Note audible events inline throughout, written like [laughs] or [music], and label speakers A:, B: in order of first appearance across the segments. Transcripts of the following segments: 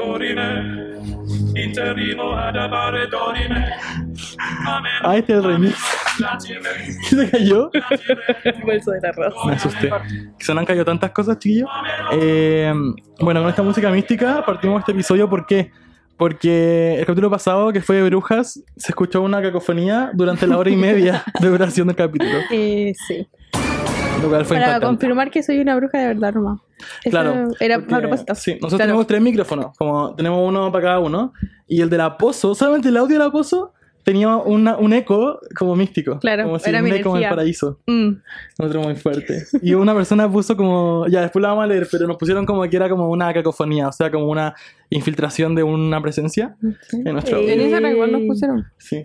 A: dorime, interrimo ad abare dorime. Amen.
B: Ah, este es el remix. [laughs]
A: Platime,
B: ¿Qué se
C: [laughs]
B: cayó?
A: platime.
C: Bolso de la rosa.
B: Me asusté. Se nos han caído tantas cosas, chiquillos. Eh, bueno, con esta música mística partimos este episodio. ¿Por qué? Porque el capítulo pasado, que fue de brujas, se escuchó una cacofonía durante la hora
C: [laughs]
B: y media de duración del capítulo.
C: Eh, sí.
B: Lo cual fue
C: Para
B: impactante.
C: confirmar que soy una bruja de verdad, nomás. Eso
B: Claro,
C: Era
B: porque-
C: a propósito.
B: Sí, nosotros
C: Claro.
B: tenemos tres micrófonos, como tenemos uno para cada uno. Y el del aposo, solamente el audio del aposo tenía una- un eco como místico.
C: Claro,
B: como si
C: era
B: un
C: mi
B: eco en el
C: energía.
B: paraíso.
C: Mm,
B: Otro muy fuerte. Y una persona puso como. Ya, después la vamos a leer, pero nos pusieron como que era como una cacofonía, o sea, como una infiltración de una presencia en nuestro
C: Eh,
D: En
B: audio.
D: ese rango nos pusieron.
B: Sí,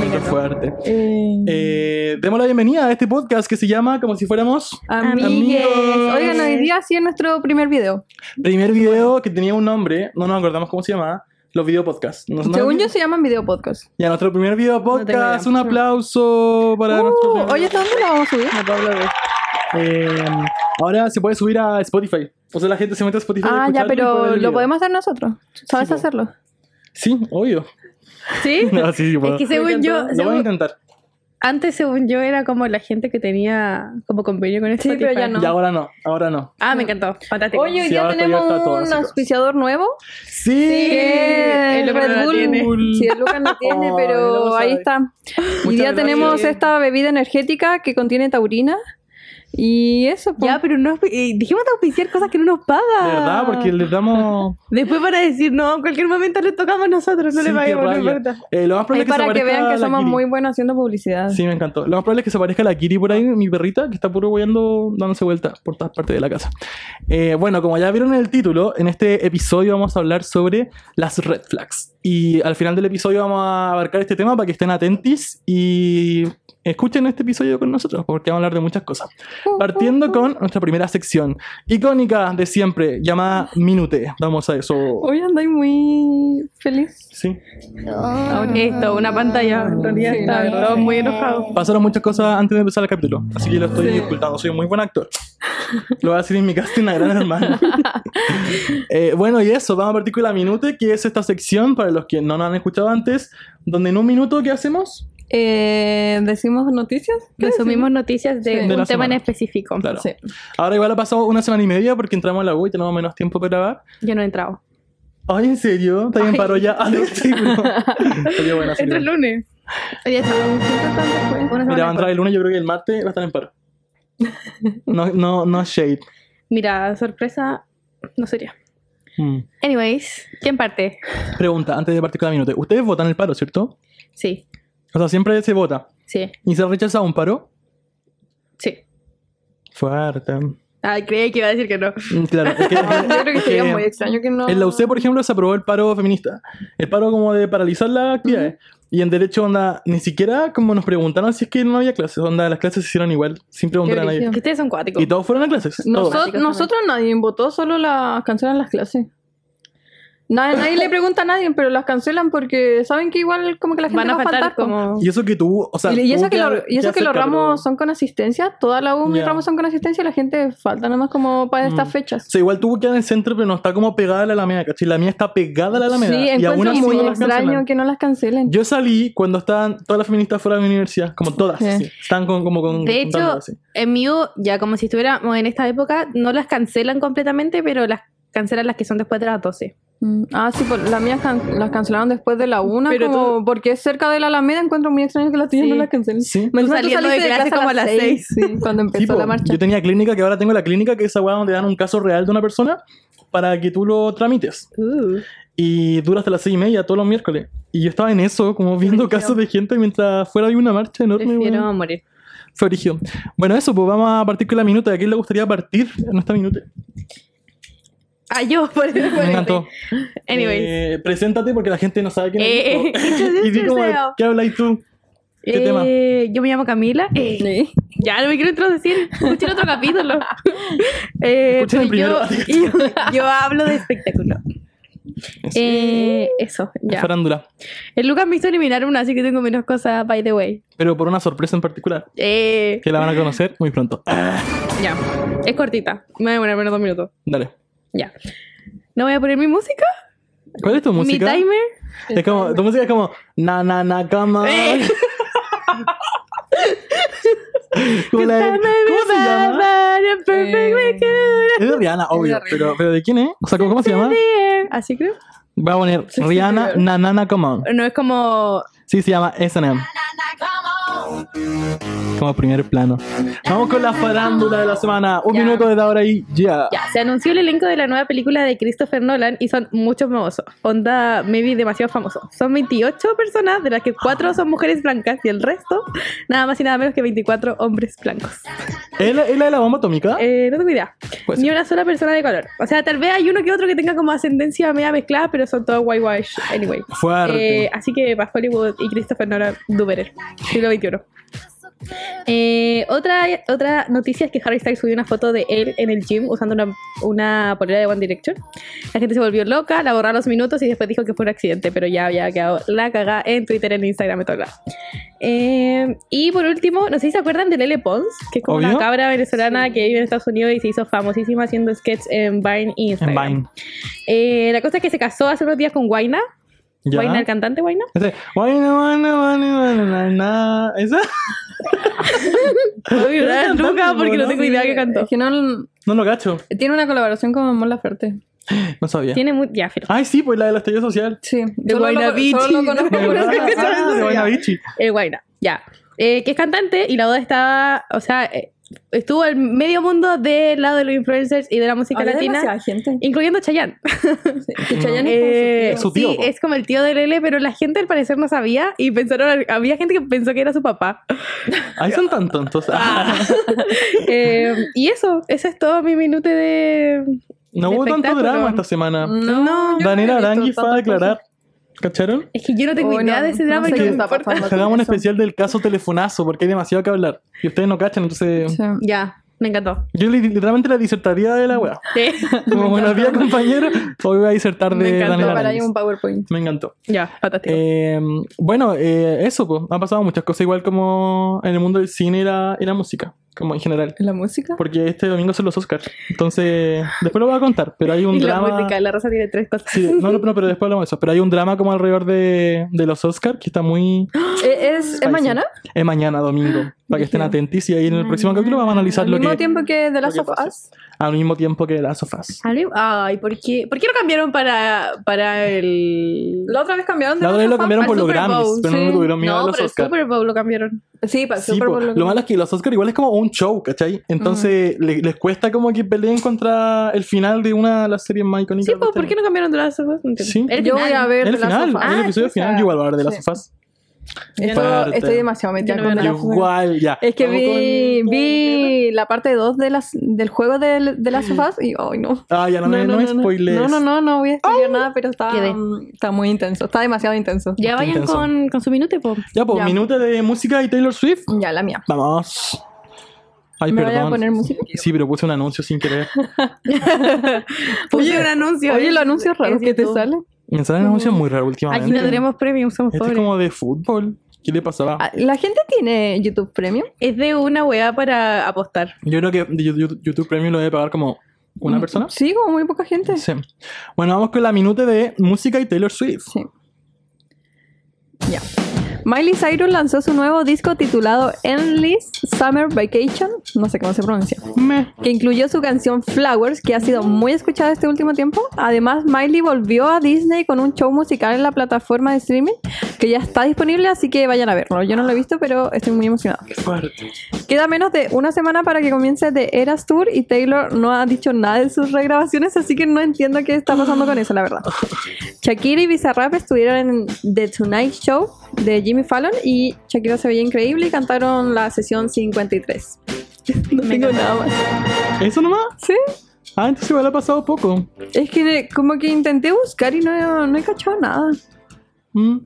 B: muy fuerte.
D: Eh,
B: Eh, demos la bienvenida a este podcast que se llama Como si fuéramos.
D: amigues.
B: amigos.
D: Oigan, hoy día sí es nuestro primer video.
B: Primer video que tenía un nombre, no nos acordamos cómo se llamaba. Los video podcasts. Nos-
D: Según
B: nos-
D: yo se llaman video podcast.
B: Ya, nuestro primer video podcast.
D: idea.
B: un aplauso para nuestro.
D: Uh, oye, ¿hasta dónde lo vamos a subir?
C: a Pablo B.
B: Eh, ahora se puede subir a Spotify. O sea, la gente se mete a Spotify. a
D: Ah, ya,
B: escucharlo y puede ver
D: pero
B: el
D: lo
B: video.
D: podemos hacer nosotros. ¿Sabes
B: Sí, po.
D: hacerlo?
B: Sí,
D: [laughs]
B: obvio.
C: ¿Sí?
B: No, sí, sí, puedo.
C: Es que según yo,
B: Lo voy a
C: según-
B: intentar.
C: antes según yo era como la gente que tenía como convenio con Spotify.
D: pero ya no.
B: Y ahora no, ahora no.
C: Ah, me encantó. Fantástico.
D: Oye, hoy
B: Sí,
D: día
B: ahora
D: tenemos
B: todavía está todo pues.
D: un
B: básico.
D: auspiciador nuevo.
B: Sí.
D: que
C: el
D: es
C: Lucas no
D: Red
C: la
D: Bull.
B: tiene.
D: Sí, el
B: [laughs]
D: Lucas no tiene,
B: Ay, no lo
D: pero ahí
B: sabe.
D: está.
B: Muchas
D: Hoy día
B: gracias.
D: tenemos esta bebida energética que contiene taurina. Y eso, po.
C: Ya, pero no, eh, dijimos de auspiciar cosas que no nos paga.
B: ¿Verdad? Porque les damos.
C: Después para decir, no, en cualquier momento le tocamos nosotros, no
B: Sí,
C: le
B: qué
C: paguemos, no
B: rabia.
C: importa.
B: Eh, lo más probable
D: Ahí
B: es que se
D: para que
B: aparezca
D: vean que
B: la
D: somos
B: Kiri.
D: muy buenos haciendo publicidad.
B: Sí, me encantó. Lo más probable es que se aparezca la Kiri por ahí, mi perrita, que está puro hueando, dándose vuelta por todas partes de la casa. Eh, bueno, como ya vieron en el título, en este episodio vamos a hablar sobre las red flags. Y al final del episodio vamos a abarcar este tema para que estén atentis y escuchen este episodio con nosotros, porque vamos a hablar de muchas cosas.
D: Uh,
B: Partiendo con nuestra primera sección, icónica de siempre, llamada Minute. Vamos a eso.
D: Hoy andáis muy feliz.
B: Sí. Ah,
C: Ah, Esto, una pantalla. En realidad
D: Sí,
C: está
D: la verdad,
C: todo
D: sí.
C: muy enojado.
B: Pasaron muchas cosas antes de empezar el capítulo, así que lo estoy disculpando. Soy un muy buen actor. Lo voy a decir en mi casa, una gran
C: [laughs]
B: hermana. Eh, bueno, y eso, vamos a partir con la minute, que es esta sección, para los que no nos han escuchado antes, donde en un minuto, ¿qué hacemos?
D: Eh, ¿Decimos noticias? ¿Qué
C: Resumimos noticias de
D: Sí.
C: un
B: De la
C: tema en
B: semana.
C: específico.
B: Claro.
D: Sí.
B: Ahora igual ha pasado una semana y media porque entramos a la U y tenemos menos tiempo para grabar.
C: Yo no he entrado.
B: Ay, ¿en serio? ¿Está bien
C: Ay.
B: paro ya? Ah, no,
C: [laughs]
B: sí, no. Oye, bueno, sí,
C: Entra el
B: bueno.
C: lunes. Hoy día está. Una semana
B: Mira, va a
C: después.
B: entrar el lunes, yo creo que el martes va a estar en
D: [laughs]
B: paro. No, no, no shade.
C: Mira, sorpresa no sería.
B: Mm.
C: Anyways, ¿quién parte?
B: Pregunta, antes de partir con la minuta. Ustedes votan el paro, ¿cierto?
C: Sí,
B: O sea, siempre se vota.
C: sí,
B: ¿Y se rechaza un paro?
C: sí.
B: Fuerte. Mm,
C: Ah, creí que iba a decir que no.
B: Claro.
D: [laughs]
B: Es que,
D: Yo creo que
B: es
D: sería
B: que
D: muy extraño que no.
B: en Eh, la UC, por ejemplo, se aprobó el paro feminista. El paro como de paralizar las actividades. Y en derecho, onda, ni siquiera como nos preguntaron si es que no había clases. Onda, las clases se hicieron igual, sin preguntar a nadie.
D: brígido.
C: Que ustedes son cuáticos.
B: Y todos fueron a clases.
D: Nosot-
B: todos.
C: Básicamente.
D: nosotros nadie votó, solo las cancelan las clases. [laughs] Nadie, nadie le pregunta a nadie, pero las cancelan porque saben que igual como que la gente
C: Van a
D: va
C: faltar
D: como-
C: como...
B: Y eso que tú, o sea...
D: y, y
B: tú
D: eso que, lo-
B: ha-
D: y eso
B: has
D: que los
B: acercado,
D: ramos
B: pero-
D: son con asistencia, toda la U mis
B: Ya.
D: ramos son con asistencia y la gente falta nada más como para estas
B: Mm.
D: fechas.
B: O sea, igual tuvo que en el centro, pero no está como pegada a la Alameda, ¿cachai? La mía está pegada a la Alameda.
D: sí,
B: y aún
D: encuentro
B: así
D: muy
B: no las
D: extraño
B: cancelan.
D: que no las cancelen.
B: Yo salí cuando estaban todas las feministas fuera de mi universidad, como todas,
D: Sí.
B: sí. Están con, como con...
C: De hecho,
B: juntando, así.
C: En mi U, ya como si estuviéramos en esta época, no las cancelan completamente, pero las cancelan las que son después de las 12.
D: Mm. Ah, sí, por- las mías can- las cancelaron después de la una,
C: Pero
D: como porque es cerca de la Alameda, encuentro muy extraño que las tuyas
C: Sí.
D: no las cancelen.
B: Sí.
D: Me
C: saliendo de clase como a las seis.
D: cuando empezó
B: Sí, po.
D: la marcha.
B: Yo tenía clínica, que ahora tengo la clínica, que es esa weá donde dan un caso real de una persona para que tú lo tramites.
C: Uh,
B: Y dura hasta las seis y media todos los miércoles. Y yo estaba en eso, como viendo
C: Brígido.
B: casos de gente mientras fuera había una marcha enorme.
C: Prefiero
B: weón.
C: morir.
B: Fue brígido. Bueno, eso, pues vamos a partir con la minuta. ¿A quién le gustaría partir en esta minuta?
C: Ah, yo, [laughs] por eso.
B: Me encantó.
C: Anyways.
B: Eh, preséntate porque la gente no sabe quién
C: Eh,
B: eres.
C: introduce
B: y di como,
C: yourself.
B: ¿qué habláis tú? ¿Qué
C: Eh,
B: tema?
C: Yo me llamo Camila. Eh,
D: Sí.
C: [laughs] Ya, no me quiero introducir. Escuchen otro capítulo. Eh,
B: Escuchen el
C: pero
B: primero.
C: yo, [laughs] yo- yo hablo de espectáculo. Eh, eso, ya.
B: Farándula.
C: El Lucas me hizo eliminar una, así que tengo menos cosas, by the way.
B: Pero por una sorpresa en particular,
C: Eh,
B: que la van a conocer muy pronto.
C: ya. Es cortita. Me voy a demorar menos dos minutos.
B: Dale.
C: Ya. ¿No voy a poner mi música?
B: ¿Cuál es tu
C: Mi
B: música?
C: timer.
B: Es como, tu música es como na na na cama. [laughs]
C: Eh.
B: ¿Cómo, la-
C: Time
B: cómo se
C: is
B: llama?
C: over, a perfect
D: Eh,
C: record
B: Es de Rihanna, obvio,
D: Rihanna.
B: pero, pero ¿de quién es? O sea, ¿cómo, cómo se
C: in
B: llama?
C: the air. Así creo.
B: Voy a poner
D: sí,
B: Rihanna
D: sí.
B: na na na come on.
C: No es como.
B: Sí, se llama S&M. Como primer plano. Vamos con la farándula de la semana. Un
C: Ya.
B: minuto de ahora y ya.
C: Ya, se anunció el elenco de la nueva película de Christopher Nolan y son muchos famosos. Onda, maybe demasiado famosos. Son 28 personas, de las que 4 son mujeres blancas y el resto, nada más y nada menos que 24 hombres blancos.
B: ¿Es la, es la de la bomba atómica?
C: Eh, no tengo idea.
B: Pues-
C: Ni una sola persona de color. O sea, tal vez hay uno que otro que tenga como ascendencia media mezclada, pero son todos whitewash. Anyway.
B: Fuerte.
C: Eh, así que para Hollywood y Christopher Nolan, Duberer, siglo XXI. Eh, otra, otra noticia es que Harry Styles subió una foto de él en el gym usando una, una polera de One Direction. La gente se volvió loca, la borró a los minutos y después dijo que fue un accidente, pero ya había quedado la cagada en Twitter, en Instagram, en todos lados. Eh, y por último, no sé si se acuerdan de Lele Pons, que es como
B: Obvio.
C: una cabra venezolana que vive en Estados Unidos y se hizo famosísima haciendo sketches en Vine y
B: en
C: Instagram.
B: Vine.
C: Eh, la cosa es que se casó hace unos días con Guaina,
B: ¿Ya?
C: Guaina, el cantante Guaina.
B: Ese, Guayna, guayna, guayna, guayna, guayna. ¿Esa?
C: Voy a llorar,
B: Cantante,
C: Luca, porque no
B: ¿no?
C: tengo idea que cantó.
D: Es que no.
B: No lo cacho.
D: Tiene una colaboración con Mon Laferte.
B: No sabía.
C: Tiene muy. Ya, pero.
B: Ay, sí, pues la de la
C: [laughs]
B: estrella social.
D: Sí.
C: De
D: Solo lo-
C: Guaynabichi.
D: Solo lo conozco
B: De
D: por
B: verdad,
D: esa-
B: ¿sabes? De
D: Ah, ya.
B: Guaynabichi.
C: El Guaina, ya. Eh, que es cantante y la boda estaba. O sea, eh, estuvo el medio mundo del lado de los influencers y de la música
D: Había
C: latina,
D: demasiada gente.
C: incluyendo Chayanne.
D: Sí, Que Chayanne
C: Eh,
D: es como su
B: su tío,
C: sí,
B: po.
C: es como el tío de Lele, pero la gente al parecer no sabía y pensaron. Había gente que pensó que era su papá.
B: Ay, son tan tontos.
C: Ah, [laughs] Eh, y eso, ese es todo mi minuto de.
B: no
C: de
B: hubo tanto
C: espectáculo.
B: drama esta semana.
D: tío.
C: No,
D: yo
B: Daniela
D: no he visto
B: Arangui fue a
D: tantas
B: declarar. ¿Cacharon?
C: Es que yo no tengo
D: Oh,
C: idea
D: no,
C: de ese
D: no
C: drama
D: sé
C: y
B: qué
C: no me
B: está
C: importa.
D: pasando.
B: Que hagamos un
D: eso.
B: especial del caso telefonazo, porque hay demasiado que hablar. Y ustedes no cachan, entonces.
D: cosas. Sí.
C: Ya, me encantó.
B: Yo li- literalmente la disertaría de la wea.
D: [laughs]
C: Sí,
B: [laughs] Como buenos días, compañero. Hoy voy a disertar
C: Me
B: de
C: encantó,
B: Daniela
D: Para ahí
B: Aránguiz.
D: un PowerPoint.
B: Me encantó.
C: ya, fantástico.
B: Eh, bueno, eh, eso, pues. Han pasado muchas cosas, igual como en el mundo del cine y la, y la música, como en general.
D: ¿La música?
B: Porque este domingo son los Oscars. Entonces, después lo voy a contar, pero
D: [laughs]
B: hay un
C: y la
B: drama.
C: música, la rosa tiene tres cosas.
B: Sí, no, no, no, pero después hablamos de eso. Pero hay un drama como alrededor de, de los Oscars que está muy.
D: Eh, ¿Es,
B: Spicy.
D: ¿Es mañana? Ah,
B: Es mañana, domingo. Para que estén
D: Brígido. Mm,
B: atentos y ahí en el próximo capítulo vamos a analizar
D: Al
B: lo
D: mismo
B: que.
D: tiempo que The Last
B: que
D: of
B: pase.
D: Us.
B: Al mismo tiempo que las sofás.
C: Ay, ¿por qué? ¿Por qué lo cambiaron para, para el.
D: La otra vez cambiaron de
B: La otra vez
D: Last
B: lo
D: of Us
B: cambiaron
D: al
B: por los
D: Super
B: Grammys,
D: Bowl,
B: pero no
D: sí.
B: lo tuvieron miedo a
C: no,
B: los
C: pero el
B: Oscars.
C: Super Bowl lo cambiaron.
D: Sí, para el
B: Sí,
D: Super
B: po.
D: Bowl.
B: lo malo es que los Oscars igual es como un show, ¿cachai? Entonces
D: Mm.
B: le- les cuesta como que peleen contra el final de una de las series más icónicas.
C: Sí,
B: del
C: pues, ¿por qué
B: tema.
C: no cambiaron de las sofás?
B: Sí.
C: El
D: Yo
C: final.
D: voy a ver
B: El
D: The Last
B: final,
D: of Us.
B: el
C: Ah,
B: episodio
D: esa.
B: final, yo igual voy a hablar de las
D: Sí.
B: sofás.
D: Estoy,
B: Fuerte.
D: estoy demasiado metida
C: Yo no
D: con
C: veo
D: The
C: la
D: Last of Us.
B: Igual, ya.
D: Es que
B: Vamos
D: vi,
B: con-
D: vi la parte 2 de las, del juego de, de Last of Us y, ay, no.
B: Ah, ya no, me no, me spoilees.
D: No, no, no, no voy a spoiler nada, pero está,
C: Quedé.
D: mm, está muy intenso. Está demasiado intenso.
C: Ya vayan
B: Intenso.
C: con, con su minuto, po.
B: Ya, pues,
D: Ya.
B: minuto de música y Taylor Swift.
D: Ya, la mía.
B: Vamos. Ay,
D: ¿Me voy a
B: perdón.
D: poner música?
B: Sí, pero puse un anuncio sin querer.
C: Puse un anuncio.
D: Oye, el anuncio ¿eh? raro
C: es
D: que te
C: YouTube.
D: sale.
B: Me salen anuncios muy raros últimamente.
C: Aquí no tenemos premium, somos
B: Este es
C: pobres.
B: como de fútbol. ¿Qué le pasaba?
D: Ah, ¿La gente tiene YouTube Premium?
C: Es de una weá para apostar.
B: Yo creo que de YouTube YouTube Premium lo debe pagar como una persona.
D: Sí, como muy poca gente.
B: Sí. Bueno, vamos con la minuta de música y Taylor Swift.
D: Sí. Ya. Miley Cyrus lanzó su nuevo disco titulado Endless Summer Vacation, no sé cómo se pronuncia,
B: Me.
D: que incluyó su canción Flowers, que ha sido muy escuchada este último tiempo. Además, Miley volvió a Disney con un show musical en la plataforma de streaming que ya está disponible, así que vayan a verlo. Yo no lo he visto, pero estoy muy emocionada.
B: Fuerte.
D: Queda menos de una semana para que comience The Eras Tour y Taylor no ha dicho nada de sus regrabaciones, así que no entiendo qué está pasando con eso, la verdad. Shakira y Bizarrap estuvieron en The Tonight Show de Jimmy Fallon y Shakira se veía increíble y cantaron la sesión 53. No
C: Me
D: tengo
C: encanta.
D: nada más.
B: ¿Eso nomás?
D: Sí,
B: Ah, entonces igual ha pasado poco.
D: es que como que intenté buscar y no, no he cachado nada.
B: Mm.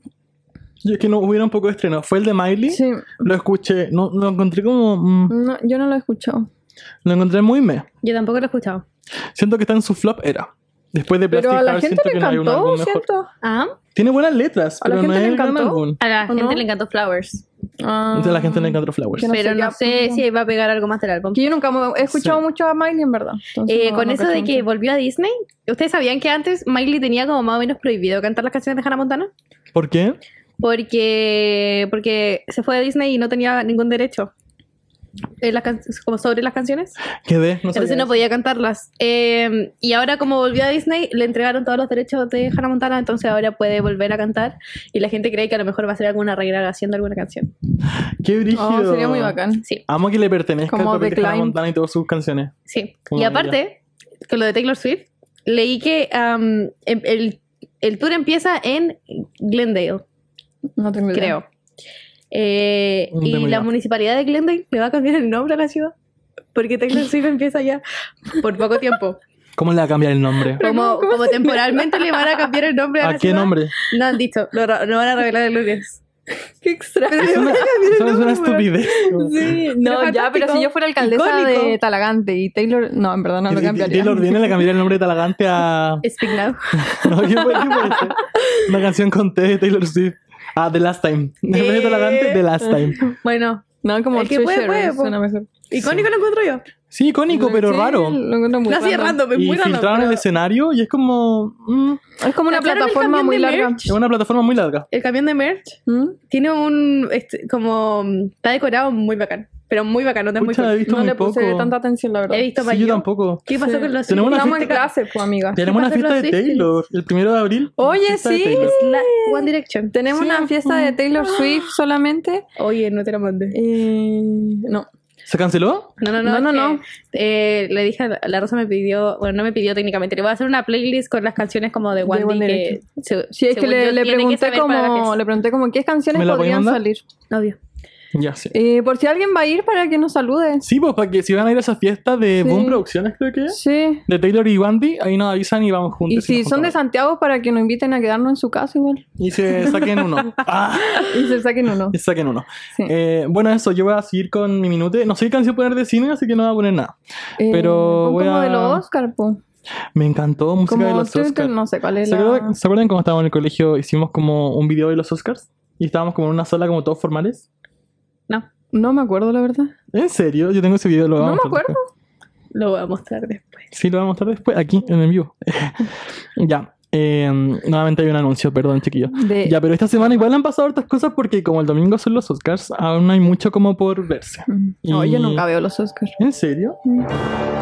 B: Yo es que no hubiera un poco de estreno. Fue el de Miley.
D: Sí,
B: Lo escuché. No, lo encontré como. mm,
D: no, yo no lo he escuchado.
B: lo encontré muy me.
C: Yo tampoco lo he escuchado.
B: Siento que está en su flop era. Después de Plastic
D: Pero a la
B: Heart,
D: gente
B: siento
D: le
B: que no hay un
D: encantó,
B: álbum mejor.
D: ¿cierto?
C: ¿Ah?
B: Tiene buenas letras,
D: A la
B: pero no
D: gente
B: es
D: le
B: un gran
D: encantó.
B: álbum.
C: A la
D: ¿O
C: gente
D: no?
C: le encantó Flowers.
D: Ah.
B: Entonces a la gente le encantó Flowers.
D: Que no
C: pero
D: sé,
C: no
D: ya-
C: sé si va a pegar algo más del álbum.
D: Que yo nunca he escuchado
B: Sí.
D: mucho a Miley, en verdad. Entonces,
C: Eh,
D: no-
C: con
D: no
C: eso de
D: cacho
C: que
D: mucho.
C: volvió a Disney, ¿ustedes sabían que antes Miley tenía como más o menos prohibido cantar las canciones de Hannah Montana?
B: ¿Por qué?
C: Porque, porque se fue a Disney y no tenía ningún derecho eh, las can- como sobre las canciones.
B: Quedé, no sabía
C: Entonces no
B: eso.
C: podía cantarlas. Eh, y ahora como volvió a Disney, le entregaron todos los derechos de Hannah Montana, entonces ahora puede volver a cantar y la gente cree que a lo mejor va a ser alguna regrabación de alguna canción.
B: Qué brígido.
D: Oh, sería muy bacán.
C: Sí,
B: Amo que le pertenezca
D: Como
B: el papel de
D: The
B: Hannah
D: Climb.
B: Montana y todas sus canciones.
C: sí.
B: Como
C: y
B: ella.
C: aparte, con lo de Taylor Swift, leí que am, em- el, el tour empieza en Glendale,
D: No tengo idea.
C: creo. Eh,
B: No tengo
C: y
B: idea.
C: la municipalidad de Glendale le va a cambiar el nombre a la ciudad. Porque Taylor Swift empieza ya por poco tiempo.
B: ¿Cómo le va a cambiar el nombre?
D: Pero
C: Como,
D: ¿cómo- cómo
C: como
D: se
C: temporalmente le van a cambiar el nombre a,
B: ¿A
C: la
B: qué
C: ciudad.
D: [laughs]
B: nombre?
C: No han dicho, lo, ra- lo van a revelar el lunes. [laughs]
D: Qué extraño.
B: Es
D: [laughs]
B: una, eso es una estupidez.
D: Sí, no, ya, pero si yo fuera alcaldesa
C: Icónico.
D: de Talagante y Taylor, no, en verdad no lo
B: Y- y-
D: cambiaría.
B: Taylor viene le cambiaría el nombre de Talagante
D: [laughs]
B: a.
C: Speak Now.
B: No, ¿qué fue? ¿Qué fue eso? Una canción con T de Taylor Swift. Ah, The Last
D: Eh,
B: Time. En vez de Talagante, The Last Time.
C: Bueno,
D: No, como
C: El que puede,
D: Treasure,
C: puede, po.
D: suena mejor.
C: icónico lo encuentro yo.
B: Sí, icónico, pero
D: Sí,
B: raro.
D: Lo encuentro muy
C: No así
D: random.
C: random, es
B: Y
C: muy random.
B: filtraron
C: pero-
B: el escenario y es como. mm,
D: Es como una
C: ¿Cacharon el
D: plataforma
C: camión
D: muy
C: de
D: larga.
B: es una plataforma muy larga.
C: El camión de merch
D: ¿Mm?
C: tiene un. este, como. mm, Está decorado muy bacán. Pero muy bacán, no es muy
B: Pucha, he
C: cool.
B: visto
D: No
B: muy
D: le puse
B: poco.
D: tanta atención, la verdad.
C: He visto
B: Sí, yo
C: mayor.
B: tampoco.
C: ¿Qué pasó
D: Sí.
C: con los
B: Tenemos una
D: Estamos en
B: fiesta-
D: clase, pues, amiga.
B: Tenemos una
C: pasa
B: fiesta
C: los
B: de
C: Swifties?
B: Taylor, el primero de abril.
D: Oye,
B: fiesta de
D: sí.
B: Taylor.
C: La One Direction.
D: Tenemos
B: Sí,
D: una fiesta de Taylor Swift solamente.
C: Oye, no te la mandé.
D: Eh, no.
B: ¿Se canceló?
C: No, no, no.
D: No, no,
C: es
D: no.
C: que, eh, le dije a la, la Rosa, me pidió. Bueno, no me pidió técnicamente. Le voy a hacer una playlist con las canciones como de One
D: One
C: Direction.
D: Direction. Sí, es que le, le pregunté como, le pregunté como qué canciones
B: ¿Me la voy a
D: podrían
B: mandar?
D: salir.
C: Obvio.
B: Ya, sí.
D: Eh, por si alguien va a ir para que nos salude.
B: Sí, pues para que si van a ir a esa fiesta de
D: Sí.
B: Boom Producciones, creo que es,
D: Sí.
B: de Taylor y Wandy, ahí nos avisan y vamos juntos.
D: Y si
B: nos
D: son de
B: juntamos.
D: Santiago, para que nos inviten a quedarnos en su casa igual.
B: Y se saquen
D: [laughs]
B: uno. Ah,
D: Y se
B: [laughs]
D: saquen uno.
B: y se saquen uno.
D: Sí.
B: Eh, bueno, eso, yo voy a seguir con mi minute. No sé qué canción poner de cine, así que no voy a poner nada.
D: Eh,
B: pero
D: pon
B: voy
D: como
B: a-
D: de los Oscar, po.
B: Me encantó música
D: Como
B: de los
D: Twitter,
B: Oscars.
D: no sé cuál es
B: ¿Se,
D: la...
B: acuerdan, se acuerdan cuando estábamos en el colegio hicimos como un video de los Oscars? Y estábamos como en una sala como todos formales.
C: No,
D: No me acuerdo, la verdad.
B: ¿En serio? Yo tengo ese video, lo
D: No
B: vamos
D: me acuerdo.
C: lo voy a mostrar después.
B: Sí, lo voy a mostrar después, pues, aquí, en el vivo. [laughs] ya. eh, nuevamente hay un anuncio, perdón, chiquillo.
D: De...
B: Ya, pero esta semana igual han pasado hartas cosas porque como el domingo son los Oscars, aún hay mucho como por verse.
D: Mm. No,
B: Y-
D: yo nunca veo los Oscars.
B: ¿En serio?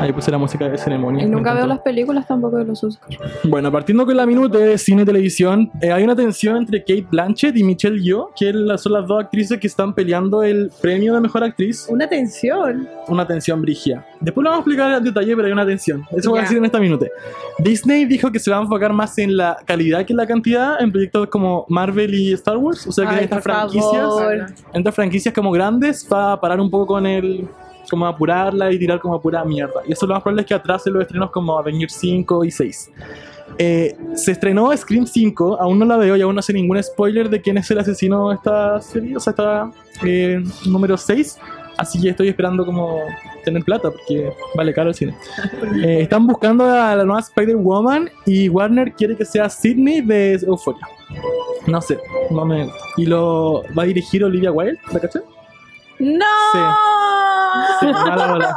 B: Ahí puse la música de ceremonia.
D: Mm. Y
B: me
D: nunca veo las
B: encantó.
D: películas tampoco de los Oscars.
B: Bueno, partiendo con la minuta de cine y televisión, eh, hay una tensión entre Kate Blanchett y Michelle Yeoh, que la- son las dos actrices que están peleando el premio de mejor actriz.
C: Una tensión.
B: una tensión brigia. Después lo vamos a explicar en detalle, pero hay una tensión. Eso voy a
C: Ya.
B: decir en esta minuta. Disney dijo que se va a enfocar más en la calidad que en la cantidad en proyectos como Marvel y Star Wars. O sea que en
C: Ay,
B: estas
C: por favor.
B: franquicias, en estas franquicias como grandes, va a parar un poco con el como apurarla y tirar como pura mierda. Y eso lo más probable es que atrase los estrenos como Avengers 5 y 6. Eh, se estrenó Scream 5, aún no la veo y aún no sé ningún spoiler de quién es el asesino de esta serie, o sea, esta eh, número 6. Así que estoy esperando como tener plata porque vale caro el cine. Eh, están buscando a la nueva Spider-Woman y Warner quiere que sea Sidney de Euphoria. No sé, no me gusta. Y lo va a dirigir Olivia Wilde, ¿la caché?
C: ¡No!
B: Sí. Sí, mala bola.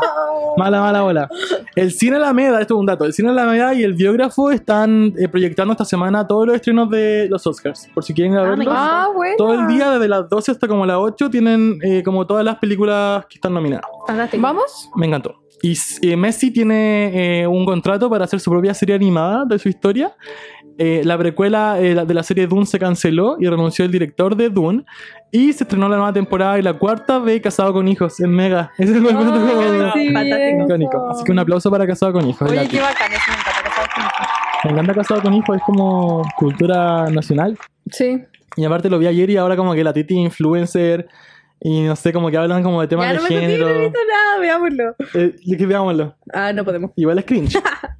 B: Mala, mala bola. El Cine Alameda, esto es un dato, el Cine Alameda y el biógrafo están eh, proyectando esta semana todos los estrenos de los Oscars. Por si quieren ir a
C: Ah,
B: verlos.
C: me encanta.
D: Ah, bueno.
B: Todo el día, desde las 12 hasta como las 8, tienen eh, como todas las películas que están nominadas.
C: Fantástico.
D: ¿Vamos?
B: Me encantó. Y s- eh, Messi tiene eh, un contrato para hacer su propia serie animada de su historia. Eh, la precuela eh, la- de la serie Dune se canceló y renunció el director de Dune. Y se estrenó la nueva temporada y la cuarta de Casado con Hijos en Mega. [laughs] Ese es el contrato como
D: sí, eh.
C: Fantástico.
B: icónico. Así que un aplauso para Casado con Hijos.
D: Oye,
B: gratis.
D: qué bacán, eso me encanta. casado con hijos.
B: Me encanta Casado con Hijos, es como cultura nacional.
D: Sí.
B: Y aparte lo vi ayer y ahora como que la Titi influencer y no sé, como que hablan como de temas
C: Ya no
B: de
C: me contigo, no he
B: género.
C: visto
D: Ah,
C: nada, veámoslo.
B: Eh, y que veámoslo.
C: Ah, no podemos.
B: Igual es cringe.
D: ya,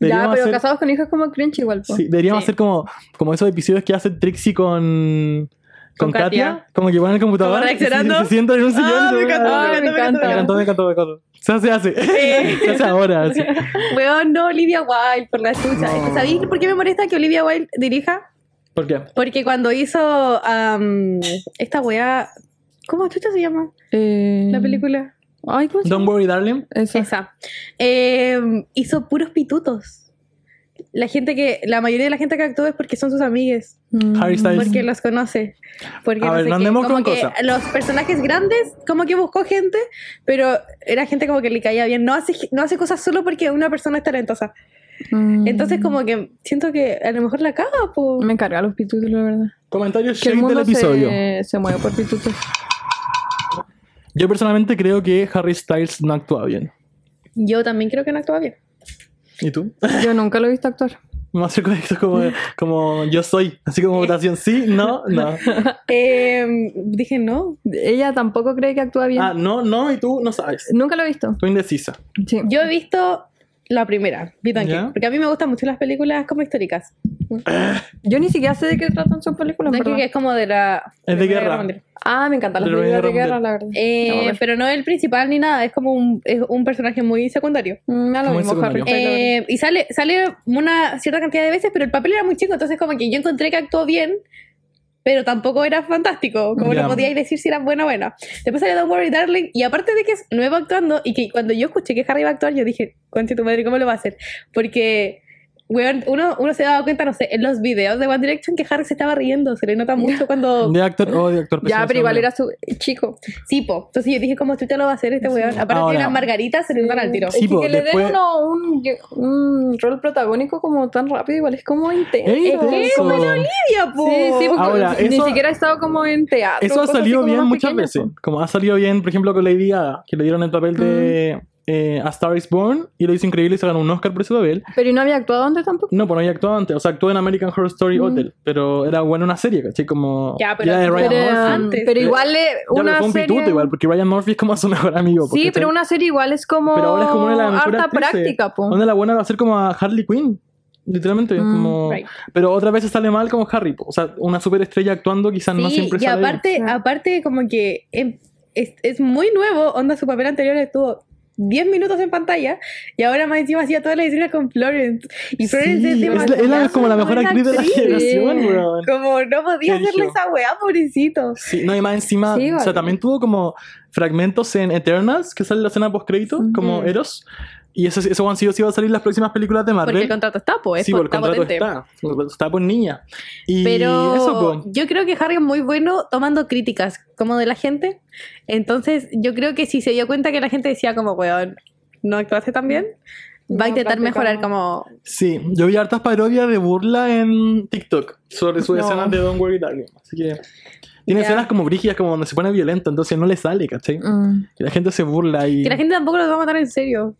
B: Deberíamos
D: pero
B: hacer-
D: casados con hijos es como cringe igual, po.
B: Sí, deberíamos
C: Sí.
B: hacer como, como esos episodios que hace Trixie con,
C: Con
B: con Katia,
C: Katia.
B: como que van al computador
C: Como reaccionando.
B: y se, se sientan en un sillón.
C: Ah,
B: y se
C: me
B: van a-
C: encantó,
D: Ah,
C: me
D: me
C: encantó,
B: Me
C: me encantó.
B: encantó, me encantó, me encantó. Se se hace.
C: Sí.
B: [laughs] Se hace ahora. sí.
C: Weón, no, Olivia Wilde, por la chucha.
B: No.
C: ¿Sabéis por qué me molesta que Olivia Wilde dirija?
B: ¿Por qué?
C: Porque cuando hizo am, esta weá. ¿Cómo chucha se llama?
D: Eh,
C: La película. Eh,
D: Ay, ¿cómo se
B: Don't
D: llama?
B: worry, darling.
D: Esa.
C: Esa. Em, hizo puros pitutos. La gente que. La mayoría de la gente que actúa es porque son sus amigues.
D: Mm.
B: Harry Styles.
C: Porque los conoce. Porque
B: A
C: no
B: ver,
C: sé
B: no
C: qué.
B: andemos
C: Como
B: con
C: que
B: cosas.
C: Los personajes grandes, como que buscó gente, pero era gente como que le caía bien. No hace, no hace cosas solo porque una persona es talentosa.
D: Mm.
C: Entonces, como que siento que a lo mejor la caga, po.
D: Me encarga los pitutos, la verdad.
B: Comentario
D: Que el
B: shade del
D: mundo
B: episodio.
D: se, se mueve por pitutos.
B: Yo personalmente creo que Harry Styles no actúa bien.
C: Yo también creo que no actúa bien.
B: ¿Y tú? [laughs]
D: Yo nunca lo he visto actuar.
B: Más cerca de esto como, como yo soy. Así como votación sí, no, no.
C: Em, dije no.
D: Ella tampoco cree que actúa bien.
B: Ah, no, no, y tú no sabes.
D: Nunca lo he visto.
B: Tú indecisa.
D: Sí.
C: Yo he visto la primera, Beat and
B: ¿Ya?
C: Kill, porque a mí me gustan mucho las películas como históricas.
D: Yo ni siquiera sé de qué tratan sus películas.
C: No es
D: en
C: que, que
D: verdad.
C: es como de la.
B: Es de
C: Primera
B: guerra.
C: Mundial.
D: Ah, me encantan las
B: Pero
D: películas de
B: era
D: guerra,
B: un-
D: la verdad.
C: Eh,
D: Vamos a ver.
C: pero no el principal ni nada, es como un, es un personaje muy secundario.
D: Mm, Me da lo
B: Como en
D: mismo, Harry
B: secundario.
D: Styles, la verdad.
C: Eh, y sale, sale una cierta cantidad de veces, pero el papel era muy chico, entonces como que yo encontré que actuó bien, pero tampoco era fantástico, como
B: Ya.
C: no podíais decir si era buena o buena. Después sale Don't Worry Darling, y aparte de que es nuevo actuando, y que cuando yo escuché que Harry iba a actuar, yo dije, conche tu madre, ¿cómo lo va a hacer? Porque... weón, uno, uno se daba cuenta, no sé, en los videos de One Direction que Harry se estaba riendo, se le nota
D: [laughs]
C: mucho cuando...
B: De actor o de actor
D: Ya,
B: precioso,
D: pero igual
B: hombre.
D: era su chico.
C: Sí, po. Entonces yo dije, ¿cómo tú te lo vas a hacer este weón? Aparte
B: Ahora.
C: tiene unas margaritas, se le notan al tiro.
B: Sí,
D: Es que,
B: po,
D: que le
B: después-
D: den uno un, un rol protagónico como tan rápido, igual es como intenso.
B: ¡Ey,
D: Es que-
B: eso!
C: Olivia, po.
D: Sí, sí, porque
B: Ahora,
D: ni
B: eso-
D: siquiera ha estado como en teatro.
B: Eso ha
D: cosas así
B: salido
D: como
B: bien
D: más
B: muchas
D: pequeñas,
B: veces.
D: po.
B: Como ha salido bien, por ejemplo, con Lady Gaga, que le dieron el papel de eh, A Star is Born y lo hizo increíble y se ganó un Oscar por ese papel.
D: Pero ¿y no había actuado antes tampoco.
B: No, pues no había actuado antes. O sea, actuó en American Horror Story Hotel, pero era buena una serie, ¿cachai? Como.
C: Ya, pero-
B: era de Ryan
D: Mm. Pero,
C: Pero
B: Murphy.
C: antes.
D: pero igual eh,
B: Ya,
D: una
B: pero fue un
D: serie...
B: pituto igual, porque Ryan Murphy es como su mejor amigo. pues,
D: Sí,
B: ¿cachai?
D: pero una serie igual es como,
B: Pero ahora es como una de las mejores
D: harta
B: actrices.
D: práctica, po.
B: Onda la buena va a ser como a Harley Quinn. Literalmente,
D: Mm,
B: como...
C: right.
B: Pero otra vez sale mal como Harry. po. O sea, una superestrella actuando quizás no
C: Sí,
B: siempre
C: y
B: sale bien.
C: aparte,
D: bien.
C: aparte como que em- es, es muy nuevo, onda su papel anterior estuvo 10 minutos en pantalla y ahora más encima hacía todas las escenas con Florence. Y Florence
B: Sí,
C: es
B: es, la-
C: demasiado
B: es la- como la mejor
C: buena
B: actriz de la generación, weón.
C: Como no podía
B: Qué
C: hacerle
B: brillo.
C: esa weá, pobrecito.
B: Sí, no, y más encima,
D: Sí,
B: o sea,
D: vale.
B: también tuvo como fragmentos en Eternals, que sale la escena post-crédito, como Eros. Y eso, eso han sido, sí va a salir en las próximas películas de Marvel.
C: Porque el contrato está, pues.
B: sí, por el contrato está. Está por niña. Y
C: Pero
B: eso, pues. po.
C: yo creo que Harry es muy bueno tomando críticas, como de la gente. Entonces, yo creo que si se dio cuenta que la gente decía como, weón, no actuaste tan bien, va a
D: No,
C: intentar mejorar
D: practicamos.
C: como...
B: Sí, yo vi hartas parodias de burla en TikTok sobre sus
D: No.
B: escenas de Don't Worry Darling. Así que tiene
C: Ya.
B: escenas como brígidas, como donde se pone violento, entonces no le sale, ¿cachai?
D: Mm.
B: Que la gente se burla y...
C: Que la gente tampoco lo va a matar en serio.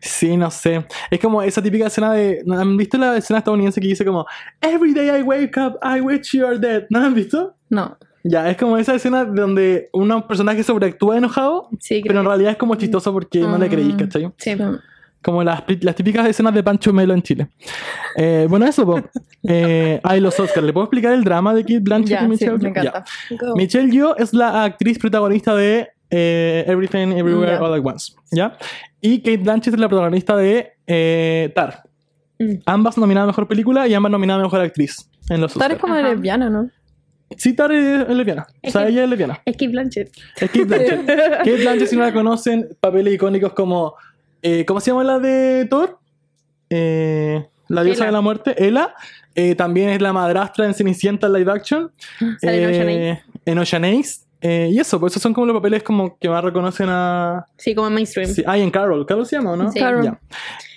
B: Sí, no sé. Es como esa típica escena de... ¿No han visto la escena estadounidense que dice como Every day I wake up, I wish you are dead? ¿No la han visto?
D: No.
B: Ya, es como esa escena donde un personaje sobreactúa enojado,
C: Sí, creo
B: pero en realidad es como chistoso porque no le
D: Mm.
B: creís, ¿cachai?
C: que- sí.
D: Mm.
B: Como las, pi- las típicas escenas de Pancho Melo en Chile. Eh, bueno, eso,
D: [laughs]
B: po. Eh, ay, los Oscars. ¿Le puedo explicar el drama de Kate Blanchett y
D: Ya, sí,
B: Michelle
D: me
B: Yeoh?
D: encanta.
B: Ya. Michelle Yeoh es la actriz protagonista de eh, Everything, Everywhere,
D: Ya.
B: All at Once. ¿Ya? Y Kate Blanchett es la protagonista de eh, Tar.
C: Mm.
B: Ambas nominadas a Mejor Película y ambas nominadas a Mejor Actriz en los
D: Tar es
B: Oscars.
D: como
C: Ajá.
D: lesbiana, ¿no?
B: Sí, Tar es es lesbiana. O
C: Es
B: sea,
C: que-
B: ella es lesbiana.
C: Es que Blanchett.
B: [laughs] Es
C: [laughs]
B: Kate Blanchett. Kate Blanchett, si no la conocen, papeles icónicos como. eh, ¿Cómo se llama la de Thor? Eh, la diosa
C: Ela.
B: de la muerte, Ela. Eh, también es la madrastra en Cenicienta en live action.
C: Sale en
B: Eh,
C: Ocean Eight.
B: en Oceanese. y eso, pues esos son como los papeles como que más reconocen a.
C: Sí, como mainstream.
B: Sí, ah, y en Carol. Carol se llama, ¿no?
C: Sí.
D: Carol.
B: Ya.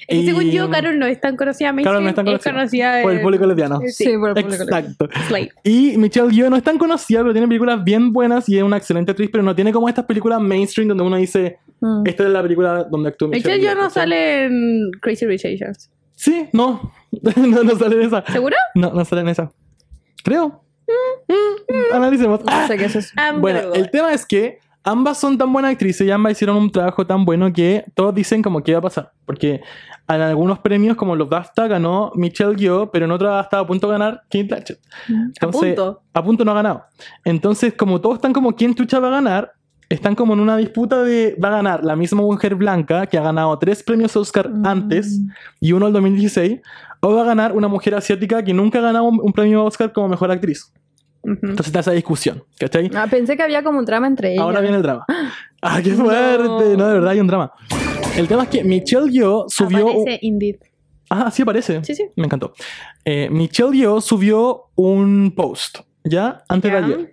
C: Es que
B: Y-
C: según yo, Carol no es tan conocida mainstream.
B: Carol no es tan conocida. Por el
C: en-
B: público lesbiano.
C: Sí.
D: por el público.
B: Exacto.
C: Slay.
B: Y Michelle Yeoh no es tan conocida, pero tiene películas bien buenas y es una excelente actriz, pero no tiene como estas películas mainstream donde uno dice,
D: Mm.
B: esta es la película donde actúa
C: De hecho,
B: Michelle
C: yo
B: Yeoh,
C: no
B: ¿cachai?
C: sale en Crazy Rich Asians.
B: Sí, no. [laughs] no, no sale en esa.
C: ¿Seguro?
B: No, no sale en esa. Creo. Mm, mm, analicemos.
D: No sé qué es eso.
C: I'm
B: Bueno,
C: gonna go.
B: el tema es que ambas son tan buenas actrices y ambas hicieron un trabajo tan bueno que todos dicen como que va a pasar. Porque en algunos premios, como los BAFTA, ganó Michelle Yeoh, pero en otra estaba a punto de ganar Kate Blanchett. Entonces,
C: punto.
B: A punto no ha ganado. Entonces, como todos están como quién chucha va a ganar, están como en una disputa de va a ganar la misma mujer blanca que ha ganado tres premios Oscar
D: Mm.
B: antes y uno el 2016, o va a ganar una mujer asiática que nunca ha ganado un, un premio Oscar como mejor actriz.
C: Ujú.
B: Entonces está esa discusión, ¿cachai?
D: Ah, pensé que había como un drama entre ellas.
B: Ahora viene el drama. [laughs] ¡Ah, qué fuerte! No. de verdad hay un drama. El tema es que Michelle Yeoh subió... un-
C: Aparece Indeed.
B: Ah, sí aparece.
C: Sí, sí.
B: Me encantó. Eh, Michelle Yeoh subió un post, ¿ya? Antes
C: Ya.
B: de ayer.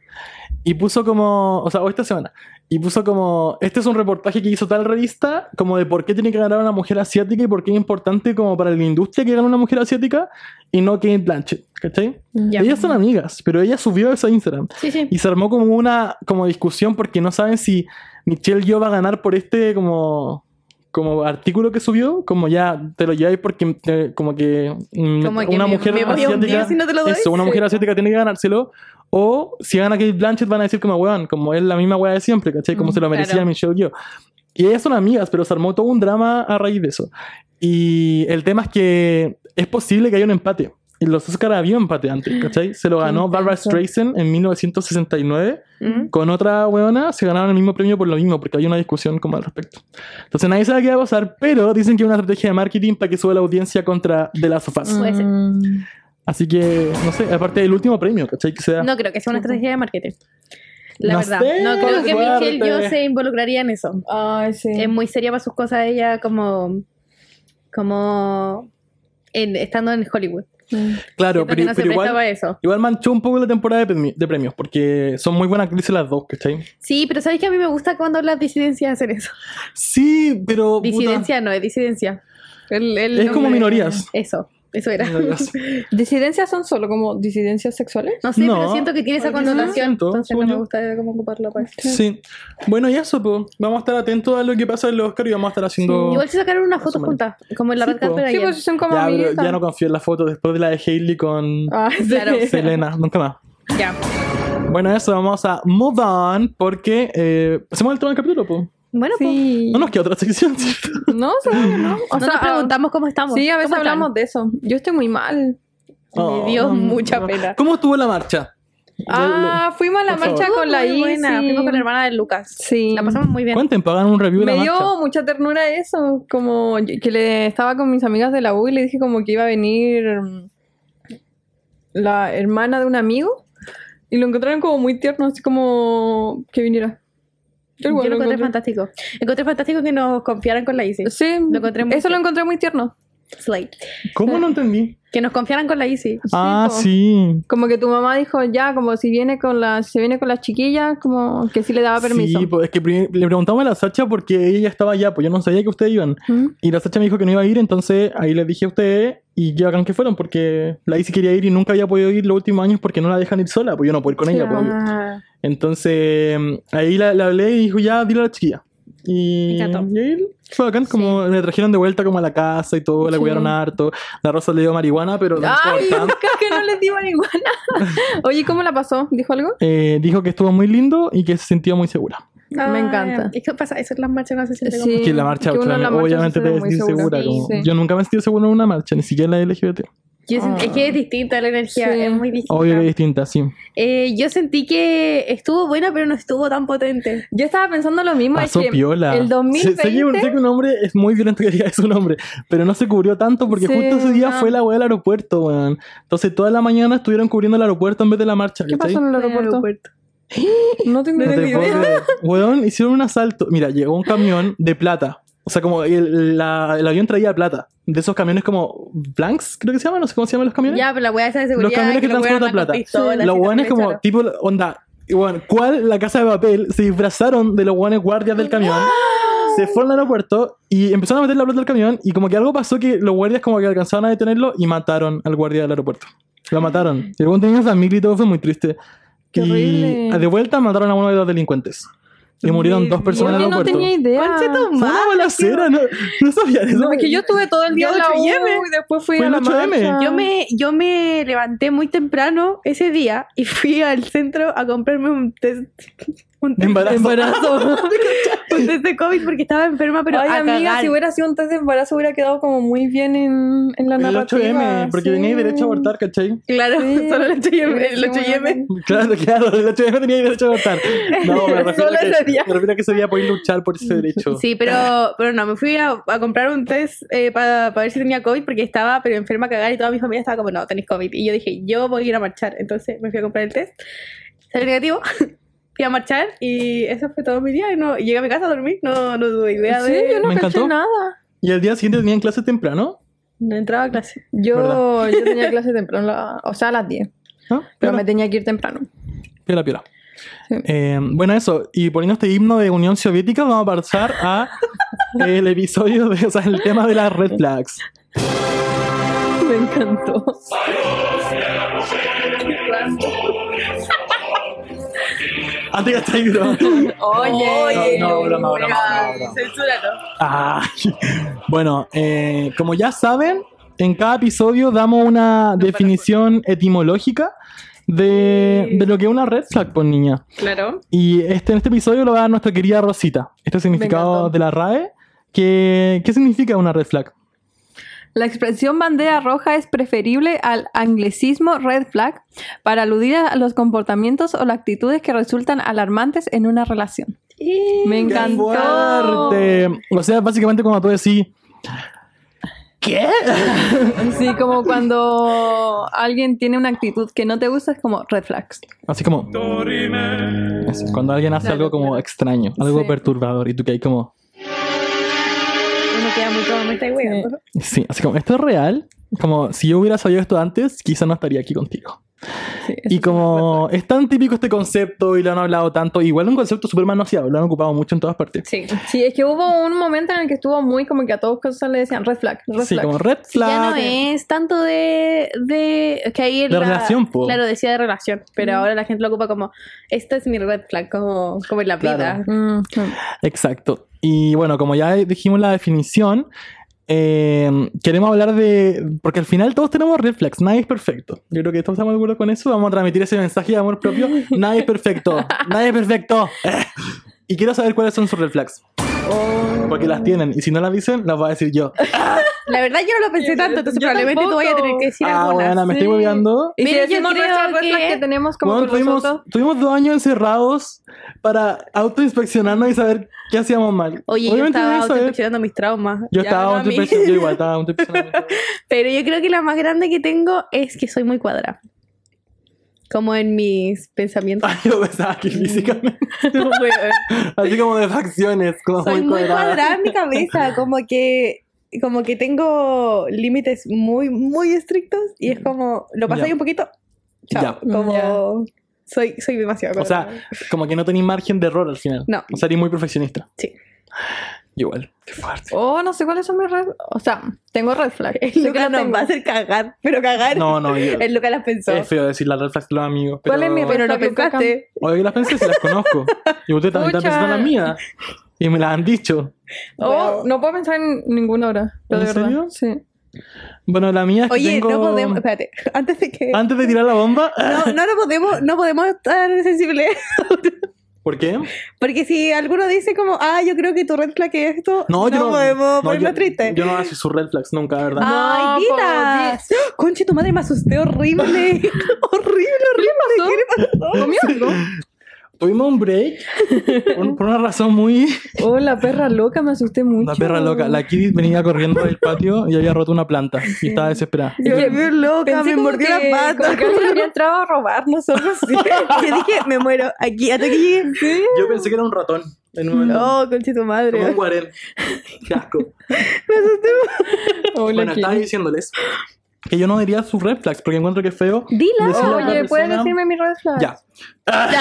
B: Y puso como, o sea, o esta semana. Y puso como, este es un reportaje que hizo tal revista, como de por qué tiene que ganar una mujer asiática y por qué es importante como para la industria que gane una mujer asiática y no Kate Blanchett, ¿cachai?
C: Ya.
B: Ellas Mm. son amigas, pero ella subió eso a Instagram.
C: Sí, sí.
B: Y se armó como una como discusión porque no saben si Michelle Yo va a ganar por este como como artículo que subió, como ya te lo lleváis porque te- como que, mm,
C: Como que
B: una
C: me-
B: mujer
C: me voy a hundir
B: asiática
C: si no te lo doy.
B: eso, una mujer asiática tiene que ganárselo o si gana Kate Blanchett van a decir como weón, como es la misma weá de siempre, ¿cachai? Como
D: Mm,
B: se lo merecía
C: claro.
B: Michelle Yo. Y ellas son amigas, pero se armó todo un drama a raíz de eso. Y el tema es que es posible que haya un empate. Y los Oscar había un empate
D: [gasps]
B: antes, ¿cachai? Se lo
D: Qué
B: ganó Barbara
D: intenso.
B: Streisand en 1969.
C: Mm.
B: Con otra weona se ganaron el mismo premio por lo mismo, porque hay una discusión como al respecto. Entonces nadie sabe qué va a pasar, pero dicen que es una estrategia de marketing para que suba la audiencia contra de las sofás.
C: puede ser.
D: Mm.
B: Así que, no sé, aparte del último premio, ¿cachai? Que sea.
C: No creo que sea una estrategia de marketing. La
B: No
C: verdad.
B: sé,
C: no creo que
B: fuerte.
C: Michelle yo se involucraría en eso.
D: Ay, sí.
C: Es muy seria para sus cosas ella como como en- estando en Hollywood.
D: Mm.
B: claro,
C: Siento que
B: pero,
C: no se
B: pero
C: presta
B: igual,
C: para eso.
B: igual manchó un poco la temporada de, premi- de premios, porque son muy buenas actrices las dos, ¿cachai?
C: Sí, pero sabes que a mí me gusta cuando las disidencias hacen eso.
B: Sí, pero. Oh, puta,
C: Disidencia no, es disidencia. El- el
B: es como
C: nombre-
B: minorías.
C: Eso, eso
B: [laughs]
C: era.
B: Minorías.
D: ¿Disidencias son solo como disidencias sexuales?
C: No sé,
B: No.
C: pero siento que tiene esa
B: Porque
C: connotación.
B: siento,
C: entonces no
B: según
C: me
B: yo.
C: gusta cómo ocuparla para eso.
B: Sí. Bueno, y eso, pues. Vamos a estar atentos a lo que pasa en los Oscar y vamos a estar haciendo.
C: Igual se sacaron unas fotos
B: Más o
C: juntas, como en la
B: Sí,
C: red
B: po.
C: carpet
D: Sí,
C: ayer.
D: pues son como
B: ya, pero
D: amiguitas.
B: ya no confío en la foto después de la de Hailey con
C: [laughs]
D: Ah, sí.
C: Claro.
B: Selena, nunca más.
C: Ya.
B: Bueno, eso, vamos a move on porque eh, pasemos al tema del capítulo, po.
C: Bueno, pues,
D: Sí.
B: No nos queda otra sección, [laughs] ¿cierto?
D: pues, No, según yo no. O ah,
C: no nos preguntamos cómo estamos.
D: Sí, a veces
C: ¿Cómo están?
D: hablamos de eso. Yo estoy muy mal.
B: Oh, Mm.
C: Me dio
B: no,
C: mucha
B: no.
C: pena.
B: ¿Cómo estuvo la marcha?
D: Ah, fuimos a la
B: Por
D: marcha
C: Estuvo
D: con la
C: muy buena,
D: Isi.
C: Fuimos con la hermana de Lucas.
D: Sí.
C: La pasamos muy bien.
B: Cuenten, pagan un review de la
D: Me dio
B: marcha.
D: mucha ternura eso, como yo- que le estaba con mis amigas de la U y le dije como que iba a venir mm, la hermana de un amigo y lo encontraron como muy tierno, así como que viniera.
C: Yo lo encontré,
D: encontré-
C: fantástico. Encontré fantástico que nos confiaran con la Easy.
D: Sí,
C: encontré muy
D: eso lo
C: tierno.
D: encontré muy tierno.
C: Slate.
B: ¿Cómo no entendí?
C: Que nos confiaran con la Easy.
B: ah,
D: po.
B: sí.
D: Como que tu mamá dijo ya, como si viene con las, si se viene con las chiquillas, como que sí le
C: Ah,
D: daba permiso.
B: Sí, po, es que pri- le preguntamos a la Sacha porque ella estaba allá, pues yo no sabía que ustedes iban.
D: ¿Mm?
B: Y la Sacha me dijo que no iba a ir, entonces ahí les dije a ustedes y qué bacán que fueron porque la Isi quería ir y nunca había podido ir los últimos años porque no la dejan ir sola, pues yo no puedo ir con ella, pues, obvio.
D: Ah.
B: Entonces mm, ahí la, la hablé y dijo ya, dile a la chiquilla. Y,
C: Me encantó.
B: y ahí fue bacán, como me trajeron de vuelta como a la casa y todo, la
D: Sí.
B: cuidaron harto. La Rosa le dio marihuana, pero no
D: Ay,
B: importa.
D: [laughs] creo que no les di marihuana. [laughs] Oye, ¿cómo la pasó? ¿Dijo algo?
B: Eh, dijo que estuvo muy lindo y que se sentía muy segura.
D: Me encanta.
C: Es que pasa, eso es la marcha no se siente
D: Sí.
C: como-
B: que la marcha,
D: que uno en la
B: claro,
D: marcha
B: obviamente
D: se
B: te
D: siente
B: sentís
D: muy segura.
B: segura.
C: Sí,
B: como-
D: sí.
B: Yo nunca me he sentido seguro en una marcha, ni siquiera en la LGBT.
C: Yo sent- Es que es distinta la energía,
D: Sí.
C: es muy distinta.
B: Ah. Obvio que es distinta, sí.
C: Eh, yo sentí que estuvo buena, pero no estuvo tan potente.
D: Yo estaba pensando lo mismo. es
B: Pasó
D: que
B: piola.
D: El
B: Sé-
D: 2020.
B: Sé, que, sé que un hombre es muy violento que diga es un hombre, pero no se cubrió tanto porque
D: Sí,
B: justo ese día
D: no.
B: fue la weá del aeropuerto, weón. Entonces toda la mañana estuvieron cubriendo el aeropuerto en vez de la marcha.
D: ¿Qué
B: ¿cachai?
D: pasó en el aeropuerto? No tengo
B: No
D: idea.
B: te puedo
D: [laughs]
B: creer. Weón, hicieron un asalto. Mira, llegó un camión de plata. O sea, como el, la- el avión traía plata. De esos camiones como Blanks, creo que se llaman, no sé cómo se llaman los
D: ¿Mm?
B: camiones.
C: Ya, pero la weá esa de seguridad.
B: Los camiones que
C: lo wearon
B: transportan
C: con
B: plata.
C: pistolas,
B: Los
C: y
B: guanes
C: todo
B: como
C: eso.
B: tipo, onda, y bueno, ¿cuál la casa de papel? Se disfrazaron de los guanes guardias del camión.
D: ¡Ah!
B: Se fueron al aeropuerto y empezaron a meter la plata al camión y como que algo pasó que los guardias como que alcanzaron a detenerlo y mataron al guardia del aeropuerto. Lo mataron. Y luego tenía familia y todo fue muy triste.
D: ¡Ah! Qué
B: y
D: horrible.
B: de vuelta mataron a uno de los delincuentes. Y murieron dos personas en el
D: Yo no
B: aeropuerto.
D: tenía idea.
C: Conche tu
B: Fue una balacera, no, no sabía de eso.
D: No, es que yo estuve todo el día
C: Yo
D: en la
C: 8M.
D: U y después fui
B: Fue
D: a
B: el
D: la
B: 8M.
D: marcha.
C: Yo me, yo me levanté muy temprano ese día y fui al centro a comprarme un test [laughs] un
B: De embarazo.
C: embarazo. [laughs] un test de COVID porque estaba enferma, pero
D: Pero Ay,
C: a
D: amiga,
C: cagar.
D: si hubiera sido un test de embarazo hubiera quedado como muy bien en, en la
B: El
D: narrativa.
B: 8M, porque
D: sí.
B: venía derecho a abortar, ¿cachai?
C: Claro, [laughs]
D: Sí,
C: solo el HM.
D: hubiera
C: El
D: sido
C: HM. [laughs]
B: Claro, claro, el 8M tenía derecho a votar. No, me refiero,
C: Solo
B: a que,
C: ese día.
B: me refiero a que ese día podéis luchar por ese derecho.
C: Sí, pero, pero no, me fui a, a comprar un test eh, para ver si tenía COVID porque estaba pero enferma a cagar y toda mi familia estaba como, no, tenés COVID. Y yo dije, yo voy a ir a marchar. Entonces me fui a comprar el test, salió negativo, [laughs] fui a marchar y eso fue todo mi día. Y, no, y llegué a mi casa a dormir, no, no tuve idea
D: Sí,
C: de...
D: yo no
B: Me
D: caché
B: encantó.
D: nada.
B: Y al día siguiente tenían clase temprano.
C: No entraba a clase.
D: Yo, yo tenía clase temprano, la- o sea, a las 10.
B: ¿no?
D: Pero
B: Piola,
D: me tenía que ir temprano.
B: piola, piola.
D: Sí.
B: Eh, bueno, eso. Y poniendo este himno de Unión Soviética, vamos a pasar
C: [laughs]
B: a el episodio, de, o sea, el tema de las red flags.
D: Me encantó.
B: Antes que hasta ahí, ¿no?
D: Oye,
B: No, no, broma, broma, broma, broma.
C: Censúralo.
B: Ay. Bueno, eh, como ya saben, en cada episodio damos una definición etimológica de, de lo que es una red flag, pues niña.
C: Claro.
B: Y este, en este episodio lo va a dar nuestra querida Rosita. Este significado
D: encantó.
B: de la RAE. Que, ¿Qué significa una red flag?
D: La expresión bandera roja es preferible al anglicismo red flag para aludir a los comportamientos o las actitudes que resultan alarmantes en una relación. Me
B: ¡Qué
D: encantó.
B: fuerte! O sea, básicamente cuando tú decís...
D: [laughs]
B: ¿Qué?
D: Sí, como cuando alguien tiene una actitud que no te gusta, es como red flags.
B: Así como...
A: Dorime.
B: eso, cuando alguien hace
D: Claro,
B: algo como
D: claro.
B: extraño, algo
D: Sí.
B: perturbador y tú que hay como...
C: Uno queda muy como, me está weando.
B: Sí, así como, esto es real. Como, si yo hubiera sabido esto antes, quizá no estaría aquí contigo.
D: Sí, eso
B: Y
D: es una red
B: como es tan típico este concepto y lo han hablado tanto, igual un concepto súper manoseado, lo han ocupado mucho en todas partes.
C: Sí.
D: flag. Sí, es que hubo un momento en el que estuvo muy como que a todos cosas le decían red flag, red
B: Sí,
D: flag.
B: como red
C: Sí, Ya
B: flag. eh.
C: no es tanto de. de es que ahí
B: De relación, po.
C: Claro, decía de relación. Pero
D: Mm.
C: ahora la gente lo ocupa como. Esta es mi red flag, como, como en la vida.
B: Claro.
D: Mm, mm.
B: Exacto. Y bueno, como ya dijimos la definición, eh, queremos hablar de. Porque al final todos tenemos red flags, nadie es perfecto. Yo creo que todos estamos de acuerdo con eso. Vamos a transmitir ese mensaje de amor
C: [laughs]
B: propio: nadie es perfecto, nadie es perfecto. Y quiero saber cuáles son sus red flags. Porque las tienen. Y si no las dicen, las voy a decir
C: [laughs]
B: yo.
C: La verdad, yo no lo pensé
D: Yo-
C: tanto, entonces
D: yo
C: probablemente tú vayas a tener que decir
B: ah,
C: algunas.
B: bueno, me estoy
D: sí.
B: volviendo.
D: Y si
C: Mira, yo
D: decimos
C: creo
D: nuestras red flags
C: que-
D: que tenemos como con
B: tuvimos,
D: nosotros.
B: tuvimos dos años encerrados para autoinspeccionarnos y saber qué hacíamos mal.
C: Oye,
B: Obviamente
C: yo estaba
B: debes saber-
C: autoinspeccionando mis traumas.
B: Yo
C: Ya
B: estaba
C: no a mí.
B: autoinspeccionando, yo igual estaba autoinspeccionando.
C: [laughs] Pero yo creo que la más grande que tengo es que soy muy cuadrada. Como en mis pensamientos.
B: [laughs] Ay, yo pensaba que físicamente.
C: Weón.
B: Así como de facciones, como
C: Soy
B: muy
C: muy
B: cuadrada.
C: cuadrada en mi
B: [laughs]
C: cabeza, como que como que tengo límites muy muy estrictos y es como lo pasáis
B: Mm. Ya.
C: un poquito. Chao,
B: Ya.
C: como
D: Ya.
C: soy soy demasiado
B: O sea,
C: cuadrada.
B: como que no tenéis margen de error al final.
C: No.
B: O sea, eres muy perfeccionista.
C: Sí.
B: Igual. Qué fuerte.
D: Oh, no sé cuáles son mis red O sea, tengo red flag. Sé
C: el
D: que la
C: Lucas nos
D: tengo.
C: va a hacer cagar, pero cagar.
B: No, no, yo-
C: El Lucas las pensó.
B: Es feo decir las red flags de los amigos. Pero...
D: ¿Cuál es mi red
C: Pero lo
D: Lucas,
C: pensaste.
B: Oye, que las pensé si las conozco. Y usted también está
D: Pucha.
B: pensando las mías. Y me las han dicho.
D: Oh, no puedo pensar en ninguna hora. pero
B: ¿En
D: de verdad.
B: serio?
D: Sí.
B: Bueno, la mía es que
C: Oye,
B: tengo...
C: no podemos, espérate, antes de que
B: Antes de tirar la bomba.
C: [laughs] no, no, no podemos, no podemos estar sensibles.
B: ¿Por qué?
C: [laughs] Porque si alguno dice como, ah, yo creo que tu red flag es esto, no,
B: No, yo no.
C: podemos
B: no,
C: ponernos
B: yo-
C: tristes.
B: Yo no hago sus red flags nunca, ¿verdad?
D: Ah, No,
C: ¡Ay, vida! ¡Ah! Conche, tu madre me asusté horrible.
D: [laughs]
C: horrible, horrible. ¿Qué le pasó?
D: ¿Comió
B: [laughs]
D: algo?
B: Tuvimos un break por, por una razón muy...
D: Oh, la perra loca, me asusté mucho.
B: La perra loca. La Kitty venía corriendo del patio y había roto una planta. Y estaba desesperada.
D: Yo
C: me volvió loca,
D: Pensé
C: me
D: como
C: mordió
D: que-
C: la
D: Como
C: pata. [laughs]
D: que alguien había entrado a robarnos o algo [laughs] así.
C: Yo dije, me muero. Aquí, hasta aquí llegué.
B: Yo pensé que era un ratón. En un momento.
C: No, conche tu
B: Como un
C: madre.
B: guarén. Qué asco. [laughs]
D: Oh, la
B: bueno, estaba
D: Kitty.
B: diciéndoles que yo no diría sus red flags porque encuentro que es feo.
C: Dila.
B: decirle a otra
D: Oye, ¿puedes
B: persona-
D: decirme mi red flag?
B: Ya. [laughs]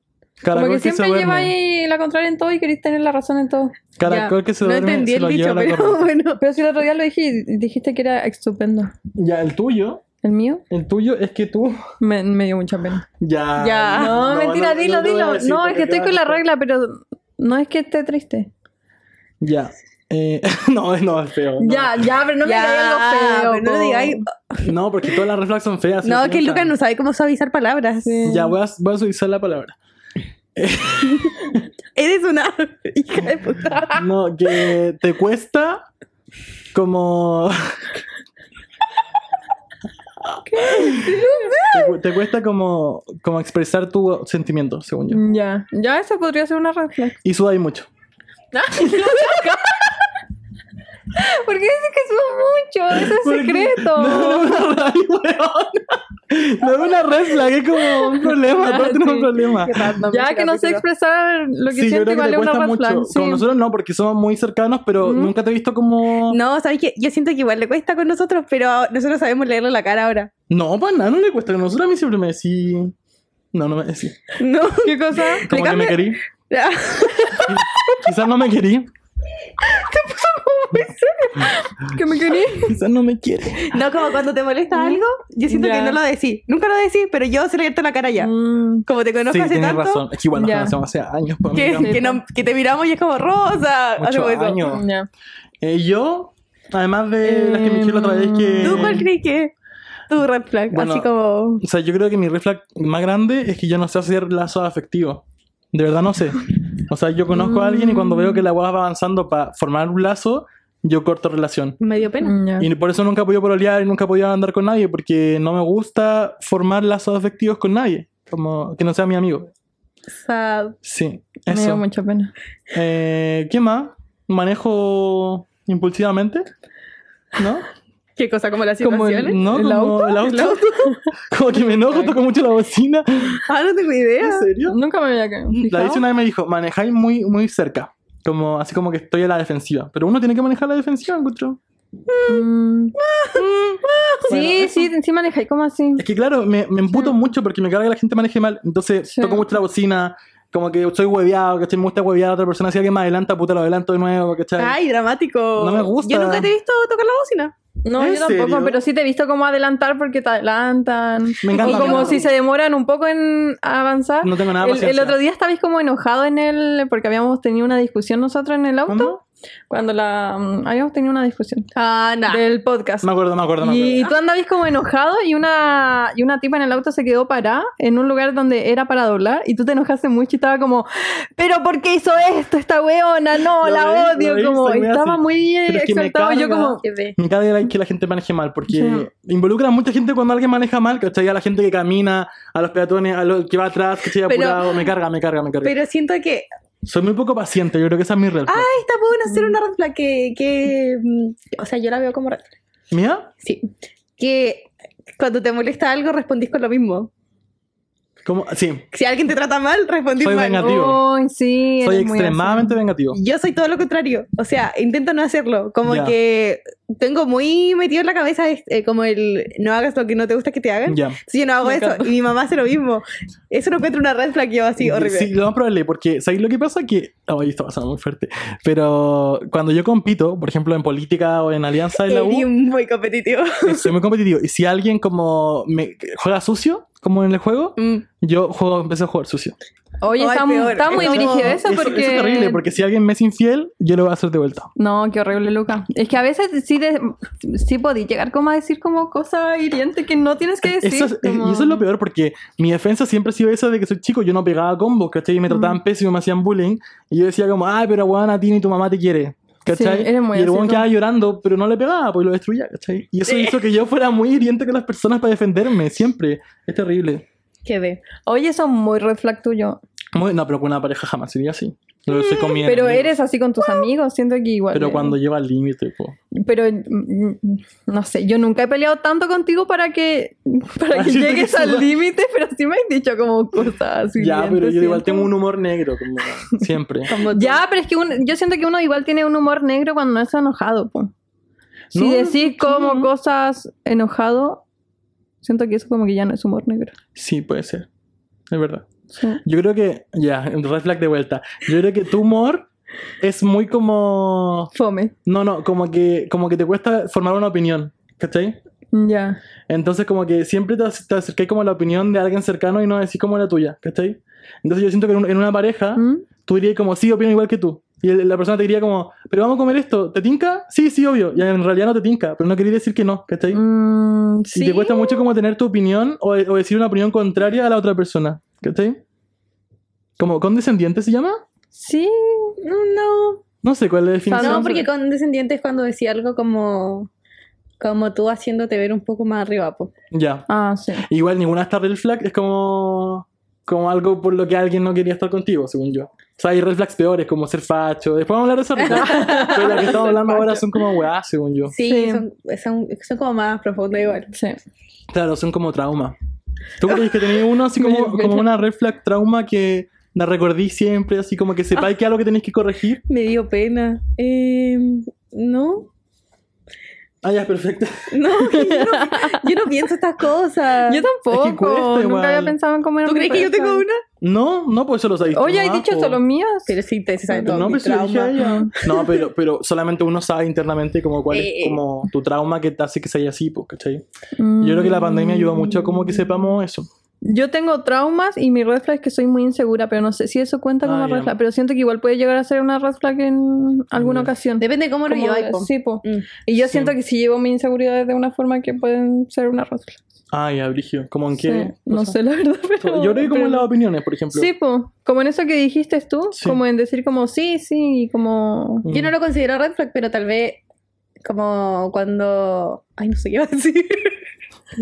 B: Caracol
D: Ah, Como que
B: que se
D: siempre
B: duerme.
D: lleváis la contraria en todo y queréis tener la razón en todo.
B: Caracol
C: Ya,
B: que se
C: No
B: duerme.
C: entendí
B: se
C: el
B: lo
C: dicho,
B: lleva la
C: pero
B: corriente.
C: bueno.
D: [laughs] Pero si el otro día lo dije y dijiste que era estupendo.
B: Ya, el tuyo.
D: ¿El mío?
B: El tuyo es que tú.
D: Me, me dio mucha pena.
B: Ya.
C: Ya.
D: No, mentira,
B: no,
D: dilo,
B: no te voy a
D: dilo.
B: decir
D: no,
B: porque
D: es que estoy
B: te
D: con la
B: vas a-
D: regla, pero no es que esté triste.
B: Ya. Eh, [laughs] no, no, es feo. no.
C: ya, pero
D: no me digáis algo feo,
C: pero no
D: po.
C: le digáis.
B: No, porque todas las red flags son feas.
C: No, que Lucas
B: Lucas
C: no sabe cómo suavizar palabras.
B: Ya, voy a, voy a suavizar la palabra.
C: Eres
D: [laughs]
C: una hija de puta.
B: [laughs]
D: Ah.
B: No, que te cuesta como...
D: [laughs]
B: Te cu- Te cuesta como, como expresar tu sentimiento, según yo.
D: Ya. Ya, eso podría ser una red flag.
B: Y sudáis mucho.
D: Ah, [laughs] ¿Por qué dices que subo mucho? Eso es
B: Porque-
D: secreto.
B: No, no, no, ay, weón. No es una red flag, es como un problema. Todos
D: Ah,
B: tenemos
D: sí.
B: un problema.
D: ya que no sé expresar lo que
B: Sí, yo
D: siento
B: creo que
D: igual
B: te
D: es una
B: cuesta
D: red
B: mucho.
D: flag. sí.
B: Con nosotros no, porque somos muy cercanos, pero
D: Mm.
B: nunca te he visto como...
C: No, ¿sabes qué? Yo siento que igual le cuesta con nosotros, pero nosotros sabemos leerle la cara ahora.
B: No, para nada, no le cuesta. A nosotros a mí siempre me decís... No, no me decís.
C: [laughs] No.
D: ¿Qué cosa?
B: Como que me
C: cambia-
B: querí. Quizás no me querí.
D: ¿Que me querí?
B: Quizás no me quiere.
C: No, como cuando te molesta algo, yo siento
D: Mm, Ya.
C: que no lo decís. Nunca lo decís, pero yo sé leerte la cara ya.
D: Mm,
C: Como te conozco
B: Sí,
C: hace
B: tienes
C: tanto,
B: razón. Es que igual nos
D: Ya.
B: conocemos hace años. pues,
C: que,
B: amiga.
D: Sí,
C: que
D: po.
C: no- que te miramos y es como rosa.
B: Muchos
C: hacemos eso.
B: años.
D: Mm, ya.
B: Eh, yo, además de las que me dijeron la otra vez que...
C: ¿Tú cuál crees que es tu red flag?
B: Bueno.
C: Así como...
B: O sea, yo creo que mi red flag más grande es que yo no sé hacer lazos afectivos. De verdad no sé. O sea, yo conozco a alguien y cuando veo que la guada va avanzando para formar un lazo, yo corto relación.
C: Me dio pena.
D: Mm, Ya.
B: Y por eso nunca he podido pololear y nunca he podido andar con nadie, porque no me gusta formar lazos afectivos con nadie. Como que no sea mi amigo.
C: Sad.
B: Sí,
D: Me dio
B: eso.
D: mucha pena.
B: Eh, ¿Qué más? ¿Manejo impulsivamente? ¿No?
C: ¿Qué cosa? ¿Como las
B: Como
C: situaciones?
B: el, ¿no?
D: ¿El
B: como
D: auto?
B: el auto. [laughs] como que me enojo, toco mucho la bocina.
C: Ah, no tengo idea.
B: ¿En serio?
D: Nunca me había quedado.
B: La dice una vez me dijo, manejáis muy, muy cerca. Como, así como que estoy a la defensiva. Pero uno tiene que manejar la defensiva, encuentro. [laughs]
D: Mm. Sí,
B: eso.
D: sí, sí manejáis como así.
B: Es que claro, me, me emputo mucho porque me carga que la gente maneje mal. Entonces
D: Sí.
B: toco mucho la bocina. Como que soy hueveado, ¿cachai? Me gusta huevear a otra persona. Si alguien me adelanta, puta, lo adelanto de nuevo, ¿cachai?
C: Ay, dramático.
B: No me gusta.
C: Yo nunca te he visto tocar la bocina.
D: No,
B: ¿En
D: yo tampoco,
B: serio?
D: pero sí te he visto como adelantar porque te adelantan.
B: Me encanta,
D: o como
B: me encanta.
D: si se demoran un poco en avanzar.
B: No tengo nada de
D: el, el
B: paciencia.
D: otro día estabais como enojado en el. porque habíamos tenido una discusión nosotros en el auto.
B: ¿Cuándo?
D: Cuando la. mm, habíamos tenido una discusión
C: Ah, no.
D: del podcast.
B: Me acuerdo, me acuerdo, me acuerdo.
D: Y tú andabas como enojado y una, y una tipa en el auto se quedó parada en un lugar donde era para doblar y tú te enojaste mucho y estaba como, pero ¿por qué hizo esto esta weona? No,
B: Lo
D: la
B: vi, lo
D: odio.
B: vi,
D: como
B: soy muy
D: estaba
B: así.
D: muy
B: Pero es que me
D: exaltado. y yo
B: carga.
D: como,
B: Me carga la- que la gente maneje mal, porque
D: Sí.
B: involucra a mucha gente cuando alguien maneja mal, ¿cachai? A la gente que camina, a los peatones, a los que va atrás, ¿cachai?
C: Pero-
B: Apurado. Me carga, me carga, me carga.
C: Pero siento que
B: Soy muy poco paciente, yo creo que esa es mi red flag.
C: esta puede ser una
B: Mm.
C: red flag que, que, mm, O sea, yo la veo como red flag.
B: ¿Mía?
C: Sí. Que cuando te molesta algo respondís con lo mismo.
B: ¿Cómo? Sí,
C: Si alguien te trata mal, respondís
B: Soy
C: mal.
B: vengativo.
D: "Ay, sí,
B: soy
D: eres muy
B: extremadamente vengativo.
C: Yo soy todo lo contrario. O sea, intento no hacerlo. Como
B: Ya.
C: que tengo muy metido en la cabeza eh, como el no hagas lo que no te gusta que te hagan.
B: Ya.
C: Sí, yo no hago
D: Me
C: eso.
D: encanta.
C: Y mi mamá hace lo mismo. Eso no encuentro una red flag yo así, horrible.
B: Sí, lo más probable, porque ¿sabéis lo que pasa? Que. Ay, está pasando muy fuerte. Pero cuando yo compito, por ejemplo, en política o en alianza
D: Eh,
B: de la
C: Eres
B: U,
C: muy competitivo. [laughs]
B: eh, soy muy competitivo. Y si alguien como me juega sucio, como en el juego,
C: Mm.
B: yo juego, empecé a jugar sucio.
D: graciosa". Oye,
C: Ay,
D: está, mu-
C: peor.
D: está muy
C: Eso-
D: brígido eso
B: Eso-
D: porque...
B: eso es terrible, porque si alguien me es infiel, yo lo voy a hacer de vuelta.
D: No, qué horrible, Luca. Es que a veces sí, de- sí podí llegar como a decir como cosas hirientes que no tienes [laughs] que decir.
B: Eso es, eh,
D: como-
B: Y eso es lo peor porque mi defensa siempre ha sido esa de que soy chico, yo no pegaba combos, ¿cachai? Y
D: Mm.
B: me trataban pésimo, me hacían bullying. Y yo decía como, ay, pero weón, a ti ni tu mamá te quiere. ¿Cachai?
D: Sí, eres muy
B: y el
D: así,
B: weón
D: tú.
B: quedaba llorando, pero no le pegaba, pues lo destruía, ¿cachai? Y eso hizo que yo fuera muy hiriente con las personas para defenderme, siempre. Es terrible.
C: Quedé.
D: Oye, eso es muy red flag tuyo.
B: Muy- no, pero con una pareja jamás sería así. Lo soy con mi
D: [laughs] Pero
B: enemigo.
D: eres así con tus amigos, siento que igual.
B: Pero
D: eh,
B: cuando lleva al límite, po.
D: Pero mm, mm, no sé, yo nunca he peleado tanto contigo para que para
B: Ah, [laughs]
D: que
B: siento que
D: llegues
B: sí,
D: al
B: ¿verdad?
D: límite, pero sí me has dicho como cosas así.
B: Ya, pero yo igual tengo un humor negro, como
D: [laughs]
B: siempre.
C: Como tú.
D: Ya, pero es que un- yo siento que uno igual tiene un humor negro cuando no está enojado, po. Si
B: No,
D: decís
B: no,
D: como
B: no.
D: cosas enojado, siento que eso como que ya no es humor negro.
B: Sí, puede ser. Es verdad. Yo creo que, ya, red flag de vuelta. Yo creo que tu humor es muy como...
D: Fome.
B: No, no, como que, como que te cuesta formar una opinión, ¿cachai?
D: Ya.
B: Ah,
D: ¿Mm?
B: tú dirías como, sí, opino igual que tú. Y el- la persona te diría como, pero vamos a comer esto, ¿te tinca? Sí, sí, obvio. Y en realidad no te tinca, pero no quería decir que no, ¿cachai?
D: Mm,
B: Y
D: sí.
B: te cuesta mucho como tener tu opinión o, o decir una opinión contraria a la otra persona, ¿cachai? ¿Como condescendiente se llama?
D: Sí. No.
B: No sé cuál es la definición.
C: No, porque condescendiente es cuando decía algo como, como tú haciéndote ver un poco más arriba, po.
B: Ya.
D: Ah, sí.
B: Igual ninguna esta red flag es como como algo por lo que alguien no quería estar contigo, según yo. O sea, hay red flags peores, como ser facho. Después vamos a hablar de esa red
C: [laughs]
B: flag, pero las que estamos
C: Ser
B: hablando ahora
C: facho.
B: son como weá, según yo.
C: Sí,
D: Sí.
C: Son, son, son como más profundas igual.
D: Sí.
B: Claro, son como trauma. ¿Tú crees que tenéis uno
C: [laughs]
B: así
D: Me
B: como,
D: dio pena.
B: como una red flag trauma que la recordí siempre, así como que
C: Ah.
B: sepáis que es algo que tenéis que corregir?
C: Me dio pena. Eh, no,
B: Ah, ya, perfecto.
C: no, [laughs] yo no, yo no pienso estas cosas.
D: Yo tampoco.
B: Ah, Es que cuesta igual.
D: Nunca había pensado en comer.
C: ¿Tú crees que yo tengo una?
B: No, no, pues eso lo sabéis.
D: Oye,
B: tú,
D: ¿hay
B: ah,
D: dicho
B: po.
D: solo mías?
C: Pero sí, te saben todos
B: No, pero
C: mis
B: se lo dije a
C: traumas.
B: ella.
D: [laughs]
B: No, pero, pero solamente uno sabe internamente como cuál
C: Eh,
B: es
C: eh.
B: como tu trauma que te hace que sea así, po, ¿cachai? Yo
D: Mm.
B: creo que la pandemia ayudó mucho a como que sepamos eso.
D: Yo tengo traumas y mi red flag es que soy muy insegura, pero no sé si eso cuenta como
B: Ah,
D: red
B: ya.
D: flag. Pero siento que igual puede llegar a ser una red flag en alguna
B: Ya.
D: ocasión.
C: Depende de cómo lo
D: Como
C: lleváis,
D: de-
C: po.
D: sí, po.
C: Mm.
D: Y yo
B: Sí.
D: siento que si llevo mis inseguridades de una forma que pueden ser una red flag.
B: Ay, abrigio. ¿Cómo en
D: Sí,
B: qué?
D: no
B: cosa?
D: sé la verdad, pero...
B: Yo creo que como
D: pero-
B: en las opiniones, por ejemplo.
D: Sí, po. Como en eso que dijiste tú,
B: Sí.
D: como en decir como sí, sí, y como...
B: Mm.
C: Yo no lo considero red flag, pero tal vez como cuando... Ay, no sé qué iba a decir. [laughs]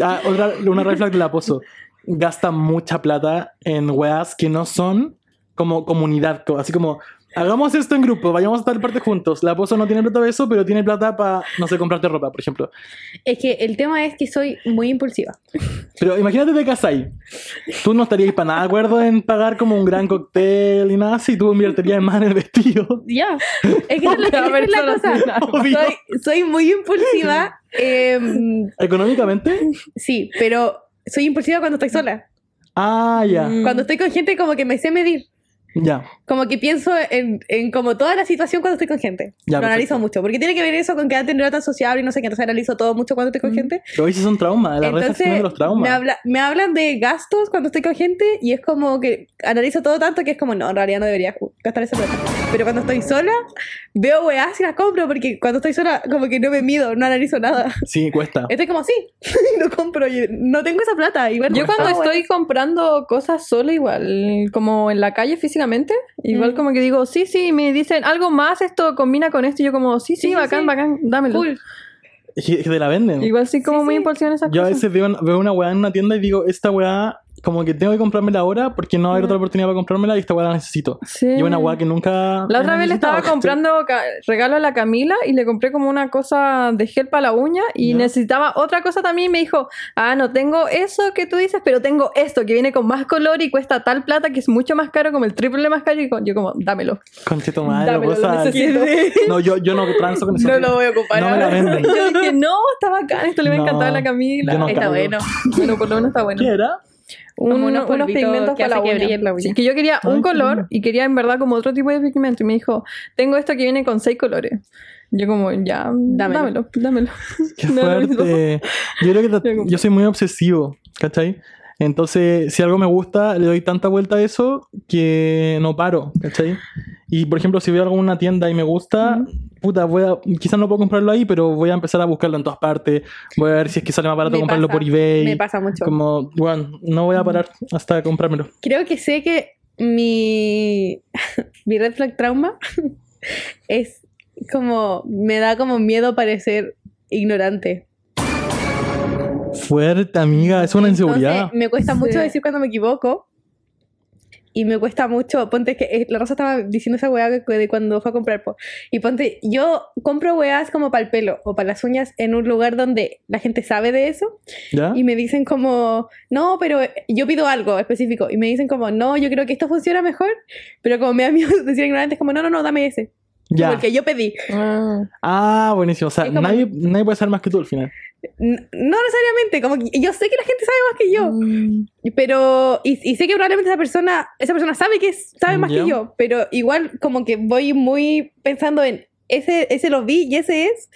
B: Ah, otra, una red flag de la pozo. Gasta mucha plata en weas que no son como comunidad. co- Así como, hagamos esto en grupo, vayamos a estar parte juntos. La pozo no tiene plata para eso, pero tiene plata para, no sé, comprarte ropa, por ejemplo.
C: Es que el tema es que soy muy impulsiva.
B: Pero imagínate te casai. Tú no estarías para nada de acuerdo en pagar como un gran cóctel y nada así. Tú invertirías más en el vestido. [laughs]
C: Ya. Es que eso es lo que- esa es la cosa.
B: Obvio.
C: Soy, soy muy
B: [laughs]
C: impulsiva. em,
B: ¿Económicamente?
C: sí, pero soy impulsiva cuando estoy sola.
B: Ah, ya.
D: Mm.
C: Cuando estoy con gente como que me sé medir.
B: Ya.
C: Como que pienso en, en como toda la situación cuando estoy con gente.
B: Ya,
C: lo analizo
B: perfecto.
C: mucho. Porque tiene que ver eso con que antes no era tan sociable y no sé qué. Entonces analizo todo mucho cuando estoy con
D: Mm.
C: gente.
B: Pero veces son traumas, las redes
C: Entonces
B: tienen los
C: me,
B: traumas.
C: habla- me hablan de gastos cuando estoy con gente y es como que analizo todo tanto que es como, no, en realidad no debería ju- gastar esa plata. Pero cuando estoy sola, veo weas y las compro porque cuando estoy sola como que no me mido, no analizo nada.
B: Sí, cuesta.
C: Estoy como, sí, [laughs] no compro, y no tengo esa plata. Igual
D: Yo cuando
C: Ah,
D: estoy comprando cosas sola igual, como en la calle físicamente, igual
C: Mm.
D: como que digo, sí, sí, y me dicen algo más, esto combina con esto, y yo como, sí, sí,
C: Sí, sí,
D: bacán,
C: sí.
D: bacán, dámelo.
C: Cool.
B: Es que, es que te la venden.
D: Igual sí, como
C: Sí,
D: muy
C: sí.
D: impulsiva en esas
B: Yo a
D: cosas.
B: veces veo, veo una weá en una tienda y digo, esta weá, como que tengo que comprármela ahora porque no va a haber
D: Ya.
B: otra oportunidad para comprármela y esta weá la necesito.
D: Sí.
B: Y una weá que nunca. he
D: La otra vez
B: necesitado,
D: le estaba
B: ¿cachai?
D: comprando ca- regalo a la Camila y le compré como una cosa de gel para la uña y
B: Ya.
D: necesitaba otra cosa también y me dijo, ah, no tengo eso que tú dices, pero tengo esto que viene con más color y cuesta tal plata que es mucho más caro, como el triple más caro y co- yo como, dámelo.
B: Conche tu madre,
D: Dámelo, lo
B: cosa.
D: necesito.
B: No, yo, yo no transo con eso.
C: No lo voy a ocupar.
B: No me la
C: ahora. [laughs]
B: venden.
D: yo dije, no, está bacán, esto le va a
B: No,
D: encantar a la Camila.
B: yo no
C: Está
B: cargo.
C: bueno.
D: Bueno, por lo menos está bueno.
B: ¿Qué era?
D: Un-
C: Como unos
D: unos,
C: polvitos
D: pigmentos
C: que
D: para la
C: hace que
D: uña.
C: brille la uña.
D: Sí, que yo quería
B: Ay,
D: un
B: qué
D: color
B: lindo.
D: y quería en verdad como otro tipo de pigmento. Y me dijo, tengo esto que viene con seis colores. Yo como, ya,
C: Dámelo.
D: dámelo, dámelo.
B: Qué
D: Me da lo mismo.
B: fuerte. Yo
C: [laughs]
B: creo que ta- yo soy muy obsesivo, ¿cachai? Entonces, si algo me gusta, le doy tanta vuelta a eso que no paro, ¿cachai? Y por ejemplo, si veo algo en una tienda y me gusta, puta, voy a, quizás no puedo comprarlo ahí, pero voy a empezar a buscarlo en todas partes. Voy a ver si es que sale más barato
C: Me
B: comprarlo
C: pasa,
B: por eBay.
C: Me pasa mucho.
B: Como, bueno, no voy a parar hasta comprármelo.
C: Creo que sé que mi, [laughs] mi red flag trauma [laughs] es como, me da como miedo parecer ignorante.
B: Fuerte, amiga, es una inseguridad.
C: Entonces, me cuesta
D: Sí.
C: mucho decir cuando me equivoco. Y me cuesta mucho, ponte que eh, la Rosa estaba diciendo esa weá que- de cuando fue a comprar. po. Y ponte, yo compro weás como para el pelo o para las uñas en un lugar donde la gente sabe de eso.
B: ¿Ya?
C: Y me dicen como, no, pero eh, yo pido algo específico. Y me dicen como, no, yo creo que esto funciona mejor. Pero como me da [laughs] miedo decir ignorante, es como, no, no, no, dame ese.
B: Ya.
C: Porque yo pedí.
B: Ah, buenísimo. O sea,
C: Es como-
B: nadie, nadie puede saber más que tú al final.
C: N- No necesariamente, como que yo sé que la gente sabe más que
D: Mm.
C: yo,
B: Mm.
C: pero y, y sé que probablemente esa persona, esa persona sabe que es- sabe más
B: Ya.
C: que yo, pero igual como que voy muy pensando en ese, ese lo vi y ese es,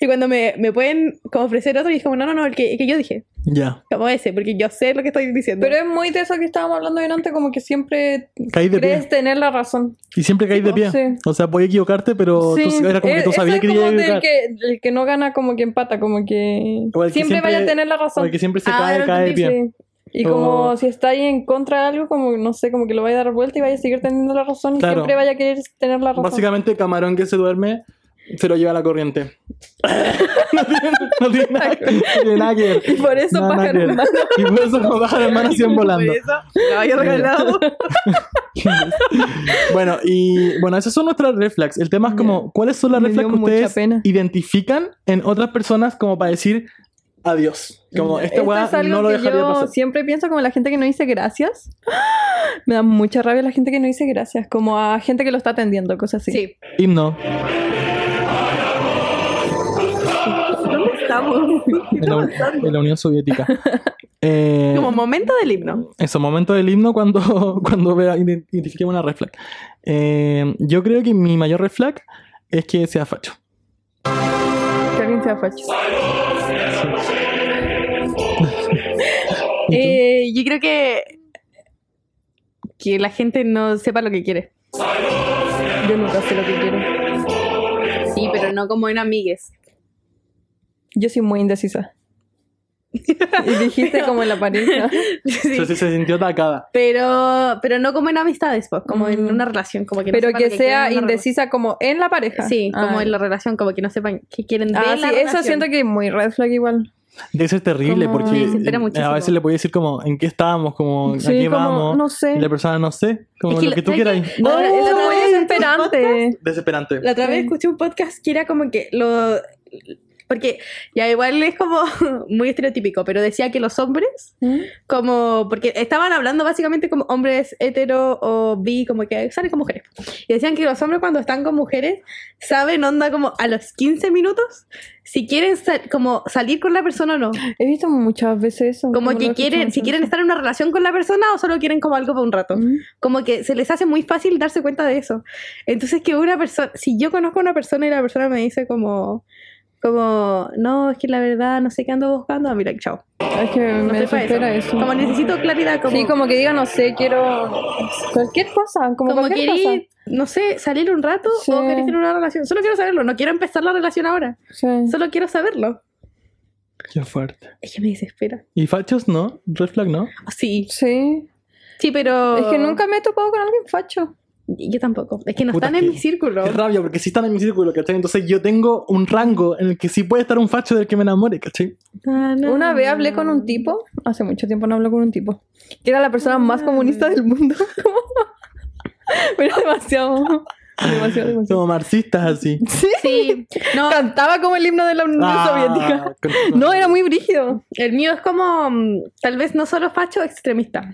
C: y cuando me, me pueden como ofrecer otro y es como, no, no, no, el que, el que yo dije,
B: Ya.
C: como ese, porque yo sé lo que estoy diciendo. [laughs]
D: Pero es muy de eso que estábamos hablando bien antes, como que siempre
B: Caí de
D: crees
B: pie.
D: tener la razón.
B: Y siempre caí de pie.
D: Sí.
B: O sea, podía equivocarte, pero
D: Sí.
B: Oh, tú, era como que
D: Es-
B: tú
D: eso
B: sabías
D: es
B: que
D: como
B: iba a
D: del
B: equivocar.
D: que el que no gana como que empata, como que,
B: O el que
D: siempre, vaya a
B: siempre-
D: tener la razón.
B: Porque siempre se
C: Ah,
B: cae,
C: lo
B: cae de
C: entendí,
B: pie.
D: Sí. Y
B: O-
D: como si está ahí en contra de algo, como no sé, como que lo vaya a dar vuelta y vaya a seguir teniendo la razón y
B: Claro.
D: siempre vaya a querer tener la razón.
B: Básicamente, camarón que se duerme se lo lleva a la corriente. [laughs] no, tiene, no tiene nada, no tiene nada que ver.
D: Y [laughs] por eso
B: Nada, nada
D: pájaro
B: que ver.
D: hermano.
B: Y por eso como bajan hermanas siguen volando.
C: había regalado.
B: [laughs] Bueno, y bueno, esas son nuestras red flags. El tema es como, ¿cuáles son las
D: Me
B: red
D: dio
B: flags que
D: mucha
B: ustedes
D: pena.
B: identifican en otras personas como para decir adiós? Como, esta
D: Esto
B: weá
D: es algo
B: no lo
D: que
B: dejaría
D: yo
B: pasar.
D: siempre pienso como la gente que no dice gracias. [gasps] Me da mucha rabia la gente que no dice gracias, como a gente que lo está atendiendo, cosas así.
C: Sí.
B: Himno.
C: ¿Dónde estamos?
B: En
C: [laughs]
B: la, en la Unión Soviética. Eh,
C: Como momento del himno.
B: Eso, momento del himno cuando, [laughs] cuando vea, ident- identifiquemos una red flag. Eh, yo creo que mi mayor red flag es que sea facho.
D: Que alguien sea facho.
B: ¿Y tú?
C: Eh, yo creo que que la gente no sepa lo que quiere.
D: Yo nunca sé lo que quiero.
C: Sí, pero no como en amigues.
D: Yo soy muy indecisa. y dijiste como en la
C: [laughs]
D: pareja.
C: [laughs] Sí.
B: Entonces se sintió atacada.
C: Pero, pero no como en amistades, pues, como en
D: Mm.
C: una relación, como que no
D: Pero
C: sepan
D: que
C: lo quieren
D: sea
C: en una
D: indecisa como en la pareja.
C: relación. Sí, como
D: Ah.
C: en la relación, como que no sepan qué quieren de
D: Ah,
C: la
D: sí, eso
C: relación.
D: siento que es muy red flag igual.
B: Debe ser terrible
D: Como-
B: porque
D: Sí,
C: se entera
B: eh, a
C: muchísimo.
B: veces le podía decir como en qué estábamos, como a
D: Sí,
B: qué
D: como,
B: vamos.
D: no sé.
B: Y la persona no sé, como
C: Es que
B: lo
C: la-
B: que tú
C: ¿sabes
B: quieras.
C: qué? La otra- la
D: eso
C: otra
D: es muy
C: vez-
D: desesperante.
B: Desesperante.
C: La otra vez
D: Sí.
C: escuché un podcast que era como que lo... Porque ya igual es como [laughs] muy estereotípico, pero decía que los hombres,
D: ¿Mm?
C: como, porque estaban hablando básicamente como hombres hetero o bi, como que salen con mujeres. Y decían que los hombres cuando están con mujeres saben onda como a los 15 minutos si quieren sal- como salir con la persona o no.
D: He visto muchas veces eso.
C: Como
D: lo
C: que
D: he
C: quieren,
D: escuchado
C: si
D: muchas
C: quieren
D: veces.
C: estar en una relación con la persona o solo quieren como algo por un rato
D: Mm.
C: como que se les hace muy fácil darse cuenta de eso. Entonces que una persona, si yo conozco a una persona y la persona me dice como, como, no, es que la verdad no sé qué ando buscando, a mí like, chao.
D: Es que
C: No
D: me
C: estoy pa'
D: desespera
C: eso.
D: eso.
C: Como necesito claridad, como,
D: Sí, como que diga, no sé, quiero cualquier cosa, como,
C: como
D: cualquier
C: querí,
D: cosa.
C: no sé, salir un rato
D: Sí.
C: o querés tener una relación. Solo quiero saberlo, no quiero empezar la relación ahora,
D: Sí.
C: solo quiero saberlo.
B: Qué fuerte.
C: Es que me desespera.
B: ¿Y fachos no? ¿Red flag no?
C: Sí,
D: Sí.
C: sí, pero...
D: Es que nunca me he topado con alguien facho.
C: Yo tampoco. Es que no
B: Puta,
C: están en
B: que-
C: mi círculo.
B: Qué rabia, porque si están en mi círculo, ¿cachai? Entonces yo tengo un rango en el que sí puede estar un facho del que me enamore, ¿cachai?
C: Na, na,
D: Una vez hablé
C: na.
D: con un tipo, hace mucho tiempo no hablo con un tipo, que era la
C: Ah.
D: persona más comunista del mundo. [laughs] Pero demasiado, demasiado, demasiado.
B: Somos marxistas así.
D: Sí,
C: Sí, [laughs] no, Ah.
D: cantaba como el himno de la Unión
B: Ah,
D: Soviética. No, era muy brígido.
C: el mío es como, mm, tal vez no solo facho, extremista.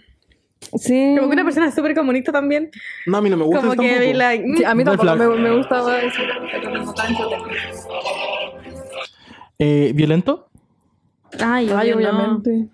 D: Sí.
C: Como que una persona súper comunista también.
B: No, a mí no me gusta
C: Como que
B: tampoco.
C: vi like, mm,
D: Sí, a mí
B: Red
D: tampoco
B: flag.
D: me, me gustaba eso.
B: Eh, ¿Violento?
C: Ay,
D: Ay,
C: obvio no.
D: obviamente.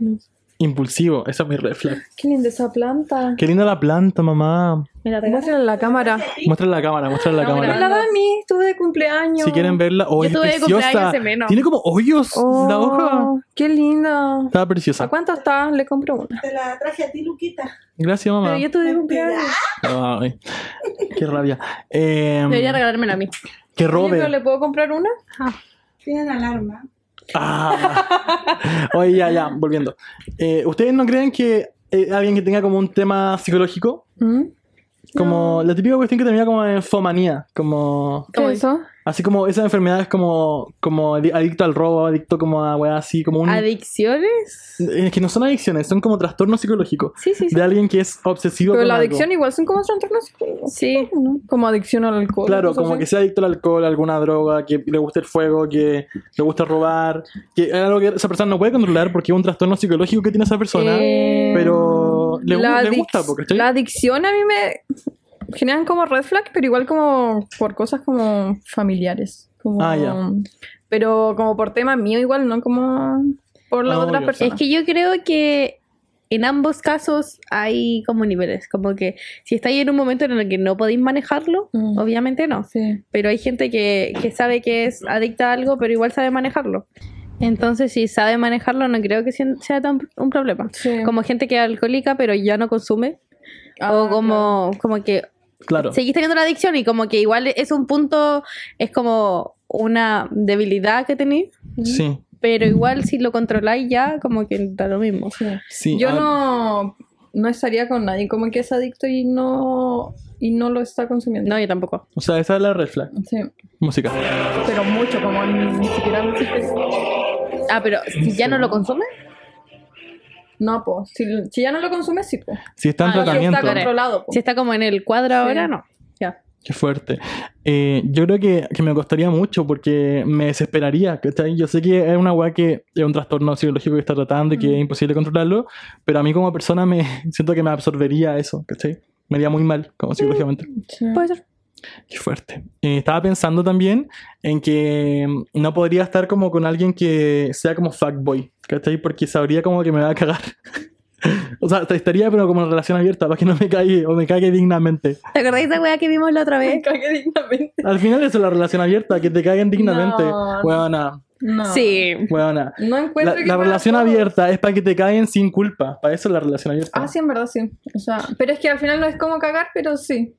B: Impulsivo. Esa es mi red
C: [laughs]
B: flag.
D: Qué linda esa planta.
B: Qué linda la planta, mamá.
C: Me la regalas.
D: Muéstrala a la cámara.
B: Muestra la cámara, muestra la
C: No,
B: cámara.
C: mira.
D: Hola Dani, estuve de cumpleaños.
B: Si quieren verla, oh,
C: Yo
B: es
C: tuve de
B: preciosa.
C: cumpleaños en menos.
B: Tiene como hoyos
D: Oh,
B: la hoja.
D: Qué linda.
B: Estaba
D: ¿A
B: preciosa.
D: cuánto está? Le compro una.
E: Te la traje a ti, Luquita.
B: Gracias, mamá.
C: Pero yo tuve cumpleaños.
B: Ay, qué rabia. Eh,
C: Debería regalármela a mí.
B: que
D: Oye, ¿Pero
B: robe.
D: le puedo comprar una?
E: Tienen alarma.
B: Ah. Oye, ya, ya, volviendo. Eh, ¿Ustedes no creen que eh, alguien que tenga como un tema psicológico?
D: ¿Mm?
B: Como la típica cuestión que termina como en fomanía, como
D: ¿Qué
C: ¿Cómo
D: es eso?
B: así como esas enfermedades como como adi- adicto al robo, adicto como a weá así, como un
C: ¿Adicciones?
B: es que no son adicciones, son como trastornos psicológicos
C: Sí, sí, sí.
B: de alguien que es obsesivo
D: Pero
B: con
D: la
B: algo.
D: adicción igual son como trastornos psicológicos,
C: Sí.
D: ¿no? Como adicción al alcohol.
B: Claro,
D: cosas
B: como
D: así.
B: que sea adicto al alcohol, a alguna droga, que le guste el fuego, que le gusta robar, que es algo que esa persona no puede controlar porque es un trastorno psicológico que tiene esa persona,
D: Eh,
B: pero le, gu-
D: la
B: le
D: adic-
B: gusta, porque
D: La adicción a mí me generan como red flag, pero igual como por cosas como familiares. Como
B: Ah, ya.
D: Pero como por tema mío igual, no como por las
B: Ah,
D: otras
B: obvio,
D: personas.
C: Es que yo creo que en ambos casos hay como niveles. Como que si estáis en un momento en el que no podéis manejarlo,
D: Mm.
C: obviamente no.
D: Sí.
C: Pero hay gente que, que sabe que es adicta a algo, pero igual sabe manejarlo. Entonces, si sabe manejarlo, no creo que sea sea tan un problema.
D: Sí.
C: Como gente que es alcohólica, pero ya no consume.
D: Ah,
C: o como, como que
B: Claro.
C: seguís teniendo la adicción y como que igual es un punto, es como una debilidad que tenéis.
B: Sí.
C: Pero igual si lo controláis ya, como que da lo mismo.
D: Sí.
B: Sí,
D: Yo
B: ah,
D: no, no estaría con nadie como que es adicto y no, y no lo está consumiendo.
C: No, yo tampoco.
B: O sea, esa es la red flag.
D: Sí.
B: Música.
D: Pero mucho, como ni, ni siquiera lo hiciste.
C: Ah, pero si ya no lo consume,
D: No, pues, si, si ya no lo consumes, sí, pues.
B: Si está en
C: Ah, sí, está
B: tratamiento.
D: Está controlado, po.
C: si está como en el cuadro ahora, no.
D: Ya.
B: Qué fuerte. Eh, yo creo que, que me costaría mucho porque me desesperaría. ¿cachai? Yo sé que es una weá que es un trastorno psicológico que está tratando y que
D: Mm.
B: es imposible controlarlo, pero a mí como persona me [laughs] siento que me absorbería eso, ¿cachai? Me haría muy mal, como psicológicamente.
D: Mm.
C: Puede ser.
B: Qué fuerte. Eh, estaba pensando también en que mm, no podría estar como con alguien que sea como fuckboy, ¿cachai? Porque sabría como que me va a cagar. [laughs] o sea, estaría pero como en relación abierta para que no me caiga o me caiga dignamente.
C: ¿Te acordáis de esa weá que vimos la otra vez?
D: cagué dignamente.
B: Al final eso es la relación abierta, que te caguen dignamente.
D: No.
B: Weona,
D: No.
C: Sí.
B: weona.
D: No
C: Pues
D: encuentro
B: La,
D: que
B: la
D: para
B: relación
D: todo-
B: abierta es para que te caguen sin culpa. Para eso es la relación abierta.
D: Ah, sí, en verdad, sí. O sea, pero es que al final no es como cagar, pero sí.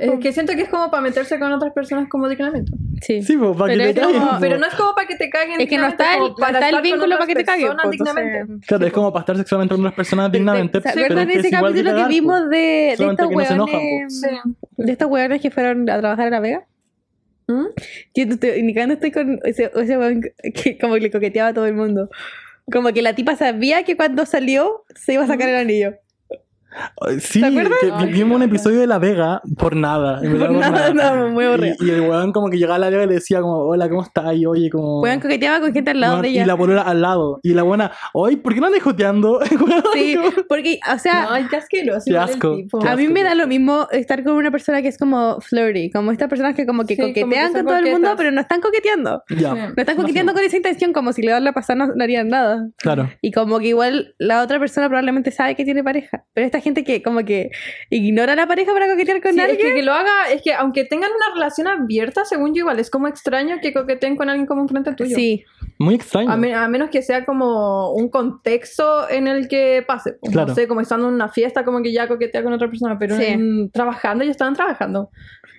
D: es que siento que es como para meterse con otras personas como dignamente.
C: Sí.
B: Sí, pues, para que
C: Pero
B: te
C: es como-
B: caguen. po.
D: Pero no es como para que te caguen.
C: Es que no
D: dignamente,
C: está el-
D: como
C: no está el
D: estar con
C: vínculo
D: otras
C: para que te caguen,
D: personas
C: pues, entonces-
D: dignamente.
B: Claro, es como para estar sexualmente con otras personas dignamente.
C: ¿Se
B: pero
C: acuerdan
B: es
C: de
B: que
C: ese
B: es igual
C: capítulo que,
B: cagar, po.
C: vimos de, de
B: Solamente
C: estos
B: que no se
C: weones?
B: enojan,
C: de estos weones que fueron a trabajar a La Vega.
D: ¿Mm?
C: Yo te estoy indicando, estoy con ese, ese weón que como que le coqueteaba a todo el mundo. Como que la tipa sabía que cuando salió se iba a sacar el anillo.
B: Ay, Sí,
C: ¿Te acuerdas?
B: que
D: Ay,
B: vimos un
D: no.
B: episodio de La Vega por nada. en verdad,
C: Por nada, no, muy aburrido.
B: Y, y el weón como que llegaba a La Vega y le decía como, hola, ¿cómo estás? Y oye, como...
C: Weón coqueteaba con gente al lado
B: Weón,
C: de
B: y
C: ella.
B: la boluda al lado. Y la buena, oye, ¿por qué no andas joteando? [laughs] Weón,
C: Sí,
B: como-
C: porque, o sea,
D: Ay, qué asqueroso.
B: Qué
D: igual el
B: asco.
D: tipo.
B: Qué
C: A
B: asco.
C: mí me da lo mismo estar con una persona que es como flirty, como estas personas que como que
D: Sí, como que
C: coquetean
D: son
C: con todo el mundo,
D: coquetas.
C: pero no están coqueteando.
B: Ya,
C: No están coqueteando con esa intención, como si le dan la pasada no, no harían nada.
B: claro.
C: Y como que igual la otra persona probablemente sabe que tiene pareja. Pero esta gente que como que ignora a la pareja para coquetear con
D: Sí, es
C: alguien.
D: que, que lo haga, es que aunque tengan una relación abierta, según yo igual, es como extraño que coqueteen con alguien como enfrente tuyo.
C: Sí,
B: Muy extraño.
D: A, me- a menos que sea como un contexto en el que pase. pues,
B: Claro.
D: No sé, como estando en una fiesta, como que ya coquetea con otra persona, pero
C: Sí.
D: en- trabajando, ellos estaban trabajando.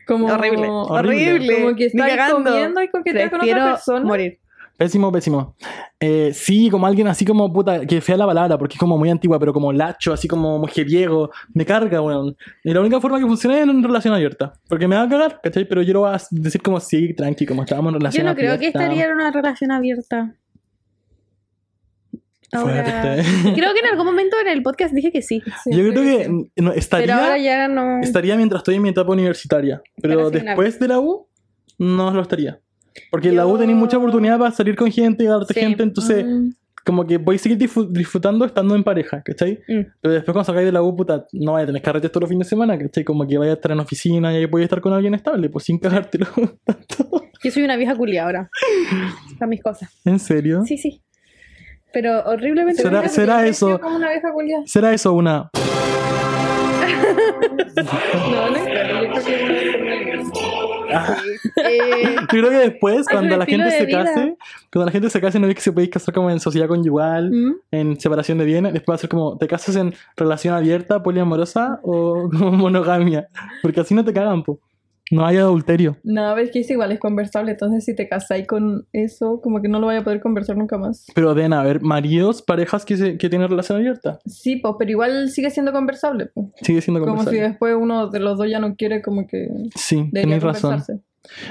D: Como,
C: horrible.
D: Como
B: Horrible.
C: Horrible.
D: que
C: Ni
D: está
C: cagando.
D: comiendo y coquetea con
C: Prefiero
D: otra persona.
C: morir.
B: Pésimo, pésimo. Eh, sí, como alguien así como puta, que fea la palabra, porque es como muy antigua, pero como lacho, así como mujeriego, me carga, weón. Y la única forma que funciona es en relación abierta, porque me va a cagar, ¿cachai? Pero yo lo voy a decir como sí, tranqui, como estábamos en
C: Yo
B: relación
C: no
B: abierta.
C: creo que estaría en una relación abierta.
B: [laughs]
C: Ahora...
B: Fuerte.
C: Creo que en algún momento en el podcast dije que sí.
D: Sí,
B: yo creo que
D: sí.
B: mm,
C: Pero
B: no,
C: ahora
B: estaría,
C: ya no...
B: estaría mientras estoy en mi etapa universitaria, pero
C: Ahora sí, una-
B: después de la U, no lo estaría. Porque en la U
C: Yo-
B: tenéis mucha oportunidad para salir con gente y darte
C: Sí.
B: gente, entonces
D: Mm.
B: como que voy a seguir difu- disfrutando estando en pareja, ¿cachai?
C: Mm.
B: Pero después cuando salgáis de la U, puta, no vaya a tener carretes todos los fines de semana, ¿cachai? Como que vaya a estar en oficina y ahí voy a estar con alguien estable, pues sin cagártelo [laughs] tanto.
C: Yo soy una vieja culia ahora. Para mis cosas.
B: ¿En serio?
C: Sí, sí. Pero horriblemente.
B: ¿Será,
C: culia.
B: será
D: Creció
B: eso?
D: Como una vieja culia.
B: ¿Será eso una...?
D: No, no es claro, yo creo que es una vieja culia.
B: [laughs]
C: Eh, [laughs]
B: Yo creo que después, cuando la
C: estilo
B: gente
C: de
B: se
C: vida.
B: case, cuando la gente se case, no es que se podéis casar como en sociedad conyugal,
D: Mm.
B: en separación de bienes, después va a ser como, ¿te casas en relación abierta, poliamorosa o [laughs] como monogamia? Porque así no te cagan, po. No hay adulterio.
D: No, ves que es igual, es conversable. Entonces, si te casáis con eso, como que no lo vaya a poder conversar nunca más.
B: Pero deben haber maridos, parejas que, se- que tienen relación abierta.
D: Sí, pues, pero igual sigue siendo conversable. po.
B: Sigue siendo
D: Como si
B: conversable.
D: después uno de los dos ya no quiere, como que
B: Sí,
D: debería
B: tenéis razón.
D: conversarse.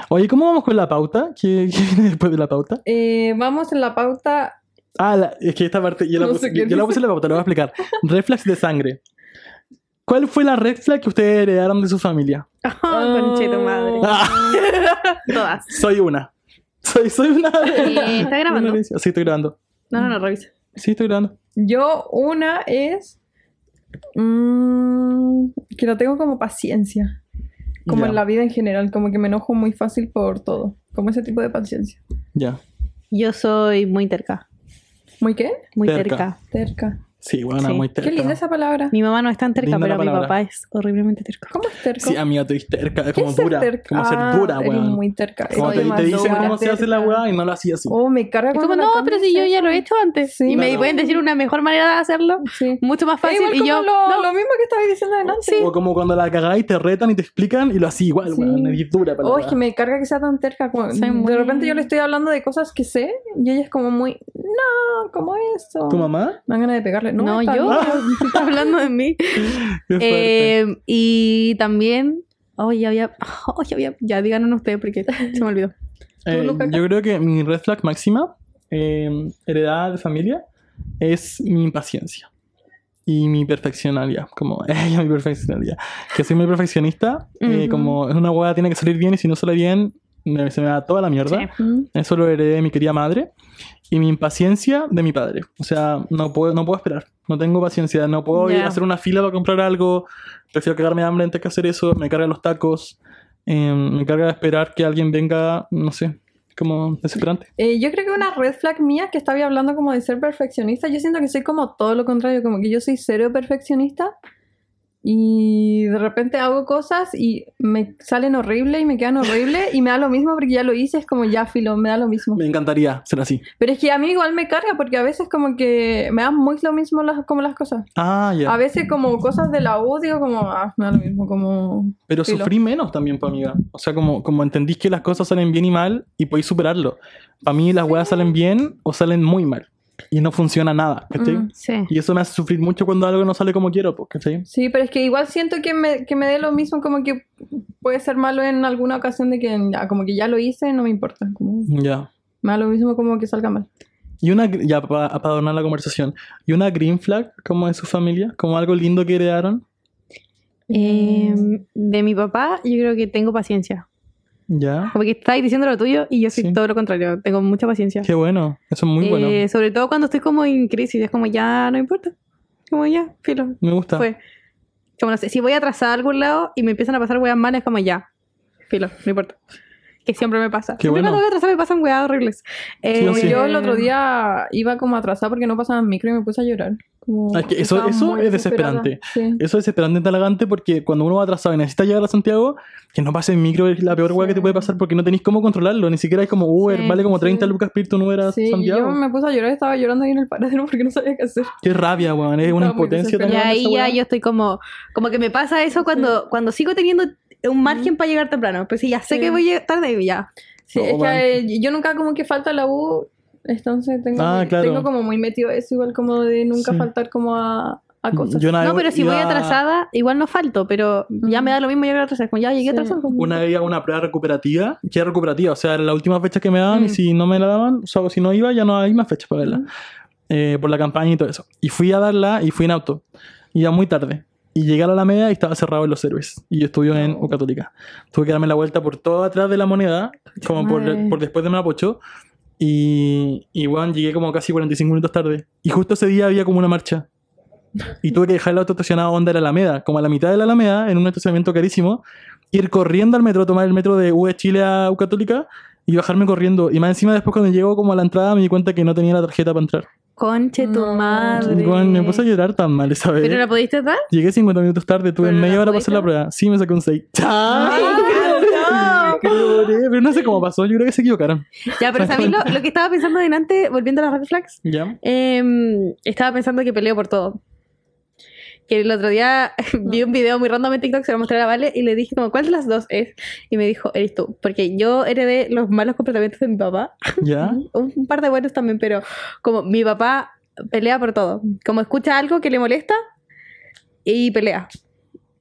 B: Oye, ¿cómo vamos con la pauta? ¿Qué, qué viene después de la pauta?
D: Eh, vamos en la pauta.
B: Ah, la- es que esta parte, yo la,
D: No
B: puse,
D: sé qué
B: yo la puse en la pauta, lo voy a
D: [laughs]
B: explicar. Reflex de sangre. ¿Cuál fue la red flag que ustedes heredaron de su familia?
C: oh, concheto madre.
B: Ah,
C: Todas.
B: soy una. Soy, soy una.
C: Eh, ¿Está grabando?
B: una- sí, estoy grabando.
C: No, no, no, revisa.
B: Sí, estoy grabando.
D: Yo, una es. mm, que no tengo como paciencia. Como
B: Ya,
D: en la vida en general, como que me enojo muy fácil por todo. Como ese tipo de paciencia.
B: Ya.
C: Yo soy muy terca.
D: ¿Muy qué?
C: Muy
B: Terca.
C: terca.
D: Terca.
B: Sí, bueno,
C: Sí.
B: muy
D: Qué
B: terca.
D: linda esa palabra.
C: Mi mamá no es tan terca,
B: Linda la
C: pero mi
B: palabra.
C: papá es horriblemente terco.
D: ¿Cómo es terco?
B: Sí, amiga, tú eres terca, es como
D: ¿Qué es ser
B: dura.
D: terca?
B: Como ser
D: Ah,
B: dura,
D: eres
B: weón.
D: muy terca.
B: Como
D: Soy
B: te, te
D: más
B: dicen
D: dura.
B: cómo se hace la
D: Terca.
B: weá y no lo hacía así.
D: Oh, me carga
C: Es como,
D: cuando
C: no,
D: la
C: pero
D: Cami
C: si yo
D: dice
C: ya lo he
D: eso".
C: hecho antes.
D: Sí.
C: y me
B: Claro.
C: pueden decir una mejor manera de hacerlo.
D: Sí.
C: Mucho más
D: Es
C: fácil.
D: igual
C: Y yo,
D: como lo,
C: no,
D: lo mismo que estabas diciendo adelante.
B: O como cuando la cagáis, te retan y te explican y lo hacía igual,
D: Sí.
B: weón. Es dura para la
D: Oh, es
B: weá.
D: que me carga que sea tan terca. como-
C: Soy muy-
D: De repente yo le estoy hablando de cosas que sé y ella es como muy, no, ¿cómo eso?
B: ¿Tu mamá?
D: Me dan ganas de pegarle. No,
C: no,
D: está
C: yo.
B: [laughs]
D: bien.
C: Está hablando de mí.
B: Qué fuerte.
C: Eh, y también. Oh, ya había, [laughs] oh, ya había. Ya díganos ustedes porque se me olvidó.
B: Eh,
D: Lucas?
B: yo creo que mi red flag máxima, eh, heredada de familia, es mi impaciencia y mi perfeccionalidad. Como, [laughs] eh, mi perfeccionalidad. Que soy muy perfeccionista, eh,
C: Ujú.
B: como es una hueá, tiene que salir bien y si no sale bien, me- se me da toda la mierda.
C: Sí.
D: Mm.
B: Eso lo heredé de mi querida madre y mi impaciencia de mi padre. O sea, no puedo, no puedo esperar. No tengo paciencia. No puedo ir
C: Ya.
B: a hacer una fila para comprar algo. Prefiero quedarme de hambre antes que hacer eso. Me cargan los tacos. eh, me carga esperar que alguien venga, no sé, como desesperante.
D: Eh, yo creo que una red flag mía que estaba hablando como de ser perfeccionista, yo siento que soy como todo lo contrario, como que yo soy cero perfeccionista y de repente hago cosas y me salen horrible y me quedan horrible y me da lo mismo porque ya lo hice, es como ya filo, me da lo mismo.
B: Me encantaría ser así.
D: Pero es que a mí igual me carga porque a veces como que me dan muy lo mismo las, como las cosas.
B: Ah, ya.
D: A veces como cosas de la U digo como, ah, me da lo mismo, como...
B: Pero
D: filo.
B: sufrí menos también, pues, amiga. O sea, como, como entendís que las cosas salen bien y mal y podéis superarlo. Para mí las weas salen bien o salen muy mal. Y no funciona nada, ¿cachai?
D: Mm.
C: Sí.
B: Y eso me hace sufrir mucho cuando algo no sale como quiero, pues, ¿cachai?
D: Sí, pero es que igual siento que me, que me dé lo mismo, como que puede ser malo en alguna ocasión de que ya, como que ya lo hice, no me importa. Como,
B: Ya.
D: me da lo mismo como que salga mal.
B: Y una, gr- ya para adornar la conversación, y una green flag como de su familia, como algo lindo que heredaron.
C: Eh, de mi papá, yo creo que tengo paciencia.
B: Ya,
C: Porque estáis diciendo lo tuyo y yo soy
B: Sí.
C: todo lo contrario. Tengo mucha paciencia.
B: qué bueno, eso es muy bueno.
C: Eh, sobre todo cuando estoy como en crisis, es como ya no importa. Como ya, filo.
B: Me gusta.
C: Fue. Como no sé, si voy atrasada a algún lado y me empiezan a pasar weas malas, es como ya, filo, no importa. Que siempre me pasa.
B: Qué
C: siempre
B: bueno.
C: cuando voy atrasada me pasan weas horribles.
B: Sí o
C: Eh,
B: sí.
D: Yo el otro día iba como atrasada porque no pasaba micro y me puse a llorar. Como,
B: Ah, que eso-
D: estaba
B: eso
D: muy
B: es
D: desesperada.
B: desesperante.
D: Sí.
B: Eso es esperante talagante porque cuando uno va atrasado y necesita llegar a Santiago, que no pase en micro es la peor hueá que te puede pasar porque no tenéis cómo controlarlo. Ni siquiera es como Uber,
C: Sí,
B: vale como
D: sí.
B: 30 lucas pedir tu Uber a
D: Sí, y yo
B: Santiago.
D: me puse a llorar, estaba llorando ahí en el paradero [laughs] porque no sabía qué hacer.
B: Qué rabia, weón, es una
D: Estaba muy
B: impotencia
D: desesperada.
B: tan
C: Y
B: grande
D: Perdón,
C: ahí
B: esa
C: ya
B: hueá.
C: yo estoy como, como que me pasa eso cuando, cuando sigo teniendo un margen para llegar temprano. Pues si ya sé
D: Sí.
C: que voy a llegar tarde, ya.
D: Sí,
B: Oh,
D: es
B: bueno.
D: que eh, yo nunca como que falta la U, entonces tengo,
B: Ah,
D: muy-
B: claro.
D: tengo como muy metido eso, igual como de nunca
B: Sí. Mm,
D: faltar como a, a cosas.
B: Yo una vez
C: No, pero si
B: iba-
C: voy atrasada, igual no falto, pero ya
D: Mm.
C: me da lo mismo llegar atrasada. Es Como ya llegué
D: Sí.
C: atrasada. como-
B: una vez a una prueba recuperativa, que era recuperativa, o sea, era la última fecha que me daban y
C: Mm.
B: si no me la daban, o sea, si no iba, ya no hay más fechas para verla, Eh, por la campaña y todo eso. Y fui a darla y fui en auto, y ya muy tarde. Y llegué a la Alameda y estaba cerrado en los héroes. Y yo estudio en U Católica. Tuve que darme la vuelta por todo atrás de la moneda, como por,
D: madre.
B: por después de Mapocho. Y, y bueno, llegué como casi 45 minutos tarde. Y justo ese día había como una marcha. Y tuve que dejar el auto estacionado onda de la Alameda, como a la mitad de la Alameda, en un estacionamiento carísimo, ir corriendo al metro, tomar el metro de U de Chile a U Católica y bajarme corriendo. Y más encima después cuando llego como a la entrada me di cuenta que no tenía la tarjeta para entrar.
C: Conche tu
D: No.
C: madre.
B: Weón, me puse a llorar tan mal esa vez.
C: ¿Pero la pudiste dar?
B: Llegué 50 minutos tarde, tuve
C: ¿Pero la
B: media hora para
C: pudiste
B: hacer la
C: dar?
B: prueba. Sí, me sacó
C: [laughs]
B: un 6.
C: ¡Ah, no!
B: eh. Pero no sé cómo pasó, yo creo que se equivocaron.
C: Ya,
B: [laughs]
C: pero ¿sabéis lo, lo que estaba pensando delante, volviendo a las red flags?
B: ¿Ya?
C: Em, estaba pensando que peleo por todo. Que el otro día [laughs] vi un video muy random en TikTok, se lo mostré a Vale y le dije como, ¿cuál de las dos es? Y me dijo, eres tú. Porque yo heredé los malos comportamientos de mi papá.
B: ¿Ya?
C: Un, un par de buenos también, pero como mi papá pelea por todo. Como escucha algo que le molesta y pelea.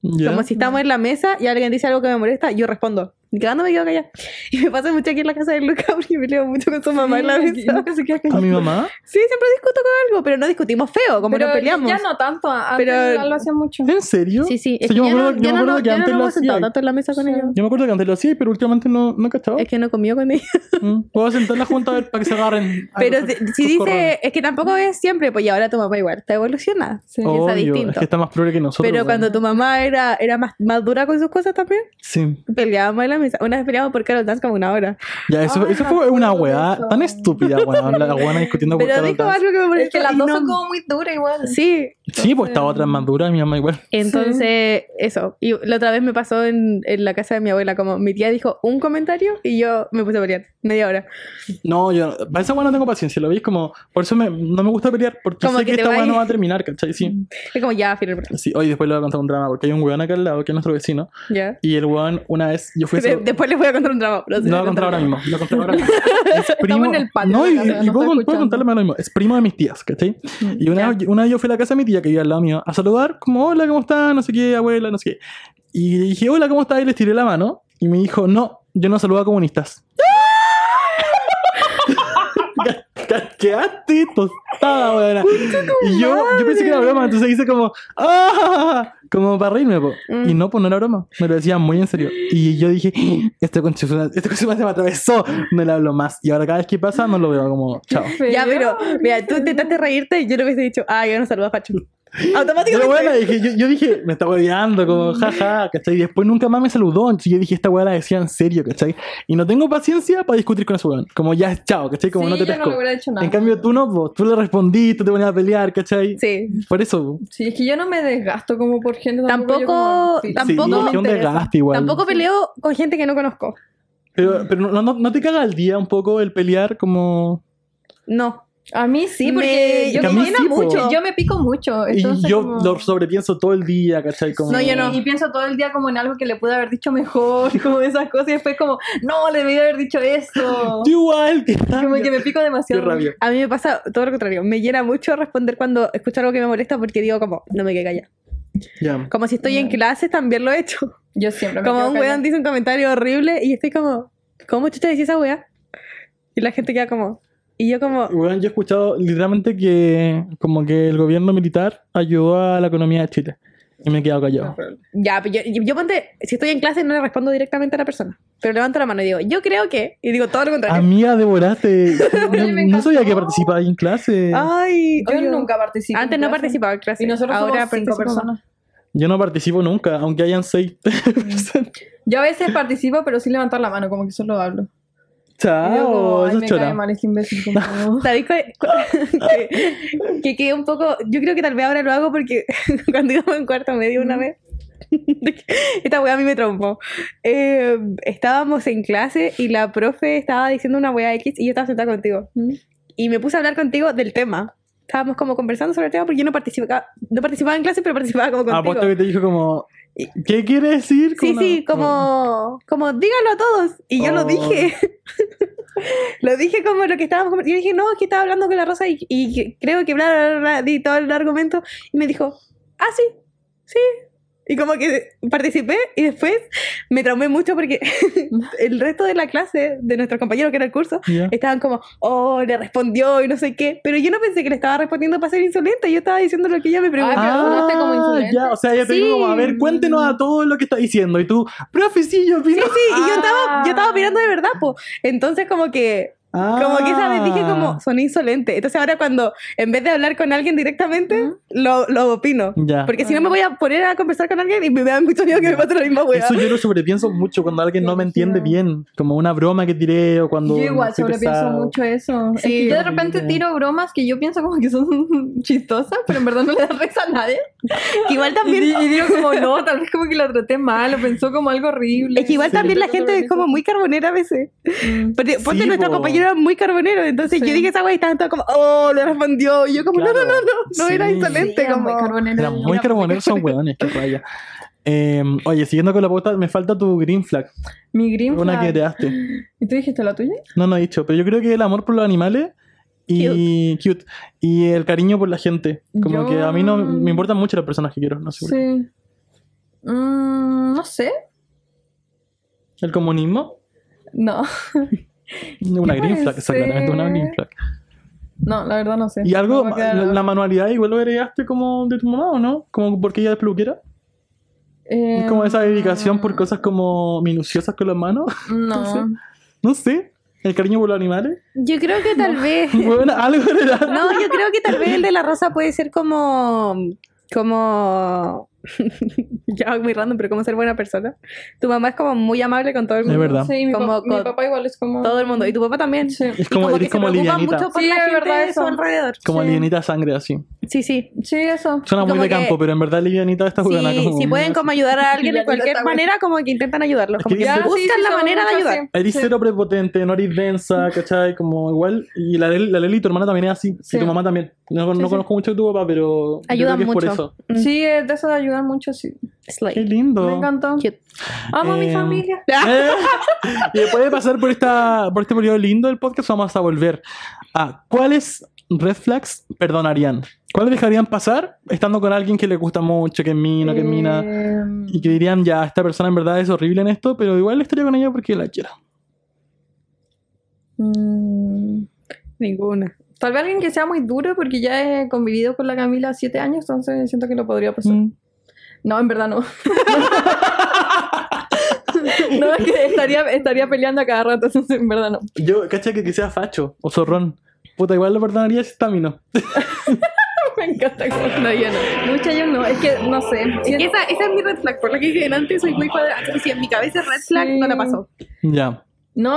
B: ¿Ya?
C: Como si estamos en la mesa y alguien dice algo que me molesta, yo respondo. Ni cagando me quedo callada. [laughs] Y me [laughs] pasa mucho aquí en la casa de Lucas porque me leo mucho con su mamá en la
D: Sí,
C: mesa.
D: nunca se queda
B: ¿A
D: callado.
B: mi mamá?
C: Sí, siempre discuto con algo, pero no discutimos feo, como
D: pero
C: nos peleamos.
D: Ya no tanto, antes
C: Pero-
D: lo hacía [laughs] mucho.
B: ¿En serio?
C: Sí, sí.
B: O
C: Es
B: sea,
C: que
B: yo me
C: ya no-
B: acuerdo, yo
C: ya
B: me
C: no
B: acuerdo
C: nos
B: que
C: ya no
B: antes
C: nos
B: lo
C: hemos
B: hacía.
C: sentado tanto en la mesa con
D: Sí.
C: ellos.
B: Yo me acuerdo que antes lo hacía, pero últimamente no, no cachaba.
C: Es que no comió con ellos.
B: Mm. Puedo sentar la junta a ver para que se agarren. a
C: Pero
B: los-
C: si,
B: los
C: si
B: corrones.
C: dice, es que tampoco es siempre, pues y ahora tu mamá igual, está evolucionada, piensa
B: Obvio,
C: distinto.
B: Es que está más progre que nosotros.
C: Pero
B: weón.
C: cuando tu mamá era, era más, más dura con sus cosas también,
B: Sí.
C: peleábamos en la mesa. Una vez peleábamos por Carol Dance como una hora.
B: Ya, eso,
D: Ay,
B: eso
D: me
B: fue una
D: acuerdo de
B: weá
D: eso.
B: tan estúpida, weón. La weá discutiendo por
C: Pero
B: Carol
C: dijo
B: Dance.
C: algo que me pareció
D: Es que las dos son
C: innom-
D: como muy duras igual.
C: Sí,
B: Sí, pues estaba otra más dura, mi mamá igual.
C: entonces eso. Y la otra vez me pasó en, en la casa de mi abuela, como mi tía dijo un comentario y yo me puse a pelear media hora.
B: No, yo para esa weá no tengo paciencia, lo veis como. Por eso me- no me gusta pelear, porque
C: Como
B: sé
C: que
B: que,
C: te
B: esta weá
C: vais-
B: no va a terminar, ¿cachai? Sí.
C: Es como ya, final,
B: sí. Hoy después le voy a contar un drama, porque hay un weón acá al lado que es nuestro vecino.
C: ya.
B: Y el weón, una vez, yo fui a
C: De-
B: saludar-
C: después les voy a contar un drama. pero se
B: Lo voy oh. a
C: voy a
B: contar ahora
C: contar.
B: mismo. Lo conté ahora
D: [laughs]
B: mismo. Es
D: en el patio
B: No,
D: de
B: y,
D: la casa,
B: y puedo,
D: no está Mm,
B: puedo
D: escuchando.
B: contarle más lo mismo. Es primo de mis tías, ¿cachai? Y una, vez- una vez yo fui a la casa de mi tía que vivía al lado mío a saludar, como, hola, ¿cómo estás? No sé qué, abuela, no sé qué. Y dije, hola, ¿cómo estás? Y les tiré la mano. Y me dijo, no, yo no saludo a
D: [laughs]
B: comunistas. [laughs] Ca- Quedaste tostada, weona. Y yo, yo pensé que era broma, entonces hice como, ¡ah! Como para reírme, po.
C: Mm.
B: Y no, pues no era broma. Me lo decía muy en serio. Y yo dije, este conchufla, este conchufla se me atravesó. No le hablo más. Y ahora cada vez que pasa, no lo veo como, chao.
C: Ya, pero, mira, tú intentaste reírte y yo le hubiese dicho, ah, yo no saludo a
B: [laughs]
C: Facho.
B: Pero
C: Automáticamente.
B: bueno, dije, yo, yo dije, me está hueveando, como jaja, ¿cachai? Y después nunca más me saludó. Entonces yo dije, esta weá la decía en serio, ¿cachai? Y no tengo paciencia para discutir con ese weón. Como ya es chao, ¿cachai? Como
D: Sí,
B: no te
D: yo no
B: pesco.
D: le hubiera hecho nada.
B: en cambio tú no, po. tú le respondiste, te ponías a pelear, ¿cachai?
C: Sí.
B: Por eso.
D: Sí, es que yo no me desgasto como por gente
C: Tampoco-
D: yo como- sí.
C: Tampoco
B: sí,
C: me
B: es que un
C: interesa.
B: desgaste igual.
C: Tampoco peleo con gente que no conozco.
B: Pero, pero no, no, no te caga el día un poco el pelear como...
C: No.
D: A mí sí,
C: Me-
D: porque yo,
B: que a mí
D: como-
B: sí, po.
D: mucho, yo me pico mucho.
B: y
D: entonces
B: yo
D: como-
B: lo sobrepienso todo el día, ¿cachai? Como...
C: No, yo no.
D: Y pienso todo el día como en algo que le pude haber dicho mejor, [laughs] como esas cosas. Y después como, no, le debí haber dicho
B: [gasps]
D: eso.
B: Yo igual, [laughs] que
D: Como que me pico
B: Qué
D: demasiado.
B: rabia.
C: A mí me pasa todo lo contrario. Me llena mucho responder cuando escucho algo que me molesta porque digo como, no me quedé callada.
B: Ya.
C: Como si estoy en clases, también lo he hecho.
D: Yo siempre me
C: Como
D: quedo
C: un weón
D: callada.
C: dice un comentario horrible y estoy como, ¿cómo chucha decís esa weá? Y la gente queda como, y yo como,
B: Bueno, yo he escuchado literalmente que como que el gobierno militar ayudó a la economía de Chile. Y me he quedado callado.
C: ya, pero yo, yo, yo ponte, si estoy en clases no le respondo directamente a la persona. Pero levanto la mano y digo, yo creo que, y digo todo lo contrario.
B: Amiga,
D: [laughs]
B: devoraste. No,
D: me
B: no sabía
D: encantó. Ah.
B: que participaba en clase.
C: Ay,
D: Yo
C: oye,
D: nunca participé.
C: Antes
D: en
C: no
D: clase.
C: participaba en clases.
D: Y nosotros
C: ahora
D: somos cinco
C: participo más.
D: personas.
B: Yo no participo nunca, aunque hayan seis [laughs] personas.
D: Yo a veces participo, pero sin levantar la mano, como que solo hablo. Y yo
B: Chao,
D: como, ay,
B: Ah, eso
D: me
B: es
D: cae
B: chora.
D: mal este imbécil.
B: [laughs]
D: [laughs] Como...
C: ¿Sabéis cuál- cuál- que, que quedé un poco. Yo creo que tal vez ahora lo hago porque [laughs] cuando íbamos en cuarto medio una vez. [laughs] Esta weá a mí me trompó. Eh, estábamos en clase y la profe estaba diciendo una weá X y yo estaba sentada contigo. Y me puse a hablar contigo del tema. Estábamos como conversando sobre el tema porque yo no participaba, no participaba en clase, pero participaba como contigo.
B: Apuesto que Ah, te dijo como, ¿qué quiere decir? con
C: Sí,
B: una-
C: sí, como, como díganlo a todos. Y yo lo
B: Oh.
C: dije. [laughs] lo dije como lo que estábamos conversando. Yo dije, no, es que estaba hablando con la Rosa y, y que- creo que bla, bla, bla, bla, di todo el argumento. Y me dijo, ah, sí, sí. Y como que participé y después me traumé mucho porque [laughs] el resto de la clase, de nuestros compañeros que era el curso,
B: Ya.
C: estaban como, oh, le respondió y no sé qué. Pero yo no pensé que le estaba respondiendo para ser insolente. Yo estaba diciendo lo que ella me preguntó.
D: Ah, pero sonaste como insolente.
B: ya, o sea, ella te
C: Sí.
B: dijo como, a ver, cuéntenos a todo lo que está diciendo. Y tú, profe, sí, yo opino.
C: Sí, sí, y yo estaba, yo estaba
D: Ah.
C: mirando de verdad, po. Entonces como que,
B: Ah.
C: como que esa vez dije como, son insolentes. Entonces ahora cuando, en vez de hablar con alguien directamente, lo, lo opino.
B: Ya.
C: Porque si no me voy a poner a conversar con alguien y me da mucho miedo que me pase la misma weá.
B: Eso yo lo sobrepienso mucho cuando alguien no me entiende
D: Brígido.
B: bien, como una broma que tiré o cuando...
D: Yo igual
B: estoy
D: sobrepienso
B: pesado.
D: mucho eso. Es que
C: Sí.
D: yo de repente tiro bromas que yo pienso como que son [laughs] chistosas, pero en verdad no le da risa a nadie.
C: [laughs] Que igual
D: Y,
C: también...
D: di- y digo como, no, tal vez como que la traté mal o pensó como algo horrible.
C: Es que igual
B: Sí.
C: también la gente es como muy carbonera a veces.
D: Mm.
C: Porque, Ponte
B: Sí,
C: nuestro
B: po.
C: compañero era muy carbonero. Entonces
D: Sí.
C: yo dije esa weá y estaban todos como, oh, le respondió. Y yo como, no,
B: Claro.
C: no, no, no, no era
B: Sí.
C: insolente.
D: Era muy
C: como...
D: carbonero.
B: Eran muy carboneros, son hueones, qué raya. Eh, oye, siguiendo con la pauta, me falta tu green flag,
D: Mi green
B: una que
D: flag.
B: creaste.
D: ¿Y tú dijiste la tuya?
B: No, no he dicho, pero yo creo que el amor por los animales y cute, y el cariño por la gente. Como
D: Yo-
B: que a mí no me importan mucho las personas que quiero, no sé. por qué.
D: Sí. Mm, no sé.
B: El comunismo,
D: No.
B: una green flag,
D: puede
B: esa claramente una
D: ser?
B: green flag.
D: No, la verdad no sé.
B: Y algo,
D: Me voy a
B: la,
D: quedar-
B: la manualidad igual lo heredaste como de tu mamá, ¿o no? Como porque ella es peluquera.
D: Eh,
B: Es como esa dedicación por cosas como minuciosas con las manos. [laughs]
D: No.
B: No sé. El cariño por los animales. [laughs]
C: Yo creo que tal [laughs] vez.
B: Bueno, algo
C: [laughs]
B: heredaste.
C: No, yo creo que tal vez el de la rosa puede ser como. Como. [laughs] ya muy random, pero como ser buena persona. Tu mamá es como muy amable con todo el
B: Es
C: mundo.
B: verdad.
D: Sí, mi,
C: Como
D: pa- mi
C: con-
D: papá igual es como...
C: Todo el mundo. Y tu papá también.
D: Sí.
B: Es
C: Y
B: como,
C: que
B: eres como
C: se preocupa
B: livianita.
C: mucho por
D: Sí,
C: la
D: es
C: gente
D: verdad
C: de
D: eso.
C: su alrededor.
B: Como
D: sí.
B: livianita de sangre así.
C: Sí, sí.
D: Sí, eso.
B: Suena muy
C: Como
B: de
C: que-
B: campo, pero en verdad livianita está
C: Sí,
B: jugando
C: si pueden como ayudar a alguien de cualquier manera, como que intentan ayudarlo. Como que
B: Ya, sí,
C: buscan la manera de ayudar.
B: Eres cero prepotente, no eres densa, ¿cachai? Como igual. Y la, Lel- la Leli, tu hermana también es así.
D: Sí.
B: Y tu mamá también. No, no
D: sí.
B: conozco mucho a tu papá, pero. yo
C: Ayudan
B: creo que es
C: mucho.
B: por eso.
D: Sí. sí, es de eso de ayudar mucho, sí.
B: Qué
C: Slay.
B: lindo.
D: Me encantó.
C: Cute.
D: Amo a mi
B: Eh,
D: familia.
B: [laughs] Eh, y después de pasar por, esta, por este periodo lindo del podcast, vamos a volver a cuáles red flags perdonarían. ¿Cuáles dejarían pasar estando con alguien que le gusta mucho, que es mina, que es mina?
D: Eh,
B: Y que dirían, ya, esta persona en verdad es horrible en esto, pero igual estaría con ella porque la quiero.
D: mm,
C: Ninguna.
D: Tal vez alguien que sea muy duro, porque ya he convivido con la Camila siete años, entonces siento que lo podría pasar.
B: Mm.
D: No, en verdad [laughs] no. no, es que estaría, estaría peleando a cada rato, entonces en verdad no. [laughs]
B: Yo, cacha que, que sea facho o zorrón. Puta, igual lo perdonaría si está mino.
D: Me encanta como no, yo no. Mucha yo no, es que no sé.
C: Y esa, esa es mi red flag. Por lo que dije antes, soy
B: Ah.
C: muy cuadrada. Así que si en mi cabeza es red flag,
D: Sí.
C: no la pasó.
B: Ya,
D: No,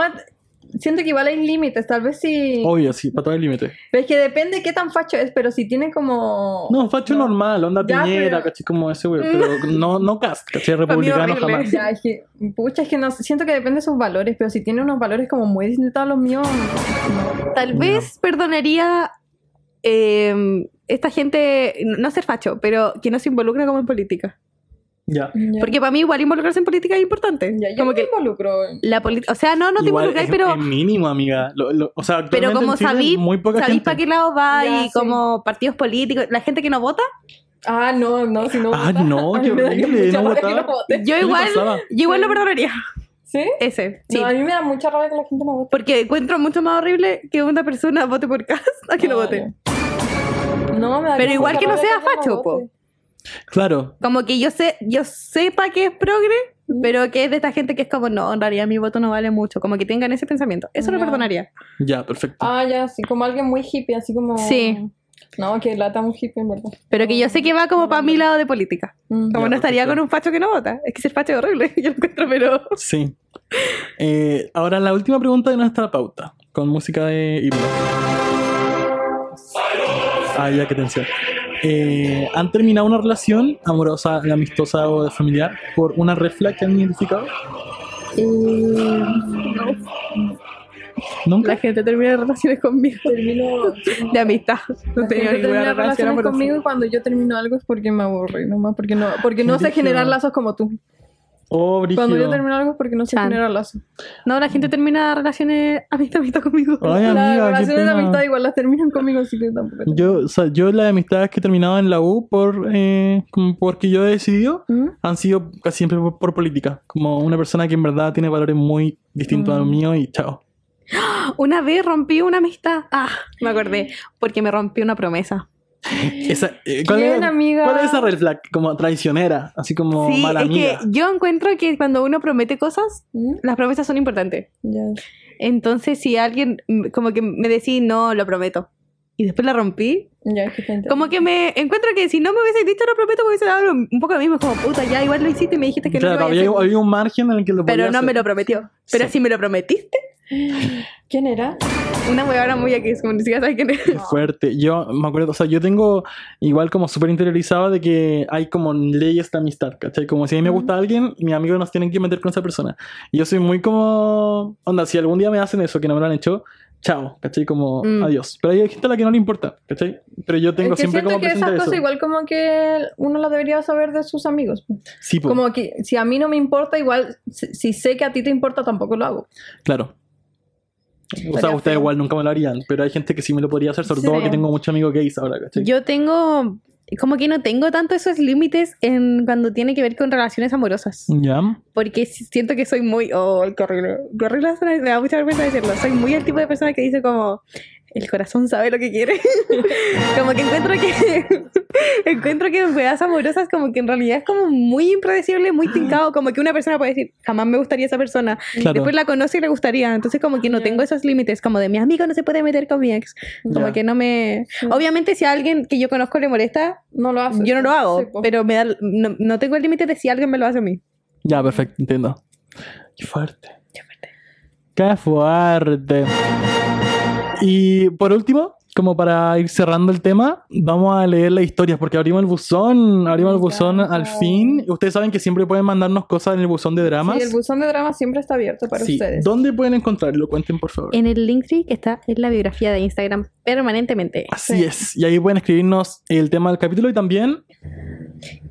D: siento que igual hay límites, tal vez si...
B: obvio, sí, para todo el límite.
D: Pero es que depende qué tan facho es, pero si tiene como...
B: No, facho
D: No.
B: normal, onda
D: Ya,
B: piñera,
D: pero-
B: caché como ese güey,
C: [laughs]
B: pero no, no cast, caché republicano
C: horrible.
B: jamás.
D: Ya, es que, pucha, es que no, siento que depende de sus valores, pero si tiene unos valores como muy distintos a los míos...
C: Tal vez perdonaría eh, esta gente, no ser facho, pero que no se involucra como en política.
B: Ya.
D: Porque
C: Porque para mí igual involucrarse en política es importante.
D: ya, yo
C: como
D: me
C: que
D: involucro.
C: la política, o sea, no, no te
B: Igual
C: involucráis,
B: es-
C: pero
B: es mínimo, amiga. Lo- lo- o sea,
C: pero
B: actualmente
C: como
B: en Chile
C: sabí,
B: muy poca
C: sabéis
B: gente.
C: para qué lado va
D: Ya,
C: y
D: sí.
C: como partidos políticos, la gente que no vota,
D: Ah, no, no, si no...
B: Ah,
D: vota,
B: no,
D: a mí
B: qué
D: me daría
B: horrible,
D: mucha
B: no
D: rabia que
B: votar.
D: no vote.
C: yo
B: ¿Qué le
C: igual,
B: pasaba?
C: yo igual lo perdonaría.
D: ¿Sí?
C: Ese, sí.
D: No, a mí me da mucha rabia que la gente no vote.
C: Porque encuentro mucho más horrible que una persona vote por cast [laughs] a que no
D: No,
C: vote.
D: No, me da
C: Pero igual
D: mucha
C: que no
D: rabia
C: sea
D: ella
C: facho,
D: vote.
C: po.
B: Claro.
C: Como que yo sé, yo sepa que es progre, pero que es de esta gente que es como, no, en realidad mi voto no vale mucho. Como que tengan ese pensamiento. Eso lo
D: Ya.
C: perdonaría.
B: Ya, perfecto.
D: Ah, ya, sí, como alguien muy hippie, así como...
C: Sí.
D: No, que lata muy hippie, en verdad.
C: Pero que yo sé que va como para mi lado de política.
D: Mm.
C: Como
B: Ya,
C: no estaría
B: perfecto.
C: con un facho que no vota. Es que ser facho es horrible. [laughs] Yo lo encuentro, pero.
B: Sí. Eh, ahora la última pregunta de nuestra pauta, con música de himno. Ah, ya, qué tensión. Eh, ¿Han terminado una relación amorosa, amistosa o familiar por una red flag que han identificado?
C: La
D: Eh,
B: ¿Nunca?
C: gente termina relaciones conmigo.
D: Termino...
C: De amistad. No tenía ninguna
D: La gente termina
C: relación
D: relaciones
C: amorosa.
D: conmigo y cuando yo termino algo es porque me aburre, nomás porque no, porque no sé
B: Brígido.
D: generar lazos como tú.
B: Oh,
D: Cuando yo
B: brígido.
D: termino algo es porque no sé
C: Chan.
D: generar lazos.
C: No, la gente termina relaciones amistad, amistad conmigo.
B: Ay, amiga,
D: las
B: qué
D: relaciones de
B: pena.
D: amistad igual las terminan conmigo, así que tampoco.
B: Yo, o sea, yo las amistades que he terminado en la U por, eh, como porque yo he decidido
D: ¿Mm?
B: han sido casi siempre por, por política. Como una persona que en verdad tiene valores muy distintos a los
D: Mm.
B: míos y chao.
C: Una vez rompí una amistad. Ah, me acordé. Porque me rompí una promesa.
B: Esa, eh, ¿cuál,
D: Bien,
B: es,
D: amiga.
B: cuál es esa red flag? Como traicionera, así como
C: sí,
B: mala
C: es
B: amiga.
C: que yo encuentro que cuando uno promete cosas,
D: ¿Mm?
C: las promesas son importantes.
D: Ya.
C: Entonces, si alguien mm, como que me decís, no, lo prometo, y después la rompí,
D: Ya, es que te entiendo.
C: como que me encuentro que si no me hubiese dicho lo prometo, me hubiese dado lo- un poco lo mismo. Como, puta, ya igual lo hiciste y me dijiste que
B: Claro,
C: no lo
B: había,
C: iba a hacer,
B: había un margen en el que lo podía
C: Pero no
B: hacer.
C: me lo prometió. Pero si me lo prometiste,
D: ¿Quién era?
C: una huevona muy aquí, es como ni siquiera sabes quién es.
B: Qué fuerte. Yo me acuerdo, o sea, yo tengo igual como súper interiorizado de que hay como leyes de amistad, ¿cachai? Como si a mí me gusta alguien, mis amigos nos tienen que meter con esa persona. Y yo soy muy como, onda, si algún día me hacen eso, que no me lo han hecho, chao, ¿cachai? Como,
C: Mm.
B: adiós. Pero hay gente a la que no le importa, ¿cachai? Pero yo tengo
D: es que
B: siempre
D: siento
B: como
D: que esas
B: presente eso.
D: cosas igual como que uno las debería saber de sus amigos.
B: Sí, po,
D: Como que si a mí no me importa, igual si, si sé que a ti te importa, tampoco lo hago.
B: claro. O sea,
D: Estaría
B: ustedes
D: feo.
B: igual nunca me lo harían, pero hay gente que sí me lo podría hacer, sobre
D: Sí.
B: todo que tengo muchos amigos gays ahora, ¿cachai?
C: Yo tengo, como que no tengo tanto esos límites en cuando tiene que ver con relaciones amorosas.
B: Mm. Ya.
C: Porque si- siento que soy muy. Oh, el correo. Correo me da mucha vergüenza decirlo. Soy muy el tipo de persona que dice como. el corazón sabe lo que quiere. [laughs] como que encuentro que [laughs] encuentro que en weas amorosas como que en realidad es como muy impredecible, muy tincado, como que una persona puede decir, jamás me gustaría esa persona.
B: Claro.
C: Después la conoce y le gustaría. Entonces como que no tengo esos límites, como de mi amigo no se puede meter con mi ex. Como
B: Ya.
C: que no me... Obviamente si a alguien que yo conozco le molesta,
D: No lo hace.
C: yo no lo
D: Sí, pues.
C: hago,
D: po.
C: pero me da, no, no tengo el límite de si alguien me lo hace a mí.
B: Ya, perfecto, entiendo. Qué fuerte.
C: Qué fuerte.
B: Qué fuerte. Y por último, como para ir cerrando el tema, vamos a leer las historias porque abrimos el buzón, abrimos el buzón al fin. Ustedes saben que siempre pueden mandarnos cosas en el buzón de dramas.
D: Sí, el buzón de drama siempre está abierto para
B: Sí.
D: ustedes.
B: ¿Dónde pueden encontrarlo? Cuenten, por favor.
C: En el link que está en la biografía de Instagram permanentemente.
B: Así es. Y ahí pueden escribirnos el tema del capítulo y también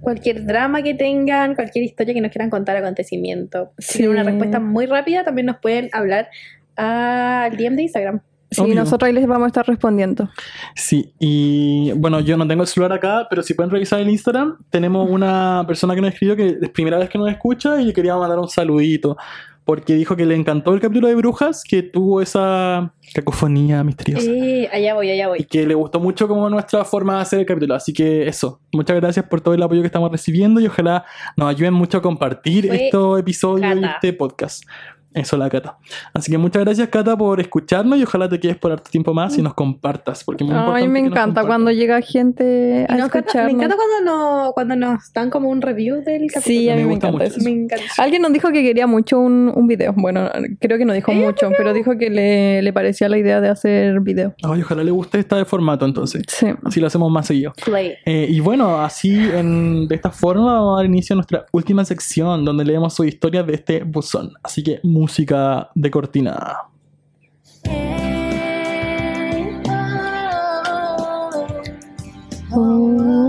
C: Cualquier drama que tengan, cualquier historia que nos quieran contar, acontecimiento. Si tienen una respuesta muy rápida, también nos pueden hablar al DM de Instagram.
D: Sí,
B: Obvio.
D: nosotros les vamos a estar respondiendo.
B: Sí, y bueno, yo no tengo el celular acá, pero si pueden revisar el Instagram, tenemos una persona que nos escribió que es primera vez que nos escucha y le quería mandar un saludito, porque dijo que le encantó el capítulo de Brujas, que tuvo esa cacofonía misteriosa.
C: Eh, allá voy, allá
B: Y
C: voy.
B: que le gustó mucho como nuestra forma de hacer el capítulo. Así que eso, muchas gracias por todo el apoyo que estamos recibiendo y ojalá nos ayuden mucho a compartir
C: Fue
B: estos episodios y
C: Cata.
B: este podcast. Eso, la Cata. Así que muchas gracias, Cata, por escucharnos y ojalá te quedes por harto tiempo más y nos compartas. Porque es muy
D: Ay,
B: importante
D: me
B: que nos
D: encanta
B: compartas.
D: cuando llega gente a
C: Nos encanta- me
D: escucharnos.
C: encanta cuando, no, cuando nos dan como un review del capítulo.
D: Sí, a mí
B: Me
D: me,
B: gusta
D: encanta
B: mucho
D: eso.
C: Me encanta.
D: Alguien nos dijo que quería mucho un, un video. Bueno, creo que no dijo mucho, pero dijo que le, le parecía la idea de hacer video.
B: Ay, ojalá le guste este formato entonces.
D: Sí.
B: Así lo hacemos más seguido.
C: Play.
B: Eh, y bueno, así en- de esta forma vamos a dar inicio a nuestra última sección donde leemos su historia de este buzón. Así que música de cortina.
C: Oh,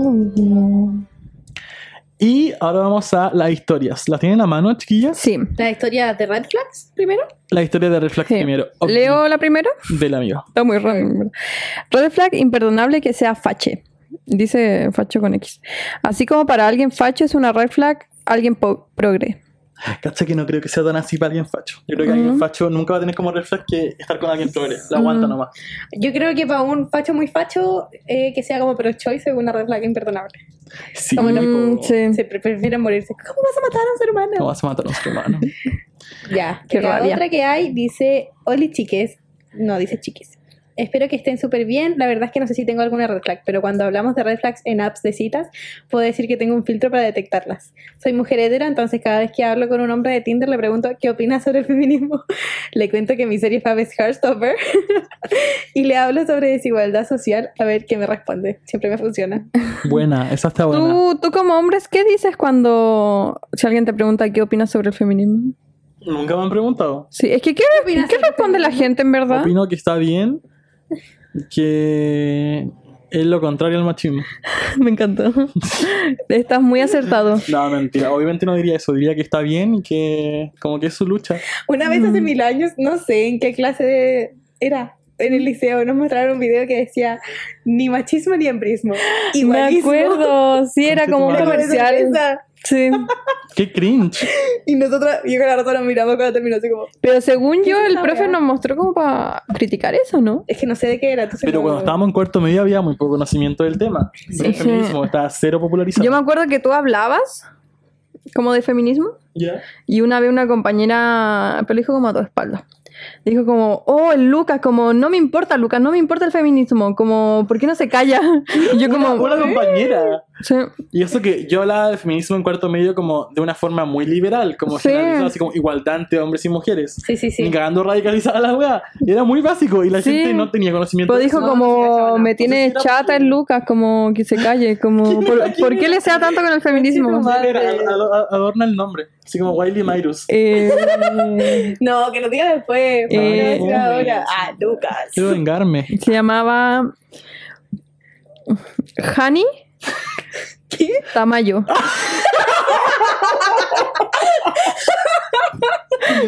B: Y ahora vamos a las historias. ¿Las tienen a mano, chiquillas?
D: Sí.
C: La historia de Red Flags primero.
B: La historia de Red Flag
D: Sí.
B: primero. Ok,
D: ¿Leo la primera?
B: Del amigo.
D: Está muy raro. en verdad. Red flag imperdonable que sea fache. Dice facho con X. Así como para alguien facho es una red flag, alguien po- progre.
B: Cacha que no creo que sea tan así para alguien facho. Yo creo que alguien
D: Mm.
B: facho nunca va a tener como Red Flag que estar con alguien progre. La aguanta
D: Mm.
B: nomás.
C: Yo creo que para un facho muy facho, eh, que sea como pro choice es una red flag imperdonable.
B: Sí.
C: Como
B: tipo,
D: Mm, sí.
C: Se pre- prefieren morirse. ¿Cómo vas a matar a un ser humano?
B: No vas a matar a un ser humano.
C: Ya,
D: Qué
C: la
D: rabia.
C: otra que hay dice, Oli chiques, no dice chiques. Espero que estén súper bien. La verdad es que no sé si tengo alguna red flag, pero cuando hablamos de red flags en apps de citas, puedo decir que tengo un filtro para detectarlas. Soy mujer hetero, entonces cada vez que hablo con un hombre de Tinder le pregunto qué opina sobre el feminismo. [laughs] Le cuento que mi serie fab es Heartstopper [laughs] y le hablo sobre desigualdad social a ver qué me responde. Siempre me funciona.
B: buena, esa está buena.
D: ¿Tú, tú como hombres, ¿qué dices cuando si alguien te pregunta qué opinas sobre el feminismo?
B: Nunca me han preguntado.
D: Sí, es que ¿qué,
C: opinas
D: ¿qué
C: sobre el
D: responde la
C: feminismo?
D: gente en verdad?
B: Opino que está bien, que es lo contrario al machismo.
D: [laughs] Me encantó. Estás muy acertado.
B: No, mentira. Obviamente no diría eso. Diría que está bien y que como que es su lucha.
C: Una vez
D: Mm.
C: hace mil años, no sé en qué clase de- era, en el liceo, nos mostraron un video que decía ni machismo ni embrismo.
D: Me
C: Igualismo. [laughs]
D: acuerdo, sí, era como un
B: Conchetumare.
D: comercial. Sí.
B: Qué cringe.
C: Y nosotros, yo con la rata nos miramos cuando terminó así como,
D: Pero según yo,
C: es
D: el
C: esa
D: profe
C: weá?
D: nos mostró como para criticar eso, ¿no?
C: es que no sé de qué era. entonces
B: Pero
C: no-
B: cuando estábamos en cuarto medio había muy poco conocimiento del tema. Del feminismo. Estaba cero popularizado.
D: Yo me acuerdo que tú hablabas como de feminismo
B: Ya.
D: y una vez una compañera, pero lo dijo como a tu espalda. Dijo como, oh, el Lucas, como, no me importa, Lucas, no me importa el feminismo, como, ¿por qué no se calla? [laughs] Y yo
B: Una,
D: como, ¿eh?
B: una compañera.
D: sí,
B: Y eso que yo hablaba del feminismo en cuarto medio como de una forma muy liberal, como
D: Sí.
B: generalizada, así como igualdad entre hombres y mujeres.
C: Sí, sí,
B: Ni
C: sí.
B: cagando radicalizada la wea. Y era muy básico y la
D: Sí.
B: gente no tenía conocimiento.
D: pero
B: de
D: dijo
B: eso.
D: como, me tiene
B: Entonces era-
D: chata el Lucas, como, que se calle, como, ¿por, por qué le sea tanto con el feminismo?
B: Mira, ado- ado- adorna el nombre. Así como Wiley Myrus.
D: Eh,
C: No, que lo diga después.
D: Eh,
C: no, lo voy a decir
B: hombre.
C: ahora. Ah, Lucas.
B: Quiero vengarme.
D: se llamaba Hani Tamayo.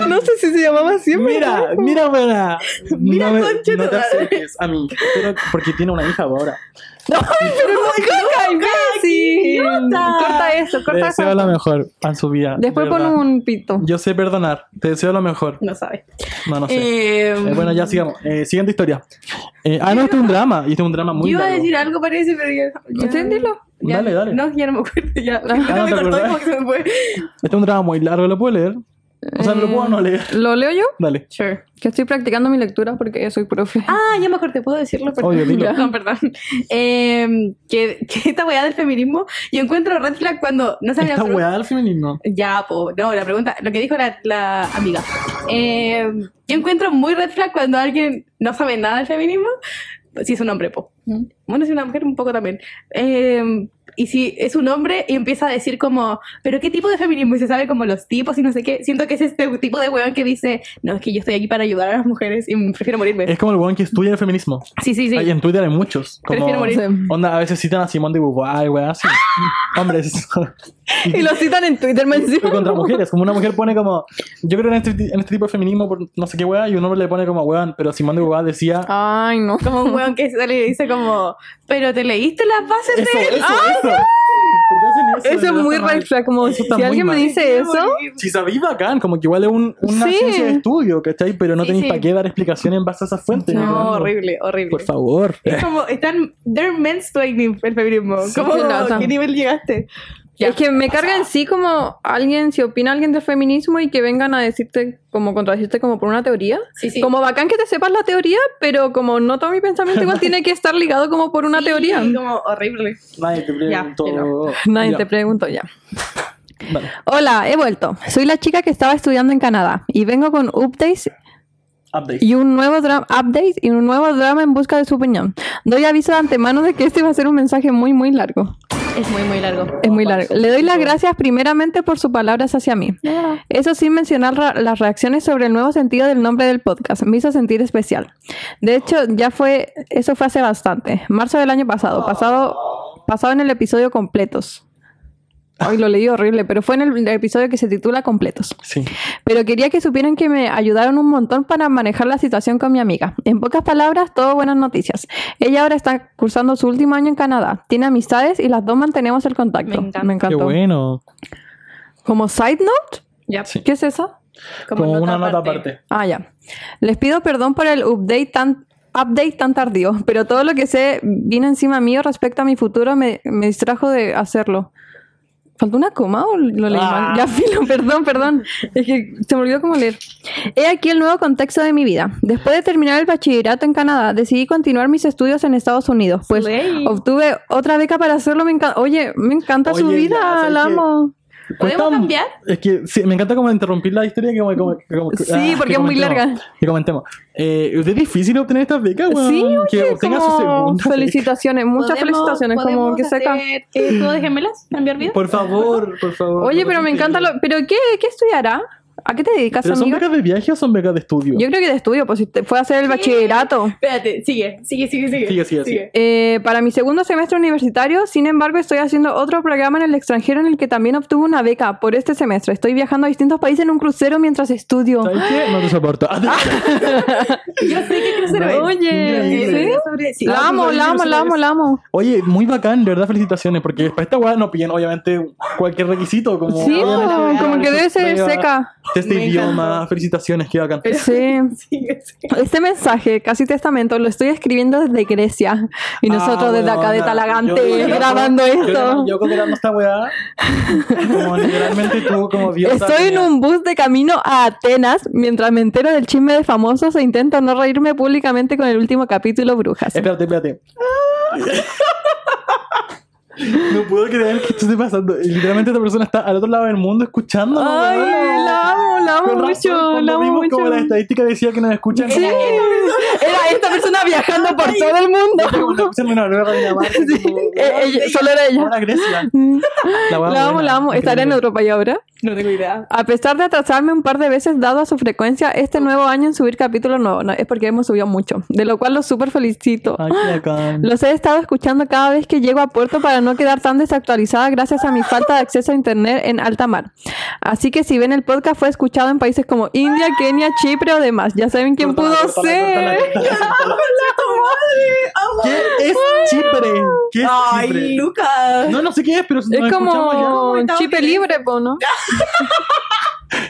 D: No sé si se llamaba así, pero-
B: Mira, mira, buena.
D: Mira,
B: no,
D: concha
B: no
D: tu
B: te
D: madre.
B: acerques a mí. Pero- porque tiene una hija ahora.
D: Pero no, caca, imbécil.
C: idiota.
D: Corta eso,
B: Te
D: corta
B: deseo
D: eso.
B: lo mejor a su vida.
D: Después
B: de
D: pon
B: verdad.
D: un pito.
B: Yo sé perdonar. Te deseo lo mejor.
C: No sabe.
B: No, no sé.
D: Eh,
C: Em.
B: Eh, bueno, ya sigamos. Eh, siguiente historia. Eh, ah, no, este es un drama. Y este es un drama muy
C: Yo iba a
B: largo.
C: decir algo parece, pero ya. ya-
D: ¿Usted dilo?
C: ya-
B: Dale, dale.
C: No, ya no me acuerdo. Ya, [laughs] la
B: Ah, ¿no
C: me
B: te
C: cortó
B: acordás?
C: y como que se me fue.
B: Este es un drama muy largo. ¿Lo puedo leer? O sea, ¿lo puedo no leer? [laughs]
D: ¿Lo leo yo?
B: Dale.
C: Sure.
D: Que estoy practicando mi lectura porque soy profe.
C: Ah, ya me acordé, puedo decirlo, perdón.
B: Obvio, dilo.
C: [laughs] No, perdón. Eh, que, que esta weá del feminismo, yo encuentro red flag cuando no sabía
B: Esta weá del feminismo.
C: Ya, po, no, la pregunta, lo que dijo la, la amiga. Eh, yo encuentro muy red flag cuando alguien no sabe nada del feminismo, si es un hombre, po. Bueno, si es una mujer, un poco también. Eh, y si es un hombre y empieza a decir como, pero ¿qué tipo de feminismo? Y se sabe como los tipos y no sé qué. Siento que es este tipo de weón que dice, no, es que yo estoy aquí para ayudar a las mujeres y prefiero morirme.
B: Es como el weón que estudia el feminismo.
C: sí, sí, sí.
B: Ay, en Twitter hay muchos. Como,
C: Prefiero morir.
B: Onda, a veces citan a Simón de Beauvoir,
C: [laughs]
B: weá, así. Hombres.
D: Y lo citan en Twitter, me
B: Y contra mujeres, como una mujer pone como, yo creo en este, en este tipo de feminismo por no sé qué weá, y un hombre le pone como weón, pero Simón de Beauvoir decía,
D: Ay, no.
C: Como un weón que sale y dice como, pero ¿te leíste las bases
B: eso,
C: de
B: eso, eso. ¿Por qué hacen eso? De
D: Eso es
B: verdad
D: muy
B: está mal.
D: red flag. Como
B: Eso
D: si
B: está muy
D: alguien me
B: mal.
D: dice eso,
B: Si sabís bacán, como que igual es un, una
D: Sí.
B: ciencia de estudio, ¿cachai? Pero no
C: Sí,
B: tenéis
C: sí.
B: para qué dar explicaciones en base a esas fuentes.
C: No, horrible, horrible.
B: Por favor.
C: Es como, Oh, están, they're mansplaining el feminismo.
B: Sí,
C: como,
D: qué lata.
C: ¿qué nivel llegaste? Ya.
D: es que me carga en sí como alguien, si opina alguien del feminismo y que vengan a decirte, como contradecirte como por una teoría.
C: Sí, sí.
D: Como bacán que te sepas la teoría, pero como no todo mi pensamiento igual tiene que estar ligado como por
C: [laughs]
D: una
C: Sí,
D: teoría.
C: como horrible.
B: Nadie te preguntó.
C: pero-
D: [laughs] Nadie
B: Ya,
D: te preguntó ya.
B: vale.
D: Hola, he vuelto. Soy la chica que estaba estudiando en Canadá y vengo con updates
B: Update.
D: y un nuevo drama update y un nuevo drama en busca de su opinión. Doy aviso de antemano de que este va a ser un mensaje muy muy largo.
C: Es muy, muy largo.
D: Es muy largo. Le doy las gracias primeramente por sus palabras hacia mí. Eso sin mencionar ra- las reacciones sobre el nuevo sentido del nombre del podcast. Me hizo sentir especial. De hecho, ya fue, eso fue hace bastante. Marzo del año pasado. Pasado, pasado en el episodio completos. Hoy lo leí horrible, pero fue en el episodio que se titula Completos.
B: Sí.
D: Pero quería que supieran que me ayudaron un montón para manejar la situación con mi amiga. En pocas palabras, todo buenas noticias. Ella ahora está cursando su último año en Canadá. Tiene amistades y las dos mantenemos el contacto.
C: Me encanta.
B: Qué
D: encantó.
B: bueno.
D: Como side note,
C: Ya.
B: Sí.
D: ¿qué es eso?
B: Como, una nota aparte.
D: Ah, ya. Les pido perdón por el update tan, update tan tardío, pero todo lo que sé vino encima mío respecto a mi futuro me, me distrajo de hacerlo. ¿Faltó una coma o lo leí
B: Ah.
D: mal? Ya filo, perdón, perdón. Es que se me olvidó cómo leer. He aquí el nuevo contexto de mi vida. Después de terminar el bachillerato en Canadá, decidí continuar mis estudios en Estados Unidos. Pues
C: Slay.
D: obtuve otra beca para hacerlo. Me encan- Oye, me encanta su
B: Oye, ya,
D: vida,
B: ¿sabes
D: la
B: qué?
D: amo.
C: ¿Podemos
B: Cuesta-
C: cambiar?
B: Es que sí, me encanta como interrumpir la historia que como, como- que como- ah,
D: Sí,
B: que
D: porque es muy
B: comentemos,
D: larga.
B: Que comentemos. Eh, es difícil obtener estas becas, weón.
D: Sí, oye,
B: que obtenga
D: como
B: su segunda. beca.
D: felicitaciones, muchas
C: ¿Podemos-
D: felicitaciones, como
C: podemos
D: que seca.
C: hacer, eh, ¿Todo de gemelas? ¿Cambiar vida?
B: Por favor, por favor.
D: Oye, pero me encanta lo, pero qué, qué estudiará? ¿A qué te dedicas,
B: ¿Pero son
D: amiga?
B: becas de viaje o son becas de estudio?
D: Yo creo que de estudio, pues si te fue a hacer el bachillerato.
C: Espérate, sigue, sigue, sigue, sigue.
B: Sigue, sigue, sigue.
D: Eh, para mi segundo semestre universitario, sin embargo, estoy haciendo otro programa en el extranjero en el que también obtuve una beca por este semestre. Estoy viajando a distintos países en un crucero mientras estudio.
B: ¿Sabes qué? No te
D: [laughs]
B: soporto. Ah,
C: Yo sé que quiero ser
D: Oye,
B: increíble.
D: ¿sí?
C: Sí.
D: La amo, la amo, la amo, la amo.
B: Oye, muy bacán, de verdad, felicitaciones, porque para esta weá no piden, obviamente, cualquier requisito. Como,
D: Sí,
B: obviamente,
D: pues, como que debe ser
B: prueba,
D: seca.
B: Test de
C: Me
B: idioma,
C: encantó.
B: felicitaciones, qué bacán.
D: Sí.
C: Sigue, sigue.
D: Este mensaje, casi testamento, lo estoy escribiendo desde Grecia. Y nosotros
B: Ah,
D: desde acá de
B: weona,
D: Talagante
B: yo- yo-
D: grabando
B: yo-
D: esto.
B: Yo, yo condenando esta weá. Como literalmente tú, como Dios.
D: Estoy en un bus de camino a Atenas mientras me entero del chisme de famosos e intento no reírme públicamente con el último capítulo Brujas.
B: Espérate,
D: [laughs]
B: espérate. No puedo creer que esto esté pasando. Y Literalmente esta persona está al otro lado del mundo escuchando.
D: Ay, la amo, la amo mucho, la amo
B: vimos
D: mucho.
B: como la estadística decía que nos escuchan.
D: Sí, Era esta persona viajando por todo el mundo.
B: una nueva Dinamarca.
D: Sí, eh, ella- solo era ella.
B: Ahora Grecia. La
D: La amo, la amo. Estaré en otro país ahora.
C: No tengo idea.
D: A pesar de atrasarme un par de veces dado a su frecuencia, este nuevo año en subir capítulos nuevos. No, es porque hemos subido mucho. De lo cual los súper felicito. Los he estado escuchando cada vez que llego a Puerto para no quedar tan desactualizada gracias a mi falta de acceso a internet en alta mar. Así que si ven el podcast fue escuchado en países como India, Kenia, Chipre o demás. Ya saben quién pudo ser.
B: ¿Qué es Chipre? ¿Qué es Chipre?
E: Lucas.
B: No, no sé qué es, pero
D: Es
B: nos escuchamos ya.
D: como
E: ya.
D: Chipre libre, po, ¿no?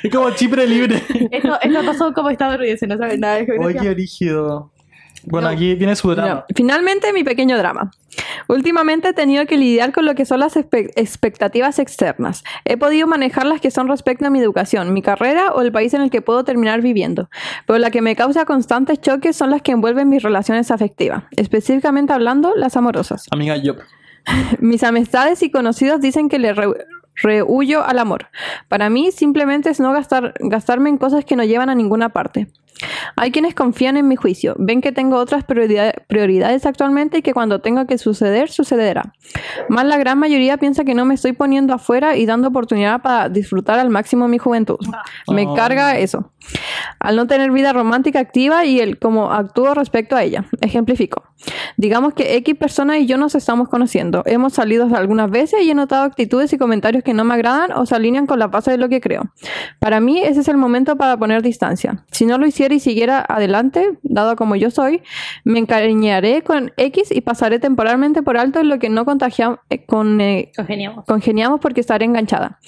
B: Es como Chipre
D: [laughs]
B: libre.
C: Esto, esto pasó como estadounidense, no saben nada de
B: Oye,
C: geografía.
B: qué rígido. Bueno, aquí viene su drama.
D: Ya. Finalmente, mi pequeño drama. Últimamente he tenido que lidiar con lo que son las espe- expectativas externas. He podido manejar las que son respecto a mi educación, mi carrera o el país en el que puedo terminar viviendo. Pero la que me causa constantes choques son las que envuelven mis relaciones afectivas, específicamente hablando las amorosas. [laughs]
B: Amiga Job.
D: Mis amistades y conocidos dicen que le re- rehuyo al amor. Para mí simplemente es no gastar, gastarme en cosas que no llevan a ninguna parte. Hay quienes confían en mi juicio, ven que tengo otras prioridad- prioridades actualmente y que cuando tenga que suceder, sucederá. Más la gran mayoría piensa que no me estoy poniendo afuera y dando oportunidad para disfrutar al máximo mi juventud. Me
B: Ah.
D: carga eso. Al no tener vida romántica activa y el cómo actúo respecto a ella. Ejemplifico. Digamos que X persona y yo nos estamos conociendo. Hemos salido algunas veces y he notado actitudes y comentarios que no me agradan o se alinean con la base de lo que creo. Para mí ese es el momento para poner distancia. Si no lo hiciera y siguiera adelante, dado como yo soy, me encariñaré con X y pasaré temporalmente por alto en lo que no contagia- eh, con, eh,
C: Congeniamos. Mm.
D: congeniamos porque estaré enganchada.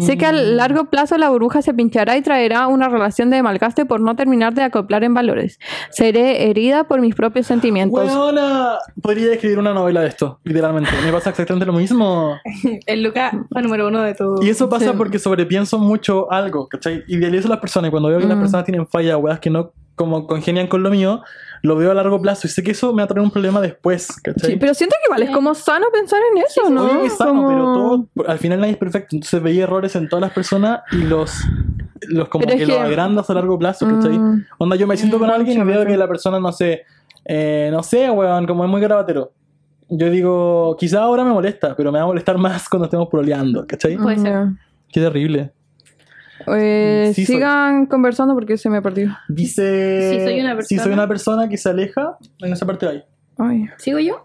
D: Sé que a largo plazo la burbuja se pinchará y traerá una relación de malgaste por no terminar de acoplar en valores. Seré herida por mis propios sentimientos.
B: Weona, podría escribir una novela de esto, literalmente. Me pasa exactamente lo mismo.
C: El Luca fue número uno de tu.
B: Y eso pasa
D: Sí.
B: porque sobrepienso mucho algo, ¿cachai? Idealizo a las personas y cuando veo que las
D: Mm.
B: personas tienen falla, weas que no como congenian con lo mío, lo veo a largo plazo y sé que eso me va a traer un problema después, ¿cachai?
D: Sí, pero siento que igual es como sano pensar en eso, ¿no?
B: Obvio que es sano,
D: Como-
B: pero todo, al final nadie es perfecto. Entonces veía errores en todas las personas y los, los como
D: Pero
B: que,
D: es
B: los
D: que-
B: agrandas a largo plazo, ¿cachai?
D: Mm.
B: Onda, yo me siento con
D: Mm,
B: alguien y
D: mucho,
B: veo
D: mucho.
B: que la persona, no sé, eh, no sé, weón, como es muy grabatero. Yo digo, quizá ahora me molesta, pero me va a molestar más cuando estemos proleando,
D: Mm.
B: ¿cachai?
C: Puede ser.
D: Ya.
B: Qué terrible.
D: Eh,
B: Sí, soy.
D: sigan conversando porque se me perdió.
B: Dice...
C: Si soy una
B: Si soy
C: persona-
B: una persona que se aleja, en esa parte de ahí.
D: Ay.
C: ¿Sigo yo?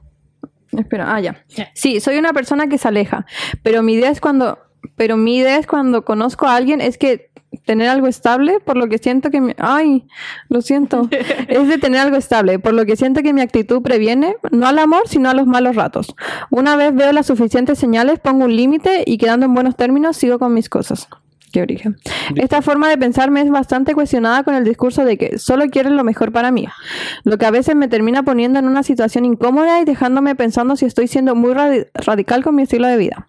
D: Espera, ah, ya.
C: Ya.
D: Sí, soy una persona que se aleja, pero mi idea es cuando, pero mi idea es cuando conozco a alguien es que tener algo estable, por lo que siento que mi, ay, lo siento, es de tener algo estable, por lo que siento que mi actitud previene no al amor, sino a los malos ratos. Una vez veo las suficientes señales, pongo un límite y quedando en buenos términos sigo con mis cosas. Qué origen. Esta forma de pensar me es bastante cuestionada con el discurso de que solo quieren lo mejor para mí, lo que a veces me termina poniendo en una situación incómoda y dejándome pensando si estoy siendo muy radi- radical con mi estilo de vida.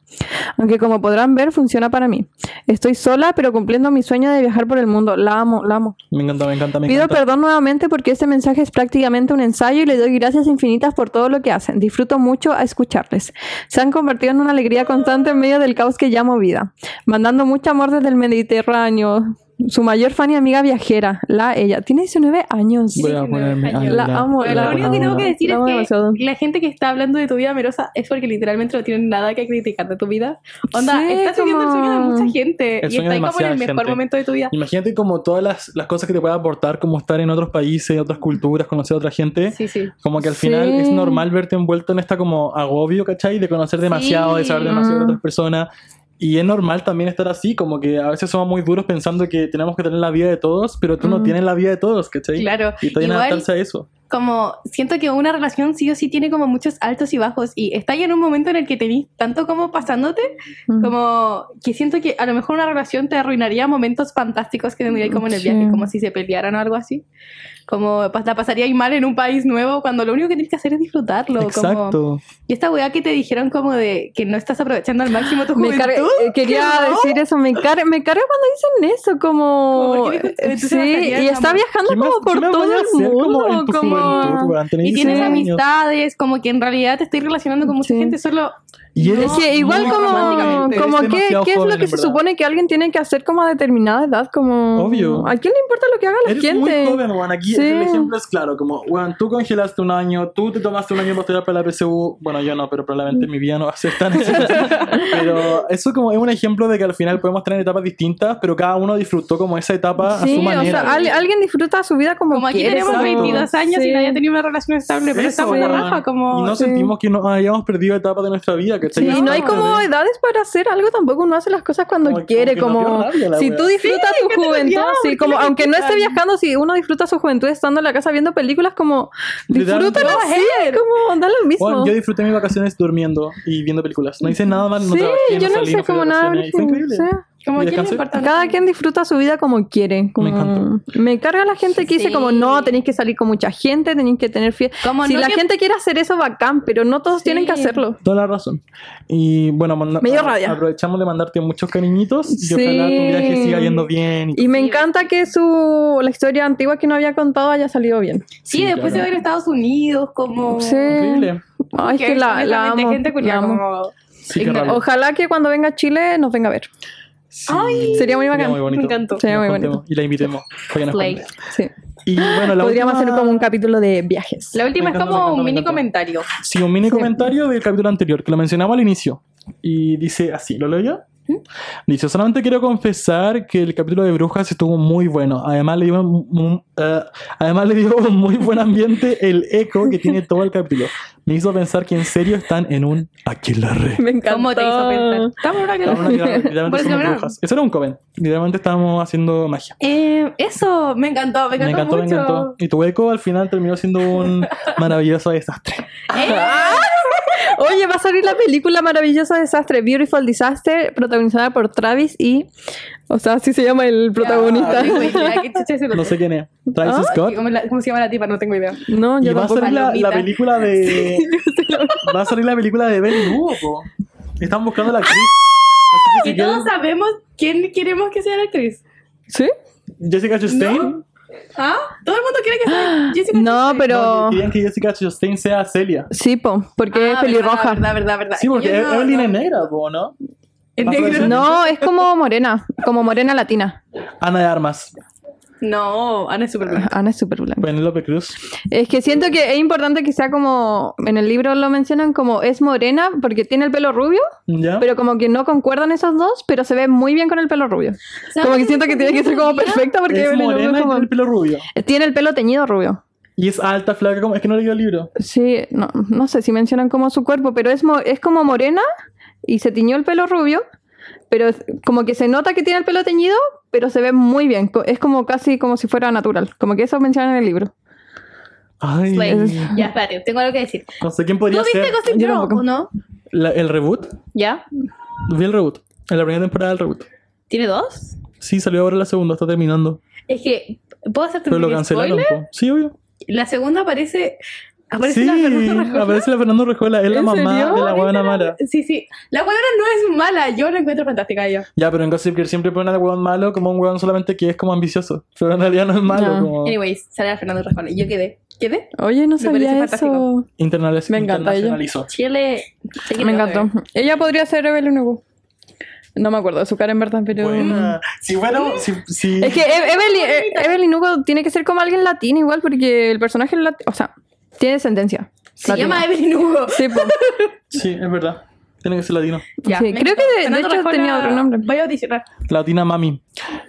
D: Aunque como podrán ver, funciona para mí. Estoy sola, pero cumpliendo mi sueño de viajar por el mundo. La amo, la amo.
B: Me encanta, me encanta, me
D: Pido
B: encanta.
D: perdón nuevamente porque este mensaje es prácticamente un ensayo y le doy gracias infinitas por todo lo que hacen. Disfruto mucho a escucharles. Se han convertido en una alegría constante en medio del caos que llamo vida, mandando mucho amor desde el Mediterráneo. Su mayor fan y amiga viajera, la ella. Tiene 19 años.
B: Voy a ponerme...
C: años.
B: ay,
D: La amo,
C: Pero
D: la
C: lo único que tengo
D: amo.
C: que decir
D: La
C: es
D: amo
C: que
D: demasiado.
C: la gente que está hablando de tu vida amorosa es porque literalmente no tienen nada que criticar de tu vida. Onda,
D: Sí,
C: estás viviendo el sueño de
D: como-
C: mucha gente
B: El
C: y está ahí
B: sueño de
C: como en
B: demasiada
C: el mejor
B: gente.
C: momento de tu vida.
B: Imagínate como todas las, las cosas que te puede aportar, como estar en otros países, otras culturas, conocer a otra gente.
C: Sí, sí.
B: Como que al
D: Sí.
B: final es normal verte envuelto en esta como agobio, ¿cachai? De conocer demasiado, de saber
C: Sí.
B: demasiado de
D: Mm.
B: otras personas. Y es normal también estar así, como que a veces somos muy duros pensando que tenemos que tener la vida de todos, pero tú no
D: Mm.
B: tienes la vida de todos, ¿cachai?
C: Claro.
B: Y también
C: Igual-
B: adaptarse a eso.
C: Como siento que una relación sí o sí tiene como muchos altos y bajos y está ahí en un momento en el que tenés tanto como pasándote,
D: Mm.
C: como que siento que a lo mejor una relación te arruinaría momentos fantásticos que tendría como en el
D: Sí.
C: viaje, como si se pelearan o algo así. Como pas- la pasaría ahí mal en un país nuevo cuando lo único que tienes que hacer es disfrutarlo. Como,
B: Exacto.
C: Y esta weá que te dijeron como de que no estás aprovechando al máximo tu
D: Me
C: juventud.
D: carga- eh, quería
C: ¿Qué no?
D: decir eso, me carga, me carga cuando dicen eso, como...
C: Como, ¿por qué dijo- entonces
D: sí,
C: vas a salir,
D: y está
C: amor?
D: viajando
B: ¿Qué más-
D: como por
B: qué más
D: todo
B: voy a
D: el
B: hacer como
D: mundo,
B: en tu
D: como,
B: tú, weón, tenés
C: Y tienes
B: 16 años.
C: amistades, como que en realidad te estoy relacionando con mucha
D: Sí.
C: gente, solo
B: Y eres-
D: es que igual
B: no,
D: como,
B: románticamente.
D: como
B: Eres
D: que,
B: demasiado
D: ¿qué es lo
B: joven,
D: que
B: en
D: se
B: verdad.
D: supone que alguien tiene que hacer como a determinada edad? Como,
B: Obvio.
D: ¿A quién le importa lo que haga la
B: Eres
D: gente?
B: muy joven, weón. Aquí
D: Sí.
B: el ejemplo es claro. Como, weón, tú congelaste un año, tú te tomaste un año para estudiar para la PSU. Bueno, yo no, pero probablemente mi vida no va a ser tan así.
D: [laughs]
B: Pero eso como es un ejemplo de que al final podemos tener etapas distintas, pero cada uno disfrutó como esa etapa a
D: Sí,
B: su
D: o
B: manera.
D: sea, al- alguien disfruta su vida como,
C: como aquí
D: quiere,
C: tenemos
D: ¿sabes?
B: exacto.
C: 22 años
D: Sí.
C: y nadie ha tenido una relación estable, pero
B: Eso,
C: estamos en la
B: weón.
C: raja, como...
B: Y no
D: sí.
B: sentimos que nos hayamos perdido etapas de nuestra vida, ¿cachai?
D: Sí,
B: Ya
D: y no hay
B: está,
D: como
B: ¿eh?
D: edades para hacer algo tampoco, uno hace las cosas cuando
B: Como que-
D: quiere,
B: como que
D: como,
B: nos dio rabia la
D: si
B: wea.
D: tú disfrutas tu juventud,
C: odiaba,
D: sí,
C: ¿por qué
D: como
C: la
D: aunque no esté
C: critican?
D: viajando, si uno disfruta su juventud estando en la casa viendo películas, como disfrútala
B: Literal.
D: así, como da lo mismo.
B: Weón, yo disfruté mis vacaciones durmiendo y viendo películas. No hice nada más, no
D: sí,
B: trabajé,
D: yo no,
B: salí,
D: sé
B: fui de
D: como nada,
B: vacaciones, y Fue
D: Virgen,
B: increíble.
D: o sea,
C: Como
B: ¿Y
C: a quién le
B: descansé?
C: importa?
D: Cada quien disfruta su vida como quiere. Como...
B: encantó.
D: Me carga la gente que dice
C: Sí.
D: como no, tenéis que salir con mucha gente, tenéis que tener fiesta.
C: Como
D: Si
C: no
D: la
C: que-
D: gente quiere hacer eso, bacán, pero no todos
C: Sí.
D: tienen que hacerlo.
B: Toda la razón. Y bueno, manda-
D: Me dio
B: a-
D: rabia.
B: aprovechamos de mandarte muchos cariñitos y
D: Sí.
B: ojalá tu viaje siga yendo bien. y-
D: Y me
C: Sí,
D: encanta que su la historia antigua que no había contado haya salido bien.
C: Sí,
B: Sí,
C: después
B: claro.
C: se va a ir a Estados Unidos, como...
D: Sí.
B: Increíble.
D: Ay, es que la, la
C: honestamente,
D: amo.
C: gente culiada,
D: la amo.
C: como...
B: Sí, qué
C: Igna-
B: rabia.
D: Ojalá que cuando venga a Chile nos venga a ver.
B: Sí,
D: Sería muy
B: sería
D: bacán.
B: muy bonito.
C: Me encantó.
D: Sería
B: Nos
D: muy
B: juntemos
D: bonito.
B: Y la invitemos. para que nos
C: Play.
B: cuente.
D: Sí.
B: Y bueno, la
D: Podríamos
B: última-
D: hacer como un capítulo de viajes.
C: La última
B: Me
C: es
B: encanta, me
C: como
B: encanta,
C: un
B: me
C: mini
B: encanta.
C: comentario.
B: Sí, un mini comentario del capítulo anterior, que lo mencionaba al inicio. Y dice así, ¿lo leo yo?
C: ¿Mm?
B: Dice, solamente quiero confesar que el capítulo de Brujas estuvo muy bueno. Además le dio un, un- eh, además le dio un muy buen ambiente el eco que tiene todo el capítulo. Me hizo pensar que en serio están en un
C: [laughs]
B: aquelarre.
D: [laughs] Me encantó.
C: ¿Cómo te hizo pensar? Estamos en
B: Estaban
C: una
B: en un
C: [laughs]
B: aquelarre, literalmente
C: Por eso
B: somos
C: ganaron.
B: brujas. Eso era un coven. Literalmente estábamos haciendo magia.
C: Eh, eso, me encantó, me
B: Me
C: encantó,
B: encantó, me
C: mucho.
B: encantó. Y tu eco al final terminó
C: [laughs]
B: siendo un maravilloso desastre.
C: Eh,
D: Oye, va a salir la película maravillosa Desastre, Beautiful Disaster, protagonizada por Travis y. O sea, así se llama el protagonista.
C: No tengo idea, qué chucha es el
B: No
C: otro.
B: sé quién es. Travis
D: Ah.
B: Scott.
C: ¿Cómo, la- cómo se llama la tipa? No tengo idea.
D: No,
B: Y
D: yo
B: va a
D: tampoco.
B: salir la, la
C: Palomita. [laughs]
B: película de. va a salir la película de Ben Lugo, po. Están buscando a la actriz. Así que
C: Y
B: si quieren-
C: todos sabemos quién queremos que sea la actriz.
D: ¿Sí?
B: Jessica Chastain.
C: ¿Ah? Todo el mundo quiere que sea Jessica
D: No,
C: Chastain.
D: pero.
B: Querían que Jessica Chastain sea Celia.
D: Sí, po, porque es
C: Ah,
D: pelirroja.
C: Verdad, verdad, verdad.
B: Sí, porque
C: Yo no-
B: Evelyn
C: no-
B: es negra, po, ¿no?
C: ¿En
B: Vas a
C: negro?
B: decir-
D: No, es como morena, como morena latina.
B: Ana de Armas.
C: No, Ana es súper blanca.
D: Ana es súper blanca.
B: Penélope Cruz.
D: Es que siento que es importante que sea como, en el libro lo mencionan como es morena porque tiene el pelo rubio,
B: ¿Ya?
D: pero como que no concuerdan esos dos, pero se ve muy bien con el pelo rubio. Como que siento que tiene que ser como perfecta porque
B: es
D: Evelyn Hugo
B: morena y
D: como-
B: tiene el pelo rubio.
D: tiene el pelo teñido rubio.
B: Y es alta, flaca, como. Es que no leí el libro.
D: Sí, no, no sé si mencionan como su cuerpo, pero es, mo- es como morena y se tiñó el pelo rubio, pero es- como que se nota que tiene el pelo teñido, pero se ve muy bien. co- Es como casi como si fuera natural, como que eso mencionan en el libro.
B: Ay.
C: Slay. Ya, espérate, tengo algo que decir.
B: No sé quién
C: ¿Tú
B: podría
C: viste
B: ser.
C: Gossip
D: yo
C: Girl
D: tampoco.
C: o no?
B: La- el reboot.
C: ¿Ya?
B: Vi el reboot. En la primera temporada del reboot.
C: ¿Tiene dos?
B: Sí, salió ahora la segunda, está terminando.
C: Es que, ¿puedo hacerte
B: Pero
C: un
B: lo
C: pequeño
B: cancelaron,
C: spoiler?
B: po. Sí, obvio.
C: La segunda aparece... Aparece
B: sí,
C: la Fernanda Rejola.
B: aparece la Fernando Rejuela, es la
D: ¿En
B: mamá
D: serio?
B: de la huevona mala.
C: Sí, sí. La huevona no es mala, yo la encuentro fantástica ella.
B: Ya, pero en Gossip Girl siempre ponen al huevón malo como un huevón solamente que es como ambicioso. Pero en realidad no es malo,
D: No.
B: como
C: Anyways, sale la Fernando Rajola y yo quedé. ¿Quedé?
D: Oye, no
C: Me parece
D: sabía
C: fantástico.
D: eso.
B: internaliz-
D: Me encanta ella.
B: internacionalizó.
C: Chile. sé que
D: Me
C: tengo que
D: encantó. Ella podría ser Evelyn Hugo. No me acuerdo de su cara en verdad, pero...
B: Buena. Si fuera, si, si-
D: Es que E- Evelyn, E- Evelyn Hugo tiene que ser como alguien latino igual, porque el personaje, es lati- o sea, tiene descendencia.
C: ver. Se
D: latina.
C: llama Evelyn Hugo.
D: Sí, po.
B: Sí, es verdad. Tiene que ser latino.
C: Ya,
D: Sí,
C: me
D: creo que
C: encantó.
D: de- de
C: Fernando
D: hecho
C: Rajola,
D: tenía otro nombre.
C: Voy a audicionar.
B: Latina mami.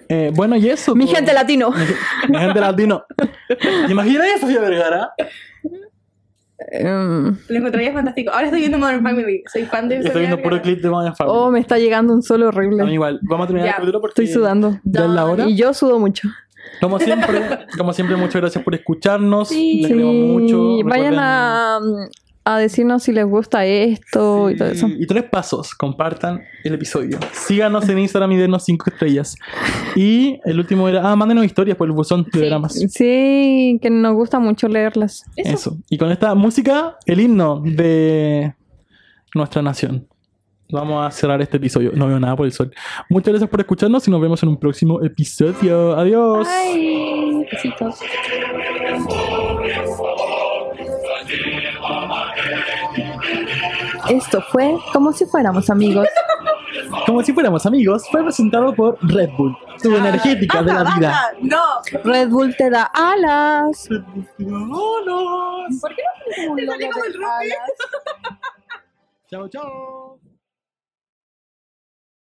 B: Eh, bueno, y eso.
D: Mi
B: po.
D: gente latino.
B: Mi gente latino. Imagina a Sofía Vergara.
D: Em,
C: Lo encontraría fantástico. Ahora estoy viendo Modern Family. Soy fan de.
B: Estoy viendo puro clip de Modern Family.
D: oh, me está llegando un solo
B: A mí
D: horrible.
B: igual. Vamos a terminar
C: Ya,
B: el capítulo porque
D: Estoy sudando.
B: ya es la hora.
D: Y yo sudo mucho.
B: Como siempre, como siempre, muchas gracias por escucharnos. Les
D: Sí,
B: queremos mucho.
D: Vayan
B: Recuerden-
D: a, a decirnos si les gusta esto y todo eso.
B: Y tres pasos, compartan el episodio. Síganos en Instagram y denos cinco estrellas. Y el último era, ah, mándenos historias por el buzón de dramas.
D: Sí, que nos gusta mucho leerlas.
B: Eso. Y con esta música, el himno de nuestra nación. Vamos a cerrar este episodio. No veo nada por el sol. Muchas gracias por escucharnos y nos vemos en un próximo episodio. Adiós.
C: Ay, besitos.
F: beautiful.
D: Esto fue como si fuéramos amigos.
B: Como si fuéramos amigos, fue presentado por Red Bull,
D: Ah,
B: tu energética de la vida.
G: No.
D: Red Bull te da alas.
B: ¡Vámonos!
D: ¿Por qué no
G: Te sale como el Rupi.
B: ¡Chao, chao!